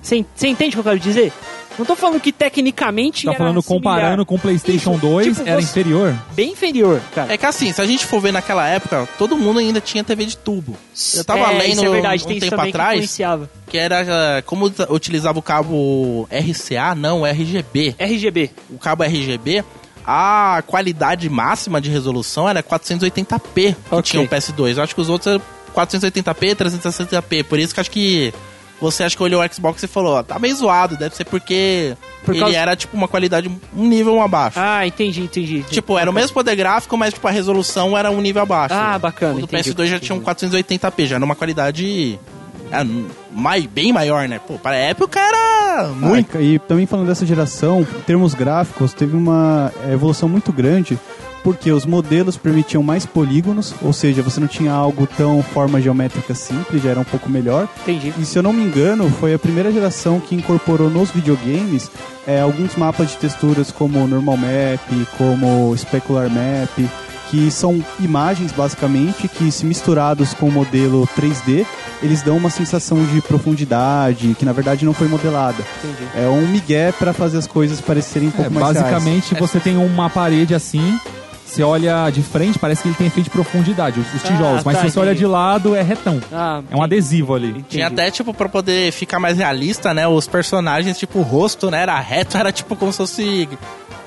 Você en- você entende o que eu quero dizer? Não tô falando que tecnicamente
Tá
era
falando
similar.
comparando com o PlayStation
Isso,
2,
tipo,
era
você-
inferior.
Bem inferior, cara.
É que assim, se a gente for ver naquela época, todo mundo ainda tinha TV de tubo. Eu tava
É,
lendo
isso é verdade,
um
tem isso
tempo
também que
atrás
influenciava.
que, era ah, como usa- utilizava o cabo RCA, não, RGB.
RGB.
O cabo RGB, a qualidade máxima de resolução era 480p que
Ok.
tinha o PS2. Eu acho que os outros eram 480p, 360p. Por isso que acho que você acho que olhou o Xbox e falou, ó, tá meio zoado, deve ser porque
Por
ele
causa-
era tipo uma qualidade um nível abaixo.
Ah, entendi, entendi. entendi.
Tipo, era o mesmo poder gráfico, mas tipo, a resolução era um nível abaixo.
Ah, bacana,
O do
entendi.
PS2 já tinha um 480p, já era uma qualidade é, mais, bem maior, né? Pô, pra época era muito.
Ah, e também falando dessa geração, em termos gráficos, teve uma evolução muito grande, porque os modelos permitiam mais polígonos, ou seja, você não tinha algo tão forma geométrica simples, já era um pouco melhor.
Entendi.
E se eu não me engano, foi a primeira geração que incorporou nos videogames é, alguns mapas de texturas como Normal Map, como Specular Map, que são imagens basicamente que, se misturados com o modelo 3D, eles dão uma sensação de profundidade que na verdade não foi modelada.
Entendi.
É um migué para fazer as coisas parecerem um
É,
pouco mais reais.
basicamente, você tem uma parede assim, você olha de frente, parece que ele tem efeito de profundidade, os, os
Ah,
tijolos. mas
tá,
se você olha
entendi.
de lado, é retão.
Ah,
É um adesivo ali.
Tinha até, tipo, pra poder ficar mais realista, né? Os personagens, tipo, o rosto, né? Era reto, <laughs> era tipo como se fosse,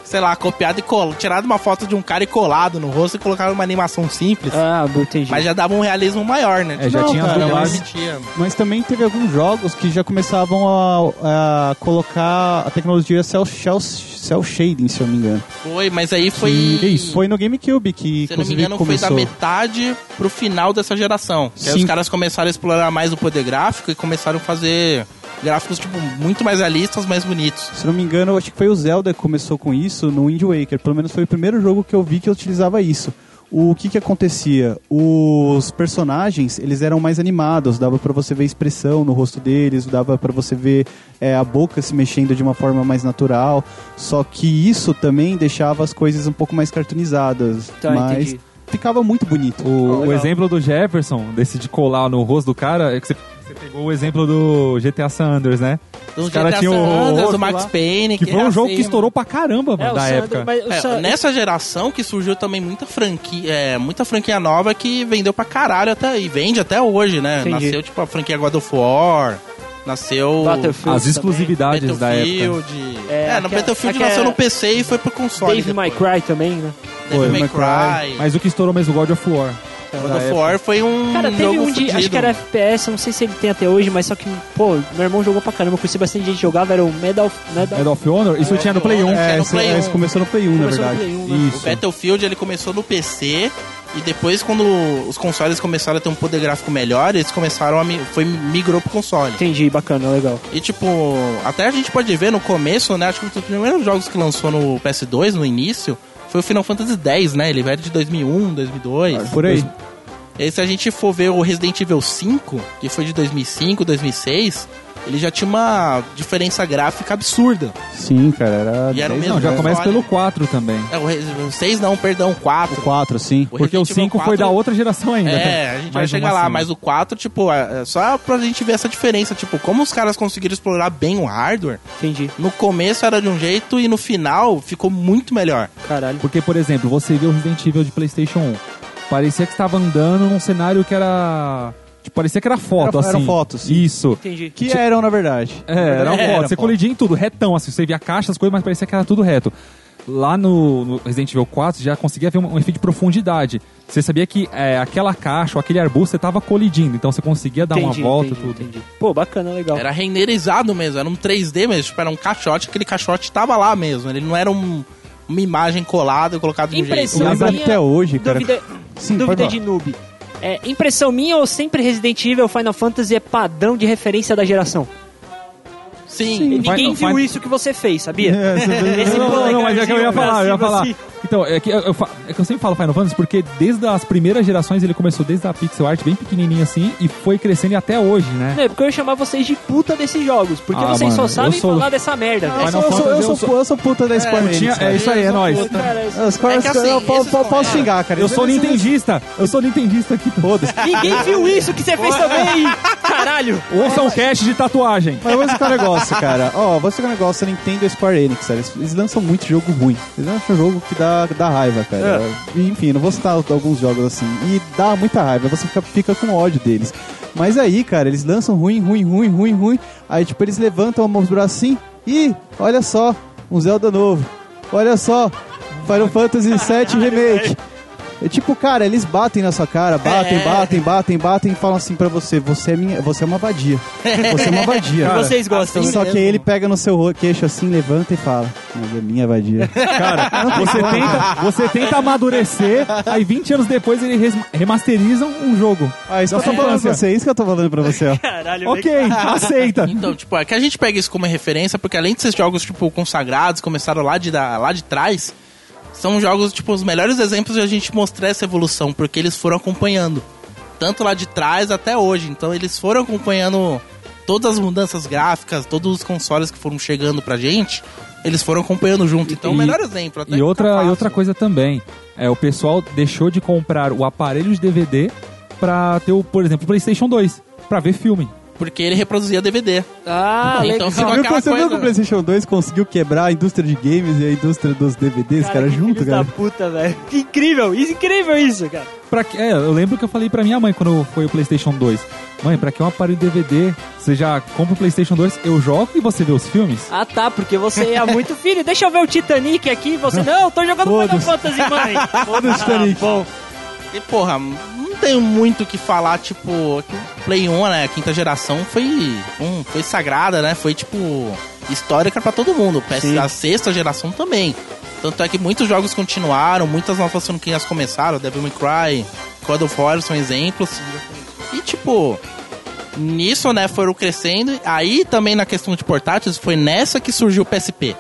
sei lá, copiado e colado. Tirado uma foto de um cara e colado no rosto e colocado uma animação simples.
Ah, entendi.
Mas já dava um realismo maior, né?
É, já
Não,
tinha as
cara,
não
duas-
mas-
existia.
Mas também teve alguns jogos que já começavam a, a colocar a tecnologia cel, cel, cel shading, se eu não me engano.
Foi, mas aí foi.
Que isso? Foi no GameCube que
Se eu não me
inclusive
engano, foi
começou.
da metade pro final dessa geração. Que aí os
Sim.
caras começaram a explorar mais o poder gráfico e começaram a fazer gráficos, tipo, muito mais realistas, mais bonitos.
Se eu não me engano, eu acho que foi o Zelda que começou com isso no Wind Waker. Pelo menos foi o primeiro jogo que eu vi que utilizava isso. O que que acontecia? Os personagens, eles eram mais animados, dava pra você ver a expressão no rosto deles, dava pra você ver é, a boca se mexendo de uma forma mais natural. Só que isso também deixava as coisas um pouco mais cartoonizadas,
Tá,
mas
entendi.
ficava muito bonito.
O, o
legal.
exemplo do Jefferson, desse de colar no rosto do cara, é que você, você pegou o exemplo do GTA San Andreas, né?
Do
Os caras
GTA
tinham
San
o
Andreas,
rosto
do Max
lá,
Payne.
Que foi um
era
jogo
assim,
que estourou pra caramba,
É,
mano,
o
da
Sandro-
época.
mas o
É,
Sandro-
nessa geração que surgiu também muita franquia, é, muita franquia nova que vendeu pra caralho até, e vende até hoje, né?
Entendi.
Nasceu tipo a franquia God of War, nasceu
Battlefield
As
também.
exclusividades da época.
né? Battlefield.
É,
É, no
aquela-
Battlefield
aquela-
nasceu no PC e foi pro console.
Dave My
depois.
Cry também, né?
Devil
Foi,
May Cry.
Mas o que estourou mesmo, God of War.
God of War foi um
Hum,
Cara, teve
jogo
um de, acho
fudido.
que era FPS, não sei se ele tem até hoje, mas só que, pô, meu irmão jogou pra caramba, eu conheci bastante gente que jogava, era o Medal, Medal,
Medal of Honor, isso
Medal
tinha no
of
Play 1.
Honor.
É,
no
esse,
Play
é,
um.
esse começou no Play 1, na
Começou no
verdade.
Play um, né?
O Battlefield ele começou no PC e depois quando os consoles começaram a ter um poder gráfico melhor, eles começaram a mi- foi migrou pro console.
Entendi, bacana, legal.
E tipo, até a gente pode ver no começo, né? Acho que um dos primeiros jogos que lançou no PS2 no início foi o Final Fantasy X, né? Ele era de 2001, 2002.
Ah, Por aí.
E aí, se a gente for ver o Resident Evil 5, que foi de 2005, 2006, ele já tinha uma diferença gráfica absurda.
Sim, cara, era.
E era o
dez
mesmo
Não,
anos.
já
Mas
começa
olha-
pelo 4 também.
É, o Re- o 6 não, perdão, o 4.
O 4, sim.
Porque o
Resident Evil
5 foi
4
da outra geração ainda. <laughs>
É, a gente vai
Mais
chegar
uma
lá,
cena.
mas o 4, tipo, é é só pra gente ver essa diferença, tipo, como os caras conseguiram explorar bem o hardware,
Entendi,
no começo era de um jeito e no final ficou muito melhor.
caralho.
Porque, por exemplo, você vê o Resident Evil de PlayStation 1. Parecia que estava andando num cenário que era. Tipo, parecia que era foto,
Era-
assim.
eram fotos, sim.
Isso.
Entendi.
Que eram, na verdade.
É, era uma
Era
foto. Você
foto.
colidia em tudo, retão, assim. Você via caixa, as coisas, mas parecia que era tudo reto. Lá no, no Resident Evil 4 já conseguia ver um, um efeito de profundidade. Você sabia que é, aquela caixa ou aquele arbusto você tava colidindo, então você conseguia dar
entendi,
uma volta e
entendi,
tudo.
entendi. Pô, bacana, legal.
Era renderizado mesmo, era um 3D mesmo, tipo, era um caixote, aquele caixote tava lá mesmo, ele não era um- uma imagem colada e colocada de um jeito.
Impressão.
Mas
Minha
até hoje, cara.
Dúvida,
Sim, pode
dúvida
falar.
de noob. É, impressão minha ou sempre Resident Evil Final Fantasy é padrão de referência da geração?
Sim,
E
Fi-
ninguém viu
Fi-
isso que você fez, sabia? <laughs>
É, você-
Esse
Não, não, não, mas é que eu
polegarzinho
ia falar, eu ia
pra
falar.
assim.
cima,
Então, é que eu, eu fa- é que eu sempre falo Final Fantasy porque desde as primeiras gerações ele começou desde a pixel art bem pequenininha assim e foi crescendo e até hoje, né?
Não, é porque eu ia chamar vocês de puta desses jogos. Porque
Ah,
vocês só
mano,
sabem
eu sou-
falar dessa merda.
Eu
<laughs>
velho.
sou, eu, sou, eu, sou, eu sou puta da Square Enix.
tinha-
cara.
é isso aí, é nóis.
Puta, cara, isso-
As Square
É que assim,
eu po-
esses
po- posso
são-
xingar, cara.
Eu sou
Eles- eles-
nintendista, eu sou nintendista aqui.
<laughs> Foda-se.
Ninguém viu isso que você fez
<laughs>
também! Caralho!
Ouça um cast de tatuagem.
Mas vou explicar um negócio, cara. Ó, vou explicar um negócio da Nintendo e Square Enix, cara. Eles- Eles lançam muito jogo ruim. Eles lançam jogo que dá, dá raiva, cara. E, Enfim, não vou citar alguns jogos assim. E dá muita raiva, você fica, fica com ódio deles. Mas aí, cara, eles lançam ruim, ruim, ruim, ruim, ruim. Aí, tipo, eles levantam a mão dos braços assim. Ih, olha só, um Zelda novo. Olha só, Final Fantasy VII Remake. É tipo, cara, eles batem na sua cara, batem,
É.
batem, batem, batem e falam assim pra você, você é minha, você é uma vadia. Você é uma vadia.
E vocês gostam.
Só
mesmo.
que aí ele pega no seu ro- queixo assim, levanta e fala: Mas é minha vadia.
Cara, você tenta, você tenta amadurecer, aí 20 anos depois eles res- remasterizam um jogo.
Ah, isso
Da
que eu tô falando pra
infância.
você, isso que eu tô falando pra você, ó.
Caralho,
Ok, aceita.
Então, tipo, é que a gente pega isso como referência, porque além desses jogos, tipo, consagrados, começaram lá de, da- lá de trás, são jogos, tipo, os melhores exemplos de a gente mostrar essa evolução, porque eles foram acompanhando. Tanto lá de trás até hoje. Então eles foram acompanhando todas as mudanças gráficas, todos os consoles que foram chegando pra gente, eles foram acompanhando junto. Então, o
E-
melhor exemplo. Até
E outra,
fica
e outra
fácil.
coisa também, é o pessoal deixou de comprar o aparelho de DVD pra ter, o, por exemplo, o PlayStation 2, pra ver filme.
Porque ele reproduzia DVD.
Ah, legal.
então ficou
Viu,
aquela
você viu que o
coisa.
PlayStation 2 conseguiu quebrar a indústria de games e a indústria dos DVDs, cara,
que
junto,
filhos
cara?
da puta, velho. Que incrível, isso- é incrível isso, cara.
Pra que, é, eu lembro que eu falei pra minha mãe quando foi o PlayStation 2. Mãe, pra que um aparelho DVD? Você já compra o PlayStation 2, eu jogo e você vê os filmes?
Ah tá, porque você é muito filho. Deixa eu ver o Titanic aqui. e
<laughs>
Você, não, eu tô jogando Final Fantasy, mãe. Foda-se,
Titanic.
bom.
E, porra, não tem muito o que falar, tipo, que o Play 1, né, a quinta geração, foi, um, foi sagrada, né? Foi, tipo, histórica pra todo mundo. O PS
Sim.
da sexta geração também. Tanto é que muitos jogos continuaram, muitas novas franquias começaram, Devil May Cry, God of War são exemplos. E, tipo, nisso, né, foram crescendo. Aí, também, na questão de portáteis, foi nessa que surgiu o PSP.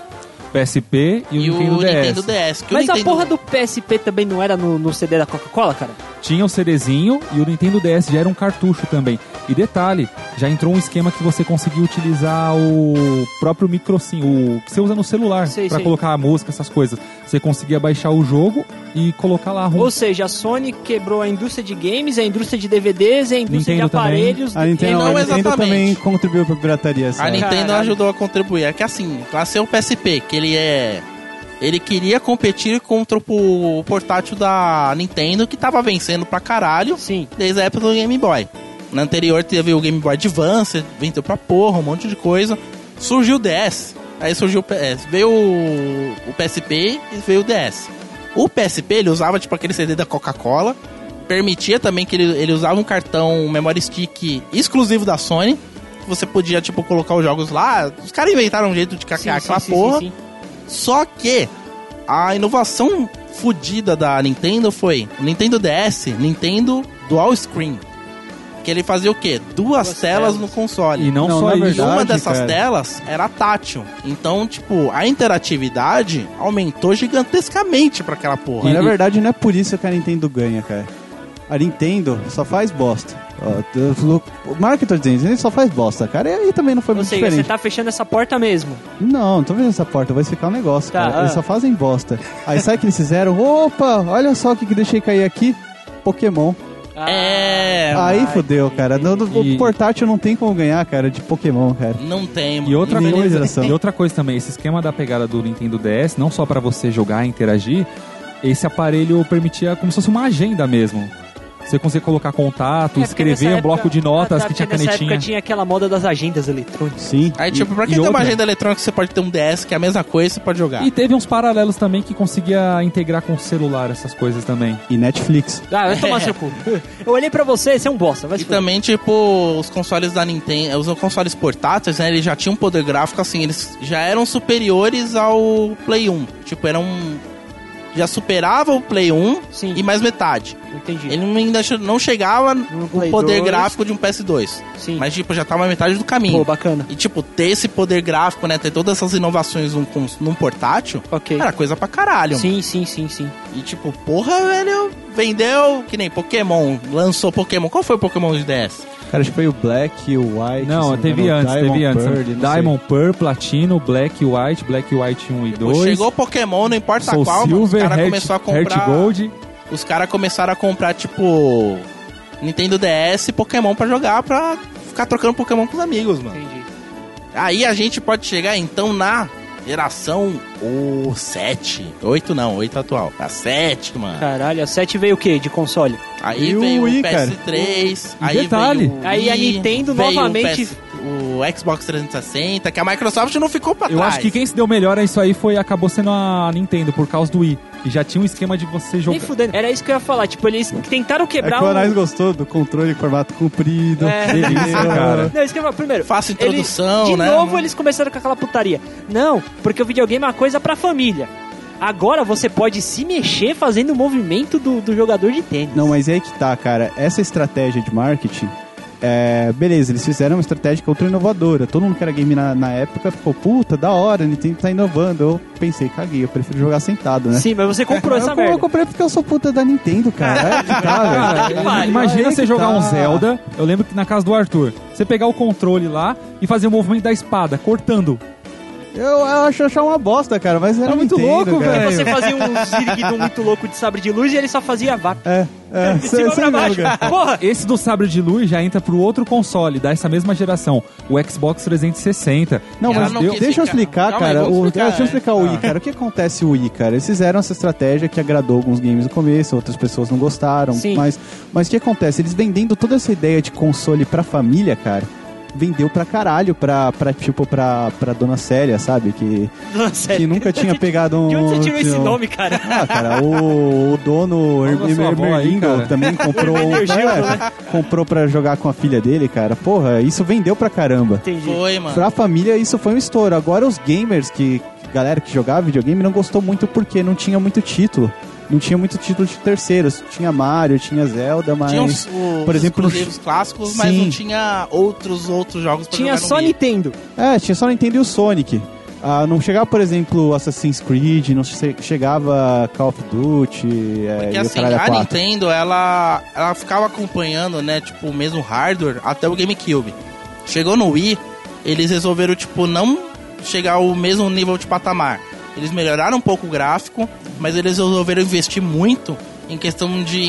PSP e o
E, o
Nintendo DS.
Nintendo DS. que o
Mas a
Nintendo-
porra do PSP também não era no, no CD da Coca-Cola, cara?
Tinha o CDzinho e o Nintendo DS já era um cartucho também. E detalhe, já entrou um esquema que você conseguia utilizar o próprio micro sim, o que você usa no celular
Sei,
pra
sei.
colocar a música, essas coisas. Você conseguia baixar o jogo e colocar lá a ROM.
Ou seja, a Sony quebrou a indústria de games, a indústria de DVDs, a indústria
Nintendo
de
também.
aparelhos.
A Nintendo,
não
a Nintendo
exatamente.
também contribuiu pra pirataria,
A
sabe?
Nintendo
Caralho.
ajudou a contribuir. É que assim, nasceu o PSP, que ele é. Ele queria competir contra o portátil da Nintendo, que tava vencendo pra caralho
Sim.
desde a época do Game Boy. Na anterior teve o Game Boy Advance, vendeu pra porra, um monte de coisa. Surgiu o DS, aí surgiu o PS. Veio o, o PSP e veio o DS. O PSP ele usava tipo aquele CD da Coca-Cola, permitia também que ele, ele usava um cartão um memory stick exclusivo da Sony. Você podia, tipo, colocar os jogos lá. Os caras inventaram um jeito de
sim,
cacar
sim,
aquela
sim,
porra.
sim, sim.
Só que a inovação fodida da Nintendo foi o Nintendo DS, Nintendo Dual Screen. Que ele fazia o quê? Duas,
Duas
telas,
telas.
no console.
E não, é
Não,
só
na
isso.
E uma
verdade,
dessas
cara.
telas era tátil. Então, tipo, a interatividade aumentou gigantescamente pra aquela porra.
Mas na
E-
verdade não é por isso que a Nintendo ganha, cara. A Nintendo só faz bosta. Ó, tu falou- O Mark eu tô dizendo, ele só faz bosta, cara. E aí também não foi
Ou
muito
seja,
É diferente.
você tá fechando essa porta mesmo.
Não, não tô vendo essa porta, vai ficar um negócio,
Tá,
cara.
ah.
Eles só fazem bosta. Aí sabe o que eles fizeram? Opa, olha só o que, que deixei cair aqui. Pokémon.
É.
um
Aí
ai,
fodeu, cara. No, no-
e-
O portátil não tem como ganhar, cara, de Pokémon, cara.
Não tem, mano.
E outra
Nenhuma
coisa,
geração.
e outra coisa também, esse esquema da pegada do Nintendo DS, não só pra você jogar e interagir, esse aparelho permitia como se fosse uma agenda mesmo. Você conseguia colocar contato,
É, porque
escrever
nessa
um bloco
época-
de notas
Ah, tá,
que tinha
porque Nessa
canetinha.
época tinha aquela moda das agendas eletrônicas.
Sim.
Aí, tipo, pra
e-
quem
e
tem uma
outra?
agenda eletrônica, você pode ter um DS, que é a mesma coisa, você pode jogar.
E teve uns paralelos também que conseguia integrar com o celular essas coisas também.
E Netflix.
Ah, vai tomar seu cu. Eu olhei pra você, você é um bosta. Vai
É. E
se fuder.
também, tipo, os consoles da Nintendo, os consoles portáteis, né, eles já tinham um poder gráfico assim, eles já eram superiores ao Play 1. Tipo, eram já superava o Play 1
Sim,
e mais metade.
entendi.
Ele não- ainda che- não chegava
No
no
Play
poder
2.
gráfico de um PS2,
Sim.
mas tipo, já tava metade do caminho.
Pô, bacana.
E tipo, ter esse poder gráfico, né, ter todas essas inovações num, cons- num portátil,
Ok.
era coisa pra caralho.
Sim, sim, sim, sim.
E tipo, porra, velho, vendeu que nem Pokémon, lançou Pokémon. Qual foi o Pokémon de DS?
Cara, acho que foi o Black e o White. se
Não,
me
teve
engano,
antes,
né? Diamond
teve antes.
Pearl, não sei.
Diamond Pearl, Platino, Black e White, Black e White 1 e 2.
Chegou o Pokémon, não importa
Soul
qual, mano,
Silver,
os caras
Heart-
começaram a
Heart
comprar.
Gold.
Os caras começaram a comprar, tipo. Nintendo DS e Pokémon pra jogar, pra ficar trocando Pokémon com os amigos, mano.
Entendi.
Aí a gente pode chegar então na geração o 7. 8 não, 8 atual. A 7,
Tá.
mano.
Caralho, a 7 veio o quê? De console?
Aí
E o
veio o,
Wii, cara.
PS3,
E
aí
detalhe.
veio o
Aí a
Wii,
Nintendo
veio o
novamente-
PS o Xbox 360, que a Microsoft não ficou pra
Eu
trás.
acho que quem se deu melhor a isso aí foi acabou sendo a Nintendo por causa do Wii. E já tinha um esquema de você
Nem
jogar.
fudendo. Era isso que eu ia falar. Tipo, eles tentaram
É
quebrar um-
que o Anais
o...
gostou do controle em formato comprido.
É.
Delícia, cara.
Não, isso que eu ia falar. Primeiro,
Faça
Ele-
introdução,
de
né?
novo eles começaram com aquela putaria. Não, porque o videogame é uma coisa pra família. Agora você pode se mexer fazendo o movimento do, do jogador de tênis.
Não, mas é aí que tá, cara. Essa estratégia de marketing. é, beleza, eles fizeram uma estratégia contra inovadora. Todo mundo que era game na, na época ficou, puta, da hora, Nintendo tá inovando. Eu pensei, caguei, eu prefiro jogar sentado, né?
Sim, mas você comprou
eu,
essa
co- eu
merda.
comprei porque eu sou puta da Nintendo, cara. É que tá,
<laughs>
<laughs>
Ah,
velho.
Vale.
Imagina
Olha
você
que
jogar
tá.
um Zelda, eu lembro que na casa do Arthur, você pegar o controle lá e fazer o movimento da espada, cortando.
Eu, eu acho achar uma bosta, cara, mas era
Tá muito
Nintendo,
louco,
cara.
velho.
Você fazia um zirguidum muito louco de sabre de luz e ele só fazia vaca.
É, é,
De
cê-
cima
cê
pra baixo.
<laughs>
joga.
Porra!
Esse do Sabre de Luz já entra pro outro console dessa mesma geração, o Xbox 360.
Não,
Já
mas
deu-
não quis
deixa eu
explicar.
explicar,
Calma aí,
cara.
vamos
o,
explicar,
deixa eu
né?
explicar o Wii, cara. O que acontece o Wii, cara? Eles fizeram essa estratégia que agradou alguns games no começo, outras pessoas não gostaram.
Sim.
Mas, mas o que acontece? Eles vendendo toda essa ideia de console pra família, cara. Vendeu pra caralho pra, pra tipo, pra, pra dona Célia, sabe? Que,
Nossa, é.
que nunca tinha pegado um.
de onde você tirou esse
um-
nome, cara?
Ah, cara, o, o dono
Fala da sua avó aí, cara.
Hermelindo também comprou um. é, comprou pra jogar com a filha dele, cara. Porra, isso vendeu pra caramba.
Entendi.
Foi, mano.
Pra família, isso foi um estouro. Agora, os gamers, que galera que jogava videogame, não gostou muito porque não tinha muito título. Não tinha muito título de terceiros. Tinha Mario, tinha Zelda, mas.
Tinha um uns, os
por exemplo,
exclusivos clássicos, mas
Sim.
não tinha outros outros jogos pra
Tinha
jogar no
só
Wii.
Nintendo.
É, tinha só Nintendo e o Sonic. Ah, não chegava, por exemplo, Assassin's Creed, não che- chegava Call of Duty, é,
Porque
e o
assim,
caralho a
a
quatro.
Nintendo, ela, ela ficava acompanhando, né, tipo, o mesmo hardware até o GameCube. Chegou no Wii, eles resolveram, tipo, não chegar ao mesmo nível de patamar. Eles melhoraram um pouco o gráfico, mas eles resolveram investir muito em questão de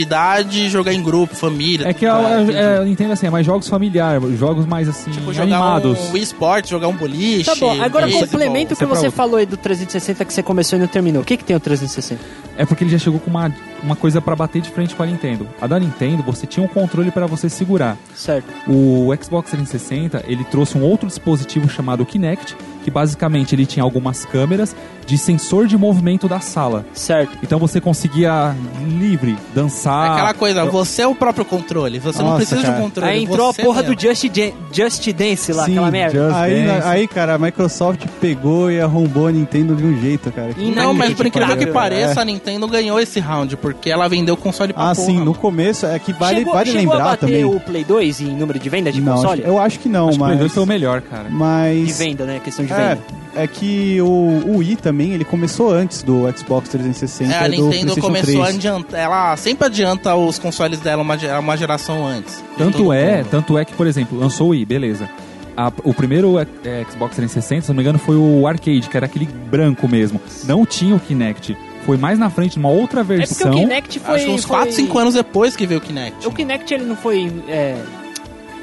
interatividade, jogar em grupo, família.
É que
tudo, cara.
eu, é, eu entendo assim, é mais jogos familiares, jogos mais assim,
Tipo, jogar
animados.
um Wii Sport, jogar um boliche.
Tá bom, agora
beisebol.
complementa o que
Isso é pra
você
outro.
falou aí do 360 que você começou e não terminou. O que, que tem o 360?
É porque ele já chegou com uma, uma coisa pra bater de frente com a Nintendo. A da Nintendo, você tinha um controle pra você segurar.
Certo.
O Xbox 360, ele trouxe um outro dispositivo chamado Kinect, que basicamente ele tinha algumas câmeras de sensor de movimento da sala.
Certo.
Então você conseguia livre dançar.
Aquela coisa, você é o próprio controle. Você não
Ah, Nossa,
precisa de
cara.
um controle.
Aí entrou a
você
porra
mesmo.
do Just, Jan- Just Dance lá,
Sim,
aquela merda.
Just
Aí, na-
Dance.
aí, cara, a Microsoft pegou e arrombou a Nintendo de um jeito, cara. Que-
Não, mas por incrível que
é.
Inacreditável,
pareça, a Nintendo ganhou esse round, porque ela vendeu console pra
Ah,
porra,
sim,
mano.
no começo. É que vale,
chegou,
vale
chegou a
lembrar
bater
também.
o Play 2 em número de vendas de
não, acho-
console?
eu acho que não,
Acho que o Play 2
mas.
foi o melhor, cara.
De
Mas.
venda, né? Questão de
É,
venda.
é que o, o Wii também, ele começou antes do Xbox 360
É,
e
a
do
Nintendo
PlayStation
começou
3.
a adiantar. Ela sempre adianta os consoles dela uma, ge- uma geração antes. de
Tanto
todo
é,
mundo.
tanto é que, por exemplo, lançou o Wii, beleza. A- o primeiro é, é, Xbox 360, se não me engano, foi o Arcade, que era aquele branco mesmo. Não tinha o Kinect. Foi mais na frente, numa outra
É, porque
versão.
o Kinect foi...
Acho que uns
foi-
4, 5 anos depois que veio o Kinect.
O Kinect, ele não foi... é,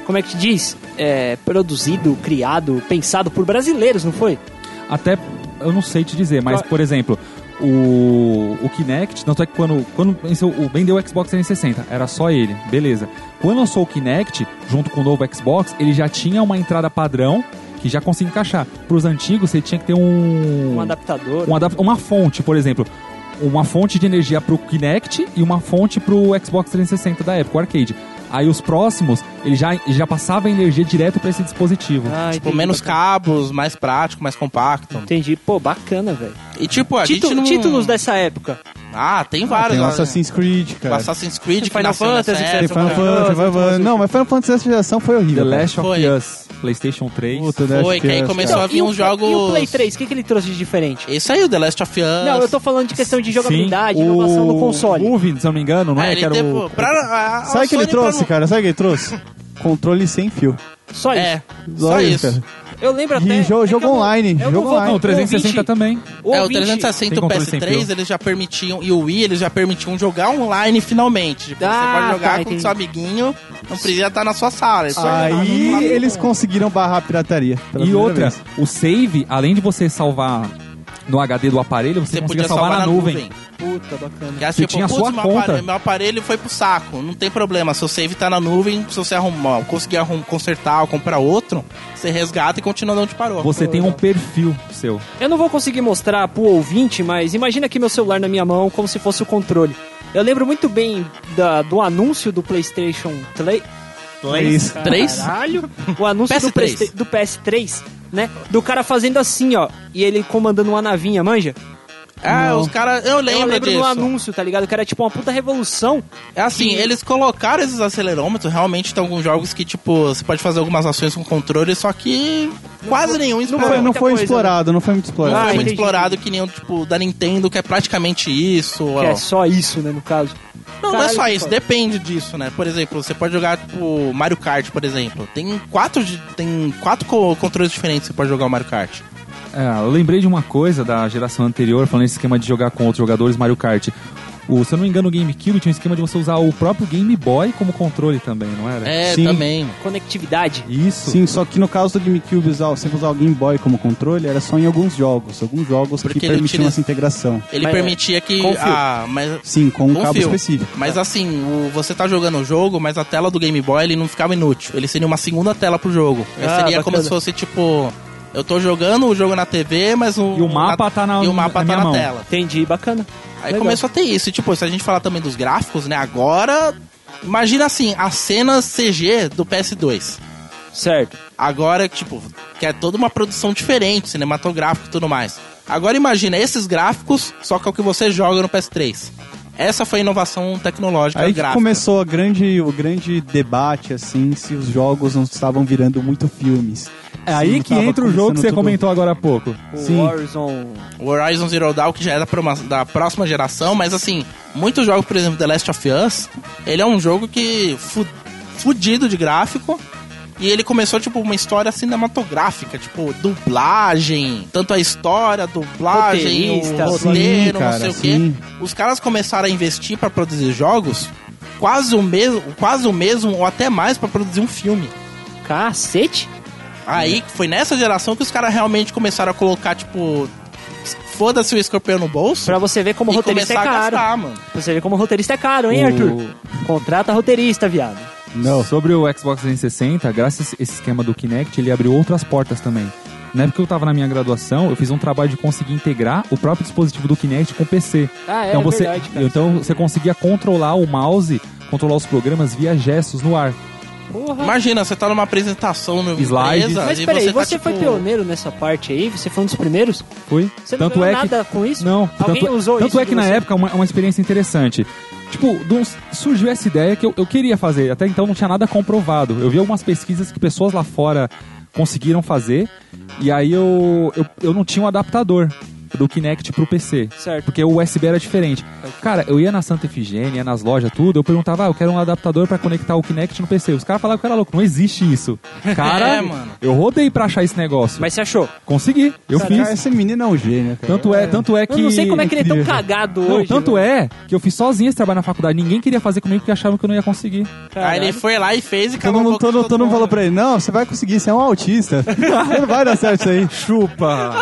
Como é que te diz? É, produzido, criado, pensado por brasileiros, não foi?
Até, eu não sei te dizer, mas,
Tá.
por exemplo, o, o Kinect, tanto é que quando, quando lançou o vendeu o Xbox 360, era só ele, beleza. Quando lançou o Kinect, junto com o novo Xbox, ele já tinha uma entrada padrão que já conseguia encaixar. Para os antigos, você tinha que ter um...
Um adaptador.
um adap- uma fonte, por exemplo. Uma fonte de energia pro Kinect e uma fonte pro Xbox 360 da época, o arcade. Aí os próximos, ele já, ele já passava a energia direto pra esse dispositivo.
Um
Ah,
Tipo,
entendi.
menos cabos, mais prático, mais compacto.
Entendi. Pô, bacana, velho.
E tipo, a
Títu-
gente não...
Títulos dessa época.
Ah, tem
Ah,
vários.
tem o
ó,
Assassin's Creed,
né? O
cara.
Assassin's Creed, que
Final
nasceu nessa
Fantasy,
época.
Tem Final Fantasy, Final Fantasy. Não, mas Final Fantasy essa geração foi
The
horrível.
Last of
Foi.
Us, PlayStation 3.
tá. Puta, The
Foi,
Last
que aí
of Us,
começou
cara.
a vir uns jogos...
E o Play 3, o que, que ele trouxe de diferente?
Isso aí, o The Last of Us. né,
Não, eu tô falando de questão de jogabilidade,
Sim,
inovação
o
no console.
Moving, se eu não me engano, não
Ah,
é?
ele
Que era
teve-
o...
pra- a- a
Sabe o que ele
Sony pra
trouxe,
não-
cara? Sabe o que ele trouxe? Controle sem fio.
Só isso.
É, só isso.
cara.
Eu lembro até.
E jo-
é que
jogo
eu não-
online,
eu não
jogo
vou-
online.
Não, o 360
ouvinte-
também.
É, o
ouvinte-
360 e
Tem
o
controle sem
PS3
fio.
eles já permitiam, e o Wii eles já permitiam jogar online finalmente. Tipo,
Ah,
você pode
tá,
jogar com
entendi.
seu amiguinho, não precisa estar na sua sala. é só jogar no
Aí
computador.
eles conseguiram barrar a pirataria. pela
E
primeira
outra,
vez.
o save, além de você salvar no HD do aparelho, você, conseguia salvar, na nuvem.
Puta, bacana.
Que é
Você tinha a
"Putz,
sua
meu
conta."
Aparelho, meu aparelho foi pro saco. Não tem problema. Seu save tá na nuvem. Se você arrumar, conseguir arrum, consertar ou comprar outro, você resgata e continua de onde parou.
Você tem um perfil seu.
Eu não vou conseguir mostrar pro ouvinte, mas imagina aqui meu celular na minha mão como se fosse o controle. Eu lembro muito bem da- do anúncio do PlayStation 3.
Três.
Três?
Caralho! O anúncio do,
PS3.
PS3, do PS3, né? Do cara fazendo assim, ó. E ele comandando uma navinha, manja?
Ah, os caras. Eu lembro,
eu lembro
disso.
do anúncio, tá ligado? Que era tipo uma puta revolução.
É assim,
Sim.
eles colocaram esses acelerômetros, realmente tem alguns jogos que, tipo, você pode fazer algumas ações com controle, só que quase nenhum
Não
explorou.
foi, não
muita
foi
coisa,
explorado, não foi muito
Não
explorado.
Ah,
né? foi muito
entendi.
explorado que nem o tipo da Nintendo, que é praticamente isso. ó.
Que é só isso, né, no caso.
Não, não é
Caralho,
só
que
isso,
foda.
depende disso, né? Por exemplo, você pode jogar, tipo, Mario Kart, por exemplo. Tem quatro, de- tem quatro co- controles diferentes que você pode jogar o Mario Kart.
É, eu lembrei de uma coisa da geração anterior, falando esse esquema de jogar com outros jogadores Mario Kart. O, se eu não me engano, o GameCube tinha um esquema de você usar o próprio Game Boy como controle também, não era?
É,
Sim.
também.
Conectividade.
Isso.
Sim, só que no caso do GameCube, usar, sempre usar o Game Boy como controle era só em alguns jogos. Alguns jogos
Porque
que
ele
permitiam
utiliza-
essa integração.
Ele
Mas-
permitia que.
com fio.
Ah, mas.
Sim, com um
Com
cabo
fio.
específico.
é.
Mas assim, o- você tá jogando o jogo, mas a tela do Game Boy ele não ficava inútil. Ele seria uma segunda tela pro jogo. Ele
Ah,
seria
bacana.
como se fosse tipo. Eu tô jogando o jogo na TV, mas o.
E o mapa tá na-
E o
na
mapa tá
minha
na
mão.
tela.
Entendi, bacana.
Aí
Legal.
começou a ter isso. E, tipo, se a gente falar também dos gráficos, né? Agora. Imagina assim, as cenas CG do PS2.
Certo.
Agora, tipo, que é toda uma produção diferente, cinematográfico e tudo mais. Agora imagina esses gráficos, só que é o que você joga no PS3. Essa foi a inovação tecnológica
Aí que
gráfica.
começou a grande, o grande debate, assim, se os jogos não estavam virando muito filmes.
É
Se
aí
não
que
tava
entra o jogo que
começando
você
tudo-
comentou agora há pouco.
O
Sim.
Warzone.
O Horizon Zero Dawn, que já é da, proma- da próxima geração, mas assim, muitos jogos, por exemplo, The Last of Us, ele é um jogo que fu fudido de gráfico. E ele começou, tipo, uma história cinematográfica, tipo, dublagem, tanto a história, a dublagem,
Roteirista,
o
sim,
roteiro,
cara,
não sei o
sim.
quê. Os caras começaram a investir pra produzir jogos quase o mesmo, quase o mesmo ou até mais pra produzir um filme.
Cacete.
Aí
Uhum.
foi nessa geração que os caras realmente começaram a colocar, tipo, foda-se o escorpião no bolso
Pra você ver como
e
roteirista é
começar a
caro.
gastar, mano.
Pra você ver como roteirista é caro, hein,
O-
Arthur? Contrata roteirista, viado.
Não.
Sobre o Xbox 360, graças a esse esquema do Kinect, ele abriu outras portas também. Na época que eu tava na minha graduação, eu fiz um trabalho de conseguir integrar o próprio dispositivo do Kinect com o PC.
Ah, é,
então
é
você,
verdade, cara.
então você conseguia controlar o mouse, controlar os programas via gestos no ar.
Porra.
Imagina, você tá numa apresentação no
Slides.
empresa
Mas
e
peraí,
você,
você,
tá,
foi
tipo,
pioneiro nessa parte aí? Você foi um dos primeiros?
Foi?
Você não ganhou nada com isso?
é Não,
Alguém
tanto, é-
usou
tanto
isso
é
de
que na
você?
época é uma, é uma experiência interessante. Tipo, de uns- surgiu essa ideia que eu, eu queria fazer. Até então não tinha nada comprovado. Eu vi algumas pesquisas que pessoas lá fora conseguiram fazer. E aí eu, eu, eu não tinha um adaptador do Kinect pro PC.
Certo.
Porque o USB era diferente. Cara, eu ia na Santa Efigênia, ia nas lojas, tudo. Eu perguntava, ah, eu quero um adaptador pra conectar o Kinect no PC. Os caras falavam que eu era louco. Não existe isso. Cara,
É, mano.
eu rodei pra achar esse negócio.
Mas você achou?
Consegui, eu
Esse cara-
fiz.
Esse menino é um gênio, cara.
Tanto é, tanto é que.
Eu não sei como é que ele é tão
incrível.
cagado
Não,
hoje.
tanto
velho.
é que eu fiz sozinho esse trabalho na faculdade. Ninguém queria fazer comigo porque achavam que eu não ia conseguir.
Aí ele
Caralho.
foi lá e fez e
Todo
acabou
mundo, todo, todo mundo falou pra ele, não, você vai conseguir, você é um autista.
<laughs>
não vai dar certo isso aí.
Chupa!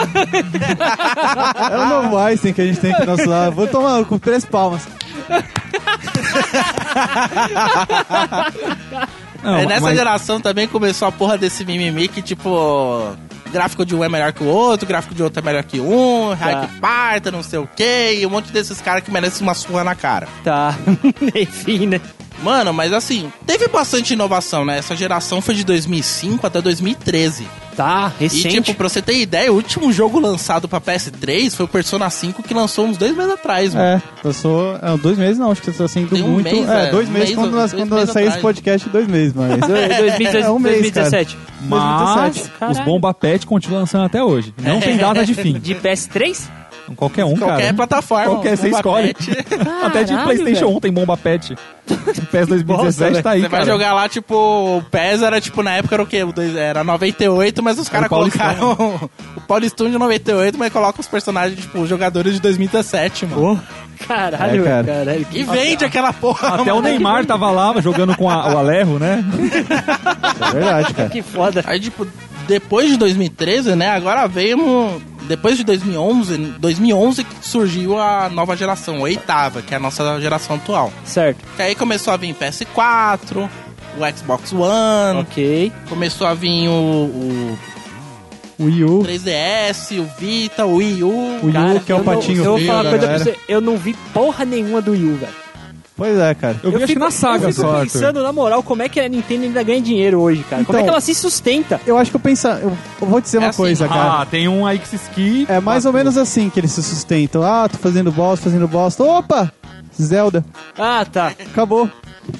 É o novo Einstein que a gente tem aqui do nosso lado. Vou tomar com três palmas.
Não,
É, nessa
mas,
geração também começou a porra desse mimimi que, tipo, gráfico de um é melhor que o outro, gráfico de outro é melhor que
Tá.
um, raio que parta, não sei o quê, e um monte desses caras que merecem uma surra na cara.
Tá. <laughs> Enfim, né?
Mano, mas assim, teve bastante inovação, né? Essa geração foi de 2005 até 2013.
Tá,
E,
recente.
tipo, pra você ter ideia, o último jogo lançado pra PS3 foi o Persona 5, que lançou uns dois meses atrás, mano.
É, passou é, dois meses não, acho que tá sendo
Tem um
muito.
mês,
é,
é,
dois
um
meses
mês,
quando, nós,
dois
quando
meses
sair esse
atrás.
podcast, dois meses,
<laughs>
mas.
Do- 2016,
É, um mês,
2017.
mas
2017.
os
Caralho.
bomba pet continuam lançando até hoje. Não tem data de <laughs> fim.
De PS3?
Qualquer um,
Qualquer
cara.
plataforma. um
Qualquer, você
Bomba
escolhe.
<laughs> Pet.
até de
Caralho,
PlayStation
velho.
1 tem bomba <laughs> pet. PES 2017
velho.
tá aí,
Você vai
cara.
jogar lá, tipo, o PES era tipo, na época era o quê? O dois- Era 98, mas os
Era
caras
o Paulistão.
colocaram <laughs> o Paulistão de 98, mas colocam os personagens, tipo, os jogadores de 2017, mano.
Caralho,
É, cara.
velho, caralho.
E vende aquela porra.
Até
mano.
o Neymar tava lá jogando com a- o Alerro, né?
É verdade, cara.
<laughs>
Que foda.
Aí, tipo, depois de 2013, né? Agora veio um- Depois de 2011, em 2011 que surgiu a nova geração, a oitava, que é a nossa geração atual.
Certo.
Que aí começou a vir PS4, o Xbox One,
Ok.
começou a vir o,
Wii U.
o 3DS, o Vita, o Wii U.
O Wii
Cara,
U que é
eu
o
não-
patinho né?
Eu vou
feio
falar uma
da
coisa
é
pra
galera.
você. Eu não vi porra nenhuma do Wii U, velho.
Pois é, cara.
Eu, vi acho que
fico-
na saga
eu fico
só. Arthur.
pensando, na moral, como é que a Nintendo ainda ganha dinheiro hoje, cara? como é
Então-
que ela se sustenta?
Eu acho que eu penso. Eu eu vou dizer
É
uma
assim,
coisa, cara.
Ah, tem um Ix Ski.
É mais ou menos assim que eles se sustentam. Ah, tô fazendo bosta, fazendo bosta. Opa! Zelda,
Ah, tá.
acabou.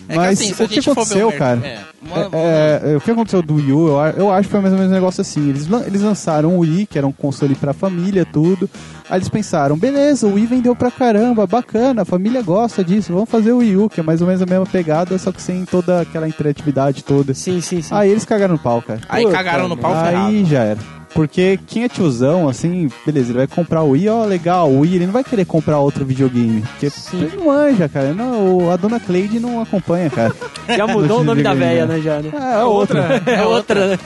É
Mas
assim, se a
o que
gente for ver
aconteceu,
mer-
cara?
é, uma-
É, é, o que aconteceu do Wii U, eu, a- eu acho que foi mais ou menos um negócio assim. Eles, lan- eles lançaram o Wii, que era um console pra família, tudo. Aí eles pensaram, beleza, o Wii vendeu pra caramba, bacana, a família gosta disso, vamos fazer o Wii U, que é mais ou menos a mesma pegada, só que sem toda aquela interatividade toda.
Sim, sim, sim.
Aí eles cagaram no pau, cara.
Aí cagaram no pau ferrado.
Aí já era. Porque quem é tiozão, assim, beleza, ele vai comprar o Wii, ó, legal, o Wii, ele não vai querer comprar outro videogame. Porque
Sim.
ele não manja, cara. Não, a dona Cleide não acompanha,
<laughs>
cara.
Já mudou o nome da
Videogame,
velha, né, já, né?
Ah, é outra.
É outra, né?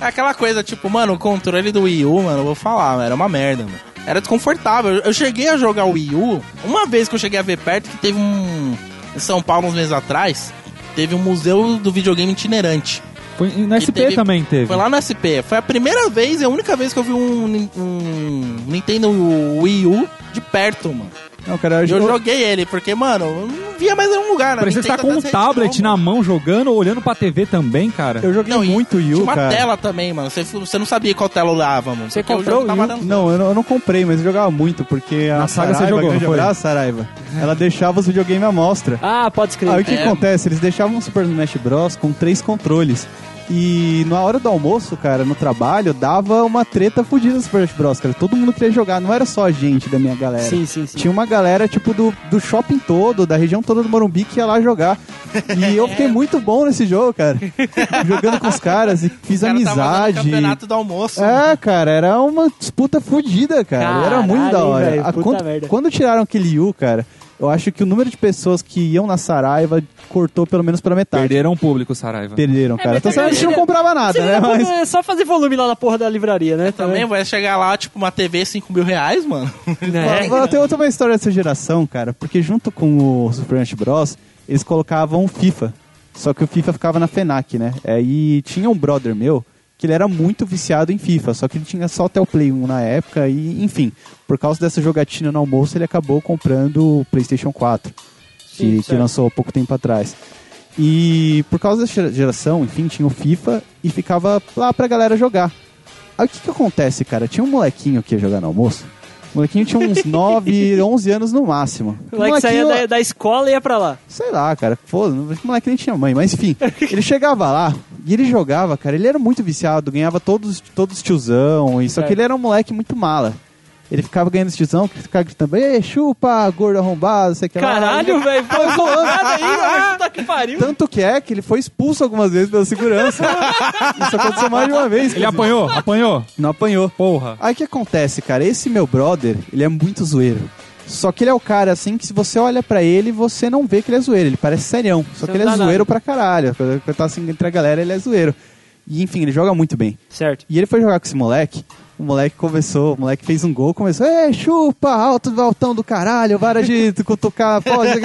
É aquela coisa, tipo, mano, o controle do Wii U, mano, eu vou falar, era uma merda, mano. Era desconfortável. Eu- Eu cheguei a jogar o Wii U, uma vez que eu cheguei a ver perto, que teve um. Em São Paulo, uns meses atrás, teve um museu do videogame itinerante.
É, Foi no
E
SP
teve-
também teve.
Foi lá no SP. Foi a primeira vez e a única vez que eu vi um, nin- um Nintendo Wii U de perto, mano.
Não, cara, eu,
Eu
eu,
joguei ele, porque, mano, eu não via mais em nenhum lugar. né?
Parecia que tá
Nintendo
com um
das redes não,
tablet
mano.
na mão jogando, olhando pra TV também, cara.
eu joguei
Não, e
muito Wii
Tinha
U,
uma
cara.
tela também, mano. Você, você não sabia qual tela olhava, mano.
Você
porque o
comprou
jogo
o
tava
Wii U?
dando-
Não, eu não, eu não comprei, mas eu jogava muito, porque a
Na saga você
Saraiva,
jogou,
grande
não foi?
abraço, Saraiva, ela deixava os videogames à mostra.
Ah, pode escrever.
Aí o que
É.
acontece? Eles deixavam o Super Smash Bros. com três controles. E na hora do almoço, cara, no trabalho, dava uma treta fodida no Super Smash Bros. Cara. Todo mundo queria jogar, não era só a gente da minha galera.
Sim, sim, sim.
Tinha uma galera, tipo, do, do shopping todo, da região toda do Morumbi, que ia lá jogar. E eu fiquei muito bom nesse jogo, cara. Jogando com os caras e fiz
O cara tava lá no
amizade.
campeonato do almoço.
É, cara, era uma disputa fodida, cara. era
Caralho,
muito da hora.
hein, velho,
A-
puta merda.
quando, quando tiraram aquele U, cara, eu acho que o número de pessoas que iam na Saraiva cortou pelo menos pra metade.
Perderam o público, Saraiva.
Perderam,
É, mas
cara. Então
também
a gente não
seria-
comprava nada,
Você
né?
não
Mas...
É só fazer volume lá na porra da livraria, né?
Também vai chegar lá, tipo, uma TV 5 mil reais, mano.
Né?
Mas Tem outra uma história dessa geração, cara, porque junto com o Super Smash Bros, eles colocavam o FIFA. Só que o FIFA ficava na FENAC, né? É, e tinha um brother meu que ele era muito viciado em FIFA, só que ele tinha só até o Play 1 na época e, enfim, por causa dessa jogatina no almoço, ele acabou comprando o PlayStation 4,
Sim,
que, que
certo.
lançou há pouco tempo atrás. E por causa dessa geração, enfim, tinha o FIFA e ficava lá pra galera jogar. Aí o que que acontece, cara? Tinha um molequinho que ia jogar no almoço. O molequinho tinha
<laughs>
uns 9, 11 anos no máximo.
O moleque saía da, da escola e ia pra lá.
Sei lá, cara. Pô, não- o moleque nem tinha mãe. Mas enfim, ele chegava lá e ele jogava, cara. Ele era muito viciado, ganhava todos, todos tiozão. E, só que
Certo.
ele era um moleque muito mala. Ele ficava ganhando os tiozão, que ficava gritando, Ê, chupa, gordo arrombado, sei o que lá. <laughs>
Caralho, velho. Pô, eu sou nada aí, velho. Puta que pariu.
Tanto que é que ele foi expulso algumas vezes pela segurança.
<laughs>
Isso aconteceu mais de uma vez.
Ele
inclusive.
apanhou, apanhou.
Não apanhou.
Porra.
Aí o que acontece, cara? Esse meu brother, ele é muito zoeiro. Só que ele é o cara, assim, que se você olha pra ele, você não vê que ele é zoeiro. Ele parece serião. Só
Você
que ele
não
é
dá
zoeiro pra caralho. Quando quando tá assim entre a galera, ele é zoeiro. E, enfim, ele joga muito bem.
Certo.
E ele foi jogar com esse moleque. O moleque começou, o moleque fez um gol, começou, é, chupa, alto do altão do caralho, vara de cutucar, pode.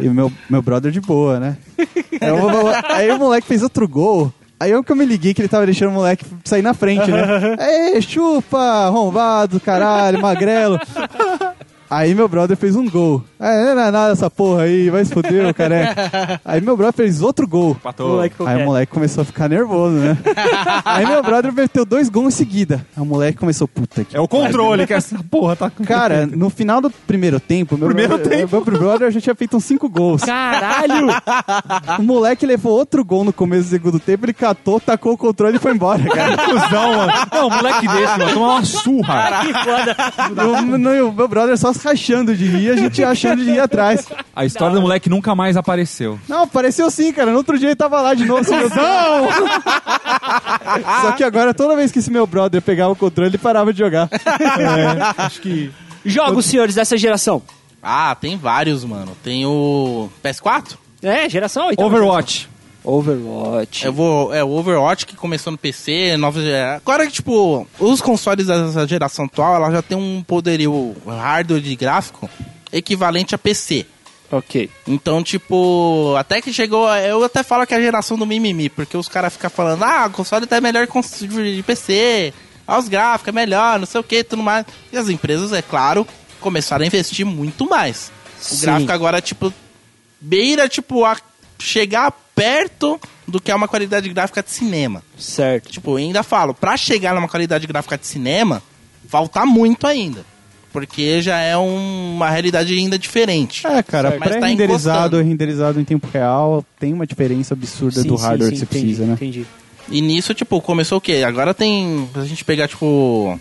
E o meu, meu brother de boa, né? Aí, o- aí o moleque fez outro gol. Aí eu que eu me liguei que ele tava deixando o moleque sair na frente, né? Ê, chupa, arrombado, caralho, magrelo. Aí meu brother fez um gol. É, não é nada essa porra aí, vai se fuder, careca. Aí meu brother fez outro gol.
Moleque qualquer.
Aí o moleque começou a ficar nervoso, né? Aí meu brother meteu dois gols em seguida. Aí o moleque começou, puta que.
É o controle que essa porra tá com.
Cara, no final do primeiro tempo, meu
Primeiro
brother, meu brother já tinha feito uns cinco gols.
Caralho.
O moleque levou outro gol no começo do segundo tempo, ele catou, tacou o controle e foi embora, cara.
<laughs> Cusão, mano. Não, um moleque desse, mano. Tomar uma surra.
Que foda.
O, no- e o meu brother só se rachando de rir, a gente achando de rir atrás.
A história do moleque nunca mais apareceu.
Não, apareceu sim, cara. No outro dia ele tava lá de novo. Assim, não! <laughs> Só que agora, toda vez que esse meu brother pegava o controle, ele parava de jogar.
É,
Jogos, senhores, dessa geração.
Ah, tem vários, mano. Tem o PS4?
É, geração 8.
Overwatch.
Overwatch.
Eu vou, é o Overwatch que começou no PC, nova geração. Agora que, tipo, os consoles dessa geração atual, ela já tem um poderio hardware de gráfico equivalente a PC.
Ok.
Então, tipo, até que chegou. Eu até falo que é a geração do mimimi, porque os caras ficam falando, ah, o console tá melhor que o cons- de PC, ah, os gráficos é melhor, não sei o que, tudo mais. E as empresas, é claro, começaram a investir muito mais. O
Sim.
gráfico agora, tipo, beira, tipo, a chegar perto do que é uma qualidade gráfica de cinema.
Certo.
Tipo, eu ainda falo, pra chegar numa qualidade gráfica de cinema, falta muito ainda. Porque já é um- uma realidade ainda diferente.
É, cara,
Mas tá
pré-renderizado,
encostando.
renderizado em tempo real, tem uma diferença absurda do hardware que você
entendi,
precisa, né?
Entendi.
E nisso, tipo, começou o quê? Agora tem. Pra gente pegar, tipo.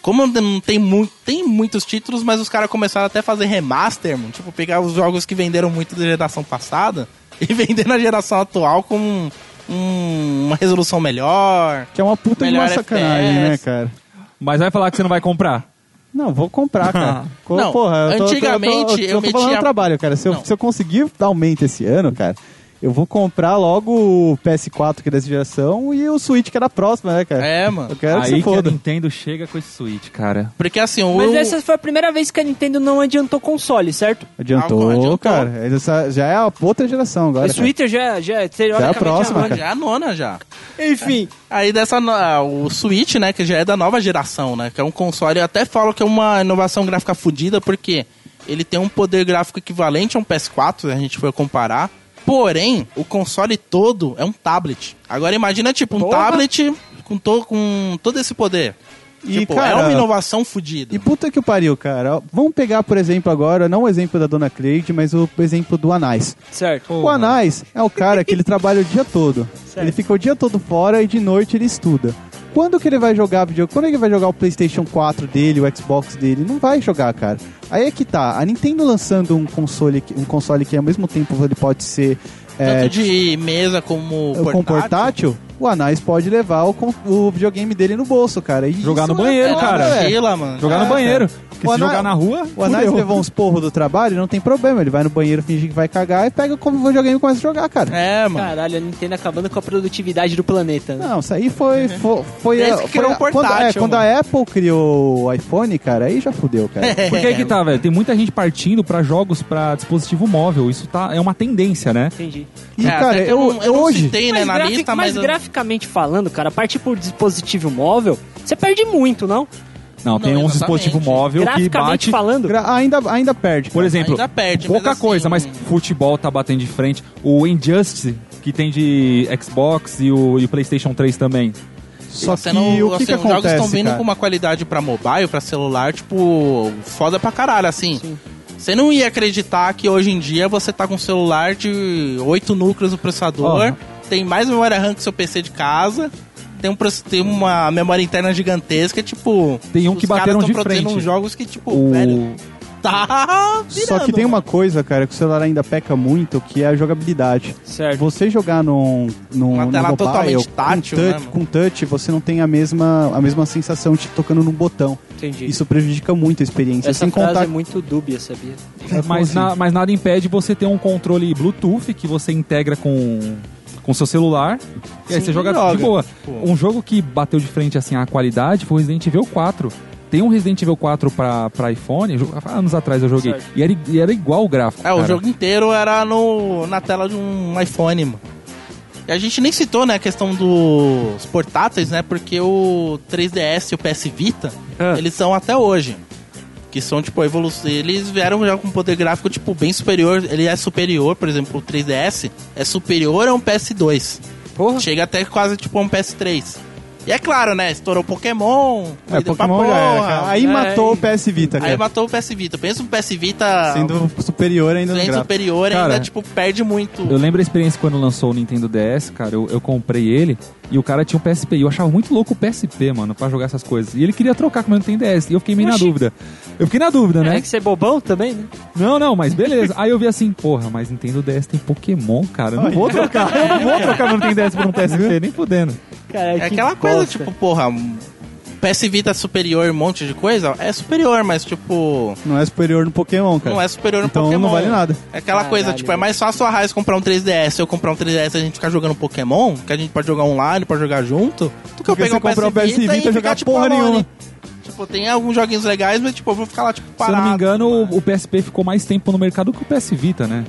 Como não tem, mu tem muitos títulos, mas os caras começaram até a fazer remaster, mano. Tipo, pegar os jogos que venderam muito da geração passada <laughs> e vender na geração atual com um- um- uma resolução melhor.
Que é uma puta de uma
Melhor
sacanagem, né,
FPS.
cara?
Mas vai falar que você não vai comprar.
Não, vou comprar, cara. Co-
Ah. Não,
Porra, eu tô,
antigamente
eu tô, eu tô, eu
eu
tô falando
metia-
do trabalho, cara. Se eu,
Não.
se eu conseguir dar aumento esse ano, cara, eu vou comprar logo o PS4 que é dessa geração e o Switch que é da próxima, né, cara?
É, mano.
Eu quero que
Aí
se
que a
foda.
Nintendo chega com esse Switch, cara.
Porque assim, o.
Mas essa foi a primeira vez que a Nintendo não adiantou console, certo?
Adiantou,
Algo- adiantou.
cara. Essa já é a outra geração agora. é.
Esse Twitter já, já, teoricamente,
próxima,
manda.
Já é a nona já.
Enfim.
Aí dessa no- ah, o Switch, né, que já é da nova geração, né, que é um console, eu até falo que é uma inovação gráfica fodida porque ele tem um poder gráfico equivalente a um PS4, se a gente for comparar. Porém, o console todo é um tablet. Agora imagina tipo um
Porra.
tablet com, to- com todo esse poder.
E,
tipo,
cara,
é uma inovação fodida.
E puta que o pariu, cara. Vamos pegar, por exemplo, agora, não o exemplo da Dona Cleide, mas o exemplo do Anais.
Certo.
O Anais é o cara que ele trabalha o dia todo.
Certo.
Ele fica o dia todo fora e de noite ele estuda. Quando que ele vai jogar vídeo? Quando ele vai jogar o PlayStation 4 dele, o Xbox dele? Não vai jogar, cara. Aí é que tá. A Nintendo lançando um console, que- um console que ao mesmo tempo ele pode ser é, Tá
Tanto de mesa como
o com portátil, o Anais pode levar o, con- o videogame dele no bolso, cara. E
Jogar
isso
no
é
banheiro,
foda,
cara.
velho.
Gila, mano.
Jogar
É,
no banheiro. Porque
O
se
Ana-
jogar na rua,
O Anais
fudeu.
levou um uns porros do trabalho, não tem problema. Ele vai no banheiro, fingir que vai cagar e pega como o videogame e começa a jogar, cara.
É, mano.
Caralho, a Nintendo acabando com a produtividade do
É.
planeta. Né?
Não, isso aí foi. Foi, foi,
Desde
a-
Uhum. que criou
foi a-
um portátil,
quando, é, quando a Apple criou o iPhone, cara, aí já fudeu,
É,
cara.
Porque aí que tá, velho. Tem muita gente partindo pra jogos pra dispositivo móvel. Isso tá, é uma tendência, né?
Entendi.
E,
É,
cara,
até que
eu,
não- eu não
hoje.
citei, né,
Mas,
na
grafic-
lista,
mas
mas eu-
graficamente falando, cara, a partir por dispositivo móvel, você perde muito, não?
Não, tem
Não,
uns
exatamente.
dispositivos móvel que
Graficamente
bate.
falando.
gra- ainda, ainda perde.
Por
cara.
exemplo,
Ainda perde, mas
pouca
assim,
coisa, mas
um-
futebol tá batendo de frente. O Injustice, que tem de Xbox e o, e o PlayStation 3 também.
Só que
Você não-
o que,
assim,
que
os jogos estão
acontece,
vindo
cara?
com uma qualidade pra mobile, pra celular, tipo, foda pra caralho, assim. Você não ia acreditar que hoje em dia você tá com um celular de 8 núcleos no processador, tem mais memória RAM que seu PC de casa, tem, um, proce- tem uma memória interna gigantesca, tipo.
Tem um
os
que
caras
bateram
tão
de
produzindo
frente.
uns jogos que, tipo,
O-
velho, tá. Virando,
Só que tem uma coisa, cara, que o celular ainda peca muito, que é a jogabilidade.
Certo.
Você jogar num, num,
Uma
num
tela
mobile,
totalmente
com
tátil,
touch-
né, mano?
com touch, você não tem a mesma, a mesma sensação de tocando num botão.
Entendi.
Isso prejudica muito a experiência.
Essa
Sem
frase
contar É
é muito dúbia, sabia?
é, Mas, na- mas nada impede você ter um controle Bluetooth que você integra com com seu celular e aí
Sim,
você joga,
joga.
de boa.
Tipo-
Um jogo que bateu de frente assim a qualidade foi o Resident Evil 4. Tem um Resident Evil 4 pra, pra iPhone, jo- há anos atrás eu joguei,
Certo.
e era, i- e era igual o gráfico.
É, o
cara.
jogo inteiro era no, na tela de um iPhone, mano. E a gente nem citou, né, a questão dos portáteis, né? Porque o 3DS e o PS Vita,
É.
Ah.
eles são até hoje. Que são, tipo, a evolução. Eles vieram já com um poder gráfico, tipo, bem superior. Ele é superior, por exemplo, o 3DS é superior a um PS2.
Uhum.
Porra.
Chega até quase, tipo, a um PS3. E é claro, né? Estourou Pokémon.
É,
foi pra
Pokémon é, já era, cara. Aí
É,
né?
matou o PS Vita,
Aí
cara.
matou o PS Vita. Pensa um PS Vita.
Sendo superior ainda no
Bem
gráfico.
superior
Cara,
ainda, tipo, perde muito.
Eu lembro a experiência quando lançou o Nintendo DS, cara. Eu, eu comprei ele e o cara tinha um PSP. E eu achava muito louco o PSP, mano, pra jogar essas coisas. E ele queria trocar com o meu Nintendo DS. E eu fiquei meio na
Oxi.
dúvida. Eu fiquei na dúvida,
É
né?
que você é bobão também, né?
Não, não, mas beleza. Aí eu vi assim, porra, mas Nintendo DS tem Pokémon, cara. Eu não vou trocar. Eu não vou trocar meu Nintendo DS por um PSP, nem podendo.
Cara,
É
que
aquela coisa,
bosta.
tipo, porra. PS Vita é superior em um monte de coisa? É superior, mas tipo.
Não é superior no Pokémon, cara.
Não é superior no
então
Pokémon.
não vale nada.
É aquela coisa,
Caralho,
tipo, é mais fácil a Raiz comprar um 3DS, eu comprar um 3DS e a gente ficar jogando Pokémon, que a gente pode jogar online, pode jogar junto, do que eu
Porque
pegar
você
um PS
comprar
Vita,
o PS Vita
e
e
ficar,
jogar
tipo,
porra
online.
nenhuma.
Tipo, tem alguns joguinhos legais, mas tipo, eu vou ficar lá, tipo,
Se eu
parado.
não me engano, o- o PSP ficou mais tempo no mercado que o PS Vita, né?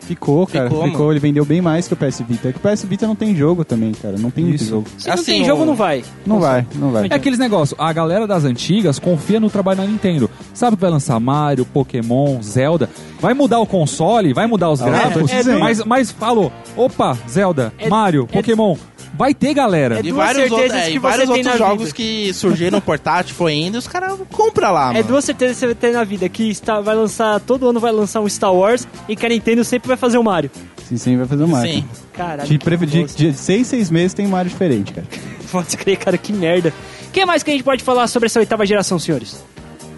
Ficou, cara.
Ficou,
Ficou,
mano.
ele vendeu bem mais que o PS Vita. É que o PS Vita não tem jogo também, cara. Não tem muito
Isso.
jogo.
Se não
Assim,
tem
o-
jogo, não vai.
Não vai, não vai.
É aqueles negócios, a galera das antigas confia no trabalho da Nintendo. Sabe que vai lançar Mario, Pokémon, Zelda. Vai mudar o console, vai mudar os
Ah,
gráficos,
é, é do-
mas, mas falou, opa, Zelda,
É-
Mario,
é-
Pokémon. Vai ter, galera.
É
E
duas
vários,
certezas
outros, é,
que
e
você
vários
tem
outros
na
jogos
vida.
que surgiram <laughs> no portátil, foi indo, e os caras compram lá,
É
mano.
duas certezas que você tem na vida, que está, vai lançar, todo ano vai lançar um Star Wars e que a Nintendo sempre vai fazer o Mario.
Sim, sim, vai fazer o Mario.
Sim.
Caralho.
De,
que
pre- de,
bosta. <laughs>
de seis, seis meses tem Mario diferente, cara.
Pode crer, cara, que merda. O que mais que a gente pode falar sobre essa oitava geração, senhores?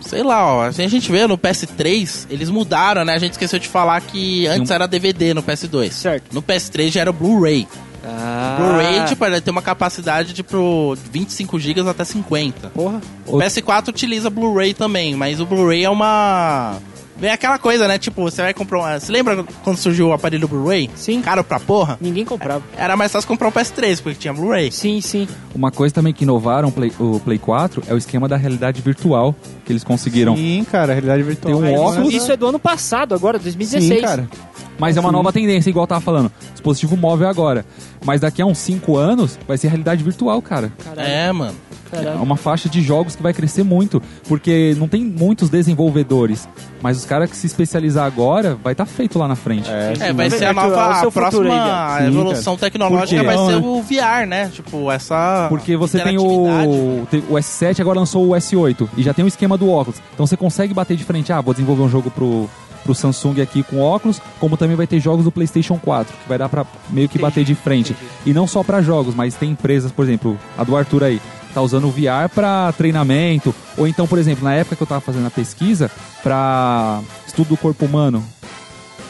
Sei lá, ó. Assim a gente vê no PS3, eles mudaram, né? A gente esqueceu de falar que antes era DVD no PS2.
Certo.
No PS3 já era o Blu-ray.
Ah,
Blu-ray, tipo, ele tem uma capacidade de pro 25 GB até 50.
Porra.
O PS4 utiliza Blu-ray também, mas o Blu-ray é uma. Vem aquela coisa, né? Tipo, você vai comprar uma. Você lembra quando surgiu o aparelho Blu-ray?
Sim.
Caro pra porra?
Ninguém comprava.
Era mais fácil comprar um PS3, porque tinha Blu-ray.
Sim, sim.
Uma coisa também que inovaram o Play- o Play 4 é o esquema da realidade virtual que eles conseguiram.
Sim, cara, a realidade virtual.
Tem um
é
Isso-
óculos.
essa-
Isso é do ano passado, agora, 2016.
Sim, cara.
Mas é uma
Sim.
nova tendência, igual eu tava falando. Dispositivo móvel agora. Mas daqui a uns 5 anos vai ser realidade virtual, cara.
Caralho,
É, mano.
É
caralho.
uma faixa de jogos que vai crescer muito, porque não tem muitos desenvolvedores, mas os caras que se especializar agora vai estar feito lá na frente.
É, vai
Vai
ser a
virtual, é o
nova.
seu
A
futuro aí,
próxima
cara. Sim,
evolução tecnológica
Porque
vai
não,
ser
né?
o VR, né? Tipo, essa.
Porque você tem
interatividade.
o, tem- o S7, agora lançou o S8 e já tem o esquema do óculos. Então você consegue bater de frente. Ah, vou desenvolver um jogo pro, pro Samsung aqui com óculos, como também vai ter jogos do PlayStation 4, que vai dar pra meio que bater de frente. E não só pra jogos, mas tem empresas, por exemplo, a do Arthur aí, tá usando o VR pra treinamento. Ou então, por exemplo, na época que eu tava fazendo a pesquisa, pra estudo do corpo humano.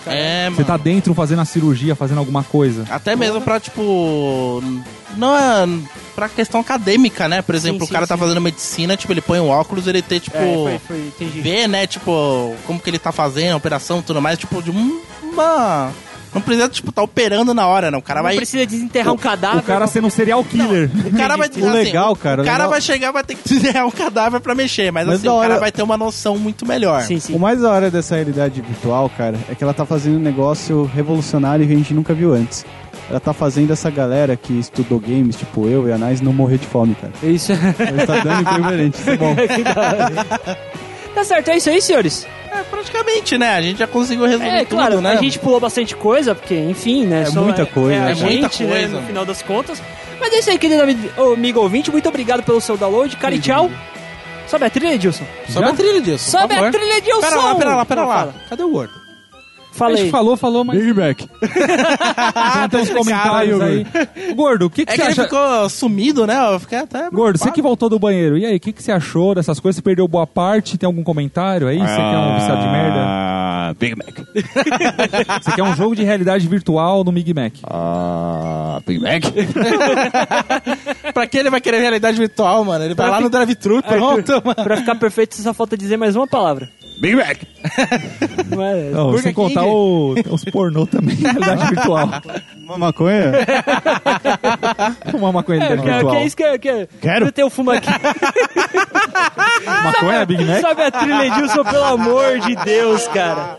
É,
Você
mano.
tá dentro fazendo a cirurgia, fazendo alguma coisa.
Até mesmo pra, tipo. Não é. Pra questão acadêmica, né? Por exemplo,
Sim,
o cara
sim,
tá
sim.
fazendo medicina, tipo, ele põe um óculos, ele tem, tipo.
É, foi, foi, entendi.
ver, né, tipo, como que ele tá fazendo, a operação e tudo mais, tipo, de um- uma. Não precisa, tipo, tá operando na hora, não. O cara
Não
vai.
precisa desenterrar um cadáver.
O cara sendo um serial killer.
O cara vai assim,
O um legal, cara,
Ah, O
o
cara
legal-
vai chegar vai ter que <laughs> desenhar um cadáver pra mexer, mas,
Mas
assim,
da
o cara
hora-
vai ter uma noção muito melhor.
Sim, sim.
O mais da hora dessa realidade virtual, cara, é que ela tá fazendo um negócio revolucionário que a gente nunca viu antes. Ela tá fazendo essa galera que estudou games, tipo eu e a Nais, não morrer de fome, cara.
Isso. é,
Ela tá
<laughs>
dando emprego pra gente, isso é bom.
tá certo, é isso aí, senhores.
É, praticamente, né? A gente já conseguiu resumir
É,
tudo,
claro,
né?
a gente pulou bastante coisa, porque, enfim, né?
É muita coisa,
É, a
é
gente,
muita
né,
coisa.
no final das contas. Mas é isso aí, querido ami- ô, amigo ouvinte. Muito obrigado pelo seu download, cara, e tchau. Sobe a trilha, Edilson.
Sobe a trilha disso. por
Sobe a
favor.
trilha, Edilson!
Pera lá, pera lá, pera
Não,
lá.
fala. É
Cadê o gordo?
A
Fala
gente
aí.
falou, falou, mas
Big
<laughs>
Mac.
Ah,
tem uns <laughs> comentários aí. Gordo, o que, que
É que
você
ele
acha?
ficou sumido, né? Eu fiquei até.
Gordo, você que voltou do banheiro, e aí, o que, que você achou dessas coisas? Você perdeu boa parte? Tem algum comentário aí? Você quer um viciado de merda?
Ah, Big Mac.
Você quer um jogo de realidade virtual no Big Mac?
Ah, Big Mac.
Pra que ele vai querer realidade virtual, mano? Ele vai lá no
É, <laughs>
drive-thru, pronto, mano.
Pra ficar perfeito, você só falta dizer mais uma palavra.
Big Mac.
Não é?
Não,
Burger
sem contar
King.
o, os pornô também, <laughs> realidade virtual.
Uma maconha?
Uma maconha de
É,
realidade
que,
virtual.
que é isso que eu quero.
Quero.
Eu tenho fumo aqui.
Maconha, Big Mac?
Sobe a trilha, Edilson, pelo amor de Deus, cara.